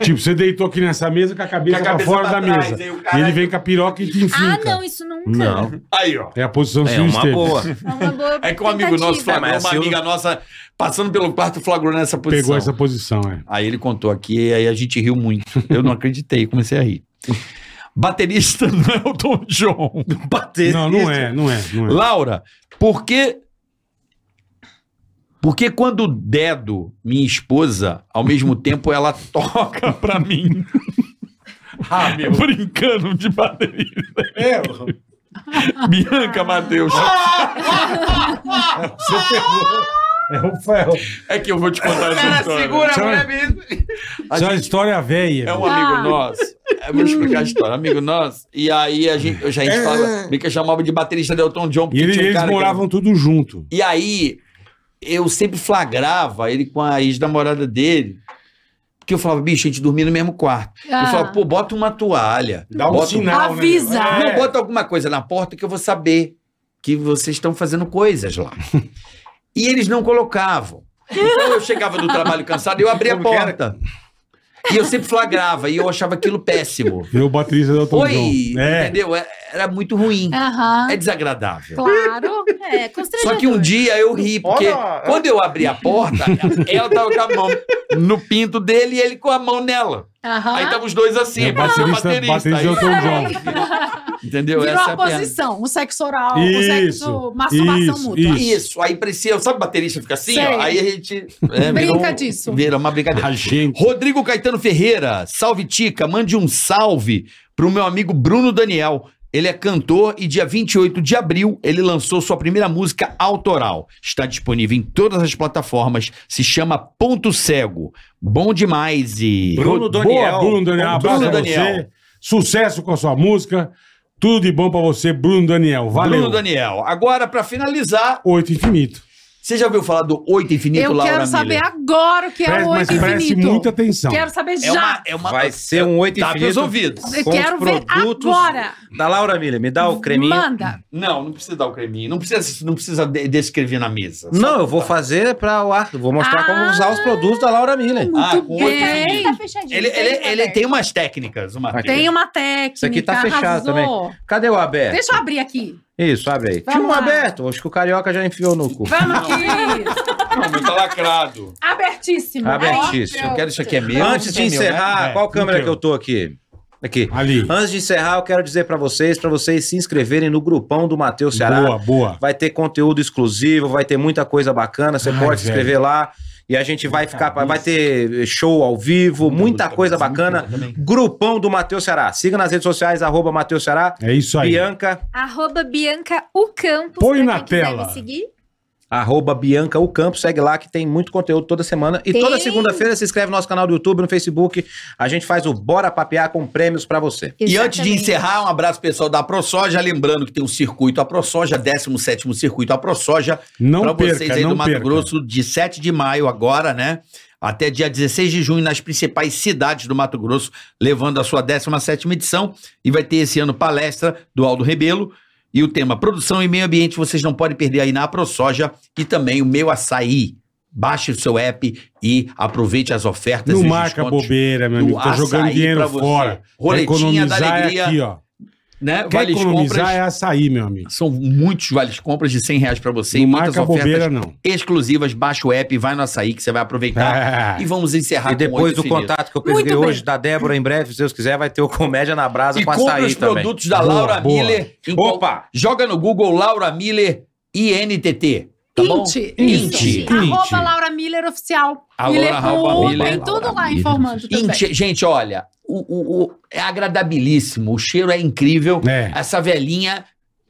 Tipo, você deitou aqui nessa mesa com a cabeça,
Com a cabeça
pra fora
pra
da
trás,
mesa.
aí o
E
cara-
ele vem com a piroca e te
Ah,
enfinca.
não, isso nunca.
Aí, ó.
É a posição
É
Sil
uma
Esteves.
boa.
É uma boa
É que um amigo nosso
tentativa.
É,
flagrou,
mas
uma
eu-
amiga nossa passando pelo quarto flagrou nessa posição.
Pegou essa posição, é.
Aí ele contou aqui e aí a gente riu muito. Eu não acreditei, comecei a rir. Baterista não é o Tom John. Baterista.
Não, não é, não é. Não é.
Laura, por que. Porque quando dedo minha esposa, ao mesmo tempo ela toca pra mim.
Ah, meu.
Brincando de bateria.
É,
Bianca Matheus.
você pegou. É o ferro.
É que eu vou te contar essa
Cara,
história.
segura a
Tchau.
mulher mesmo.
Isso é uma história velha.
É um
Ah.
amigo nosso. Eu vou explicar a história. Amigo nosso. E aí a gente, eu já a gente falava, Bianca chamava de baterista de Elton John.
É. E
porque
ele-
tinha um
eles
cara que era-
moravam tudo junto.
E aí, eu sempre flagrava ele com a ex-namorada dele. Porque eu falava, bicho, a gente dormia no mesmo quarto.
Ah.
Eu falava, pô, bota uma toalha.
um
bota
Avisa.
Um...
né?"
Não,
É.
bota alguma coisa na porta que eu vou saber que vocês estão fazendo coisas lá. e eles não colocavam. Então eu chegava do trabalho cansado e eu abria a
Como que era?
porta. E eu sempre flagrava e eu achava aquilo péssimo.
Virou baterista do Elton
Oi,
John. É.
entendeu? É- Era muito ruim.
Aham.
É desagradável.
Claro.
É, constrangedor.
Só que um dia eu ri, porque
Olha!
quando eu abri a porta, ela tava com a mão no pinto dele e ele com a mão nela.
Aham.
Aí tava os dois assim,
É,
parecia
baterista, baterista é
Aí-
do Elton John.
Entendeu?
Virou
Essa
a
é a piada.
posição. O sexo oral, o
Isso,
sexo, masturbação
isso,
mútua.
isso.
Isso, aí parecia, sabe baterista fica assim,
Sei.
ó, aí a gente... é,
Brinca
virou-
disso.
Vira uma brincadeira.
A gente.
Rodrigo Caetano Ferreira, salve Tica, mande um salve pro meu amigo Bruno Daniel. Ele é cantor e dia 28 de abril ele lançou sua primeira música autoral. Está disponível em todas as plataformas, se chama Ponto Cego. Bom demais e
Bruno Daniel.
Boa, Bruno Daniel. Abraço
Bruno
pra
Daniel.
você. Sucesso com a sua música. Tudo de bom pra você, Bruno Daniel. Valeu.
Bruno Daniel. Agora pra finalizar,
Oito infinito.
você já ouviu falar do Oito Infinito
Eu
Laura
quero saber
Miller?
agora o que é
Preste-
o
mas
oito
preste
infinito.
muita atenção.
Quero saber
É uma,
já.
é uma
Vai ser um oito
Tapa os
infinito.
ouvidos.
Eu
com os
quero ver
produtos
agora.
Da Laura Miller, me dá o creminho.
Manda.
Não, não precisa dar o creminho, não precisa, não precisa de- descrever na mesa. Só-
Não, eu vou fazer pra o ar. Vou mostrar como
Ah.
usar os produtos da Laura Miller.
Muito
Ah, com oito
bem.
infinito.
Tá fechadinho,
Ele,
tá
ele, ele
aberto.
tem um- umas técnicas, uma
Aqui.
Tem uma técnica.
Isso aqui tá fechado também. Cadê o
É.
aberto?
Deixa eu abrir aqui.
Isso, abre aí.
Vamos
Tinha um
lá.
aberto. Acho que o carioca já enfiou no cu.
Vamos aqui.
Não, mas tá lacrado.
Abertíssimo.
Abertíssimo.
Eu quero isso aqui é meu.
Antes de
isso é meu, né?
encerrar,
É,
qual câmera
então.
que eu tô aqui? Aqui.
Ali.
Antes de encerrar, eu quero dizer pra vocês, pra vocês se inscreverem no grupão do Matheus Ceará.
Boa, boa.
Vai ter conteúdo exclusivo, vai ter muita coisa bacana. Você
Ai,
pode se
velho.
inscrever lá. E a gente vai ficar, vai ter show ao vivo, muita coisa bacana. Grupão do Matheus Ceará. Siga nas redes sociais, arroba Matheus Ceará.
É isso aí.
Bianca,
Arroba Bianca o Campos.
Põe
pra
na
quem quiser
tela.
me seguir.
arroba Bianca o Campo. Segue lá que tem muito conteúdo toda semana. E toda
Tem.
segunda-feira se inscreve no nosso canal do YouTube, no Facebook. A gente faz o Bora Papear com prêmios pra você.
E antes de
Exatamente.
encerrar, um abraço pessoal da ProSoja. Lembrando que tem um circuito a ProSoja, 17 circuito a ProSoja.
Não
Pra
perca,
vocês aí
não
do Mato
perca.
Grosso, de 7 de maio agora, né? Até dia 16 de junho, nas principais cidades do Mato Grosso, levando a sua 17 edição. E vai ter esse ano palestra do Aldo Rebelo. E o tema produção e meio ambiente, vocês não podem perder aí na ProSoja e também o meu açaí. Baixe o seu app e aproveite as ofertas
Não
e os
marca
descontos
bobeira, meu
do
amigo. Tá
açaí
jogando dinheiro
pra você.
fora. Quer
Roletinha da
economizar é
alegria,
aqui, ó.
né?
Quer
vales
economizar
compras.
é açaí, meu amigo.
São muitos vales compras de 100 reais pra você
não
e muitas
marca
ofertas
bobeira, não.
exclusivas. Baixa o app, vai no açaí que você vai aproveitar.
É.
E vamos encerrar
E depois
com
do
o contato
contato que eu peguei
Muito bem.
hoje da Débora, em breve, se Deus quiser, vai ter o Comédia na Brasa
E
com
compra os
açaí também.
produtos da
Boa,
Laura
boa.
Miller. em qual-
Opa!
Joga no Google Laura Miller INTT. Tá bom?
Int.
Int.
Int. Arroba Laura Miller Oficial.
Arroba
Miller com
Laura
U,
Miller.
é Tem tudo
Laura
lá
Miller.
informando também.
Int. Gente, olha, o, o- o- é agradabilíssimo, o cheiro é incrível.
É.
Essa velhinha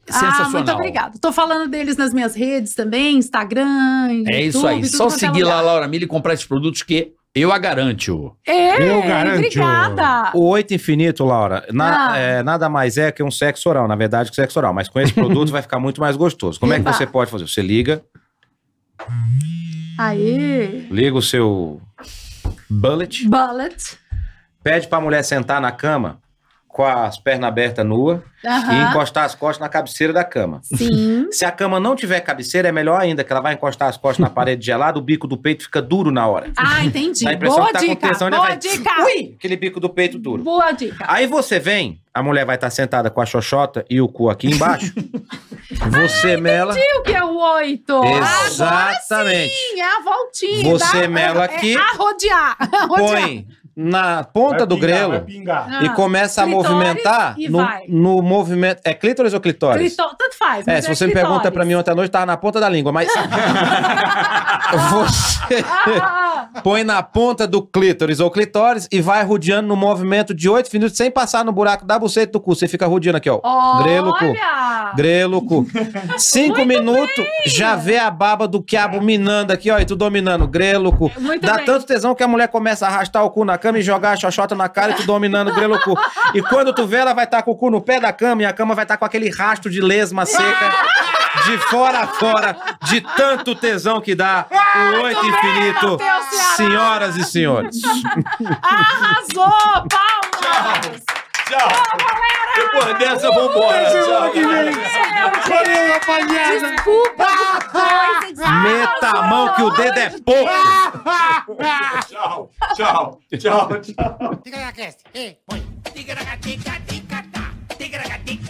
Ah,
sensacional.
muito obrigada. Tô falando deles nas minhas redes também, Instagram,
É isso
YouTube,
aí.
tudo
Só
quanto é
seguir lá
lugar.
a Laura Miller e comprar esses produtos que eu a garanto.
É,
Eu garanto.
obrigada.
O oito infinito, Laura, na-
Ah.
é, nada mais é que um sexo oral, na verdade, que sexo oral. Mas com esse produto vai ficar muito mais gostoso. Como é que
Eba.
você pode fazer? Você liga,
Aê.
liga o seu bullet,
Bullet.
pede pra mulher sentar na cama com as pernas abertas nua e
Aham.
encostar as costas na cabeceira da cama.
Sim.
Se a cama não tiver cabeceira, é melhor ainda, que ela vai encostar as costas na parede gelada, o bico do peito fica duro na hora.
Ah, entendi.
Dá a impressão
Boa
que tá com
dica.
tensão, né,
Boa
vai-
dica.
Ui! Aquele bico do peito duro.
Boa dica.
Aí você vem, a mulher vai estar sentada com a xoxota e o cu aqui embaixo. Você mela.
E o que é o oito?
Exatamente.
Sim, é a voltinha.
Você
dá-
mela aqui.
É arrodear. arrodear.
Põe na ponta
Vai
do
pingar,
grelo
Vai pingar.
Ah,
e começa a
clitóris
movimentar
e
no,
vai.
no movimento. É clítoris ou clitóris?
Clito- Ah, Tanto faz.
É,
mas
se você me pergunta
clitóris.
pra mim ontem à noite, tava na ponta da língua, mas. você
Ah,
põe na ponta do clítoris ou clitóris e vai rodeando no movimento de 8 minutos sem passar no buraco da buceta do cu. Você fica rodeando aqui, ó. Grelo, cu.
olha!
Grelo, cu. Cinco minutos, já vê a baba do quiabo minando aqui, ó, e tu dominando. Grelo, cu.
Muito
Dá
bem.
tanto tesão que a mulher começa a arrastar o cu na cama e jogar a xoxota na cara e tu dominando o grelo cu. E quando tu vê, ela vai estar com o cu no pé da cama e a cama vai estar com aquele rastro de lesma seca de fora a fora, de tanto tesão que dá o oito infinito.
Matheus Ceará!
Senhoras e senhores.
Arrasou! Palmas!
Depois dessa, vambora. Tchau.
Valeu, rapaziada!
Desculpa, coisa,
ah,
desculpa.
Meta a mão que o dedo é pouco.
Tchau, tchau, tchau, tchau.
Tigra na cresta. Ei, põe. Tigra na tica, tica, tá. Tigra na tica.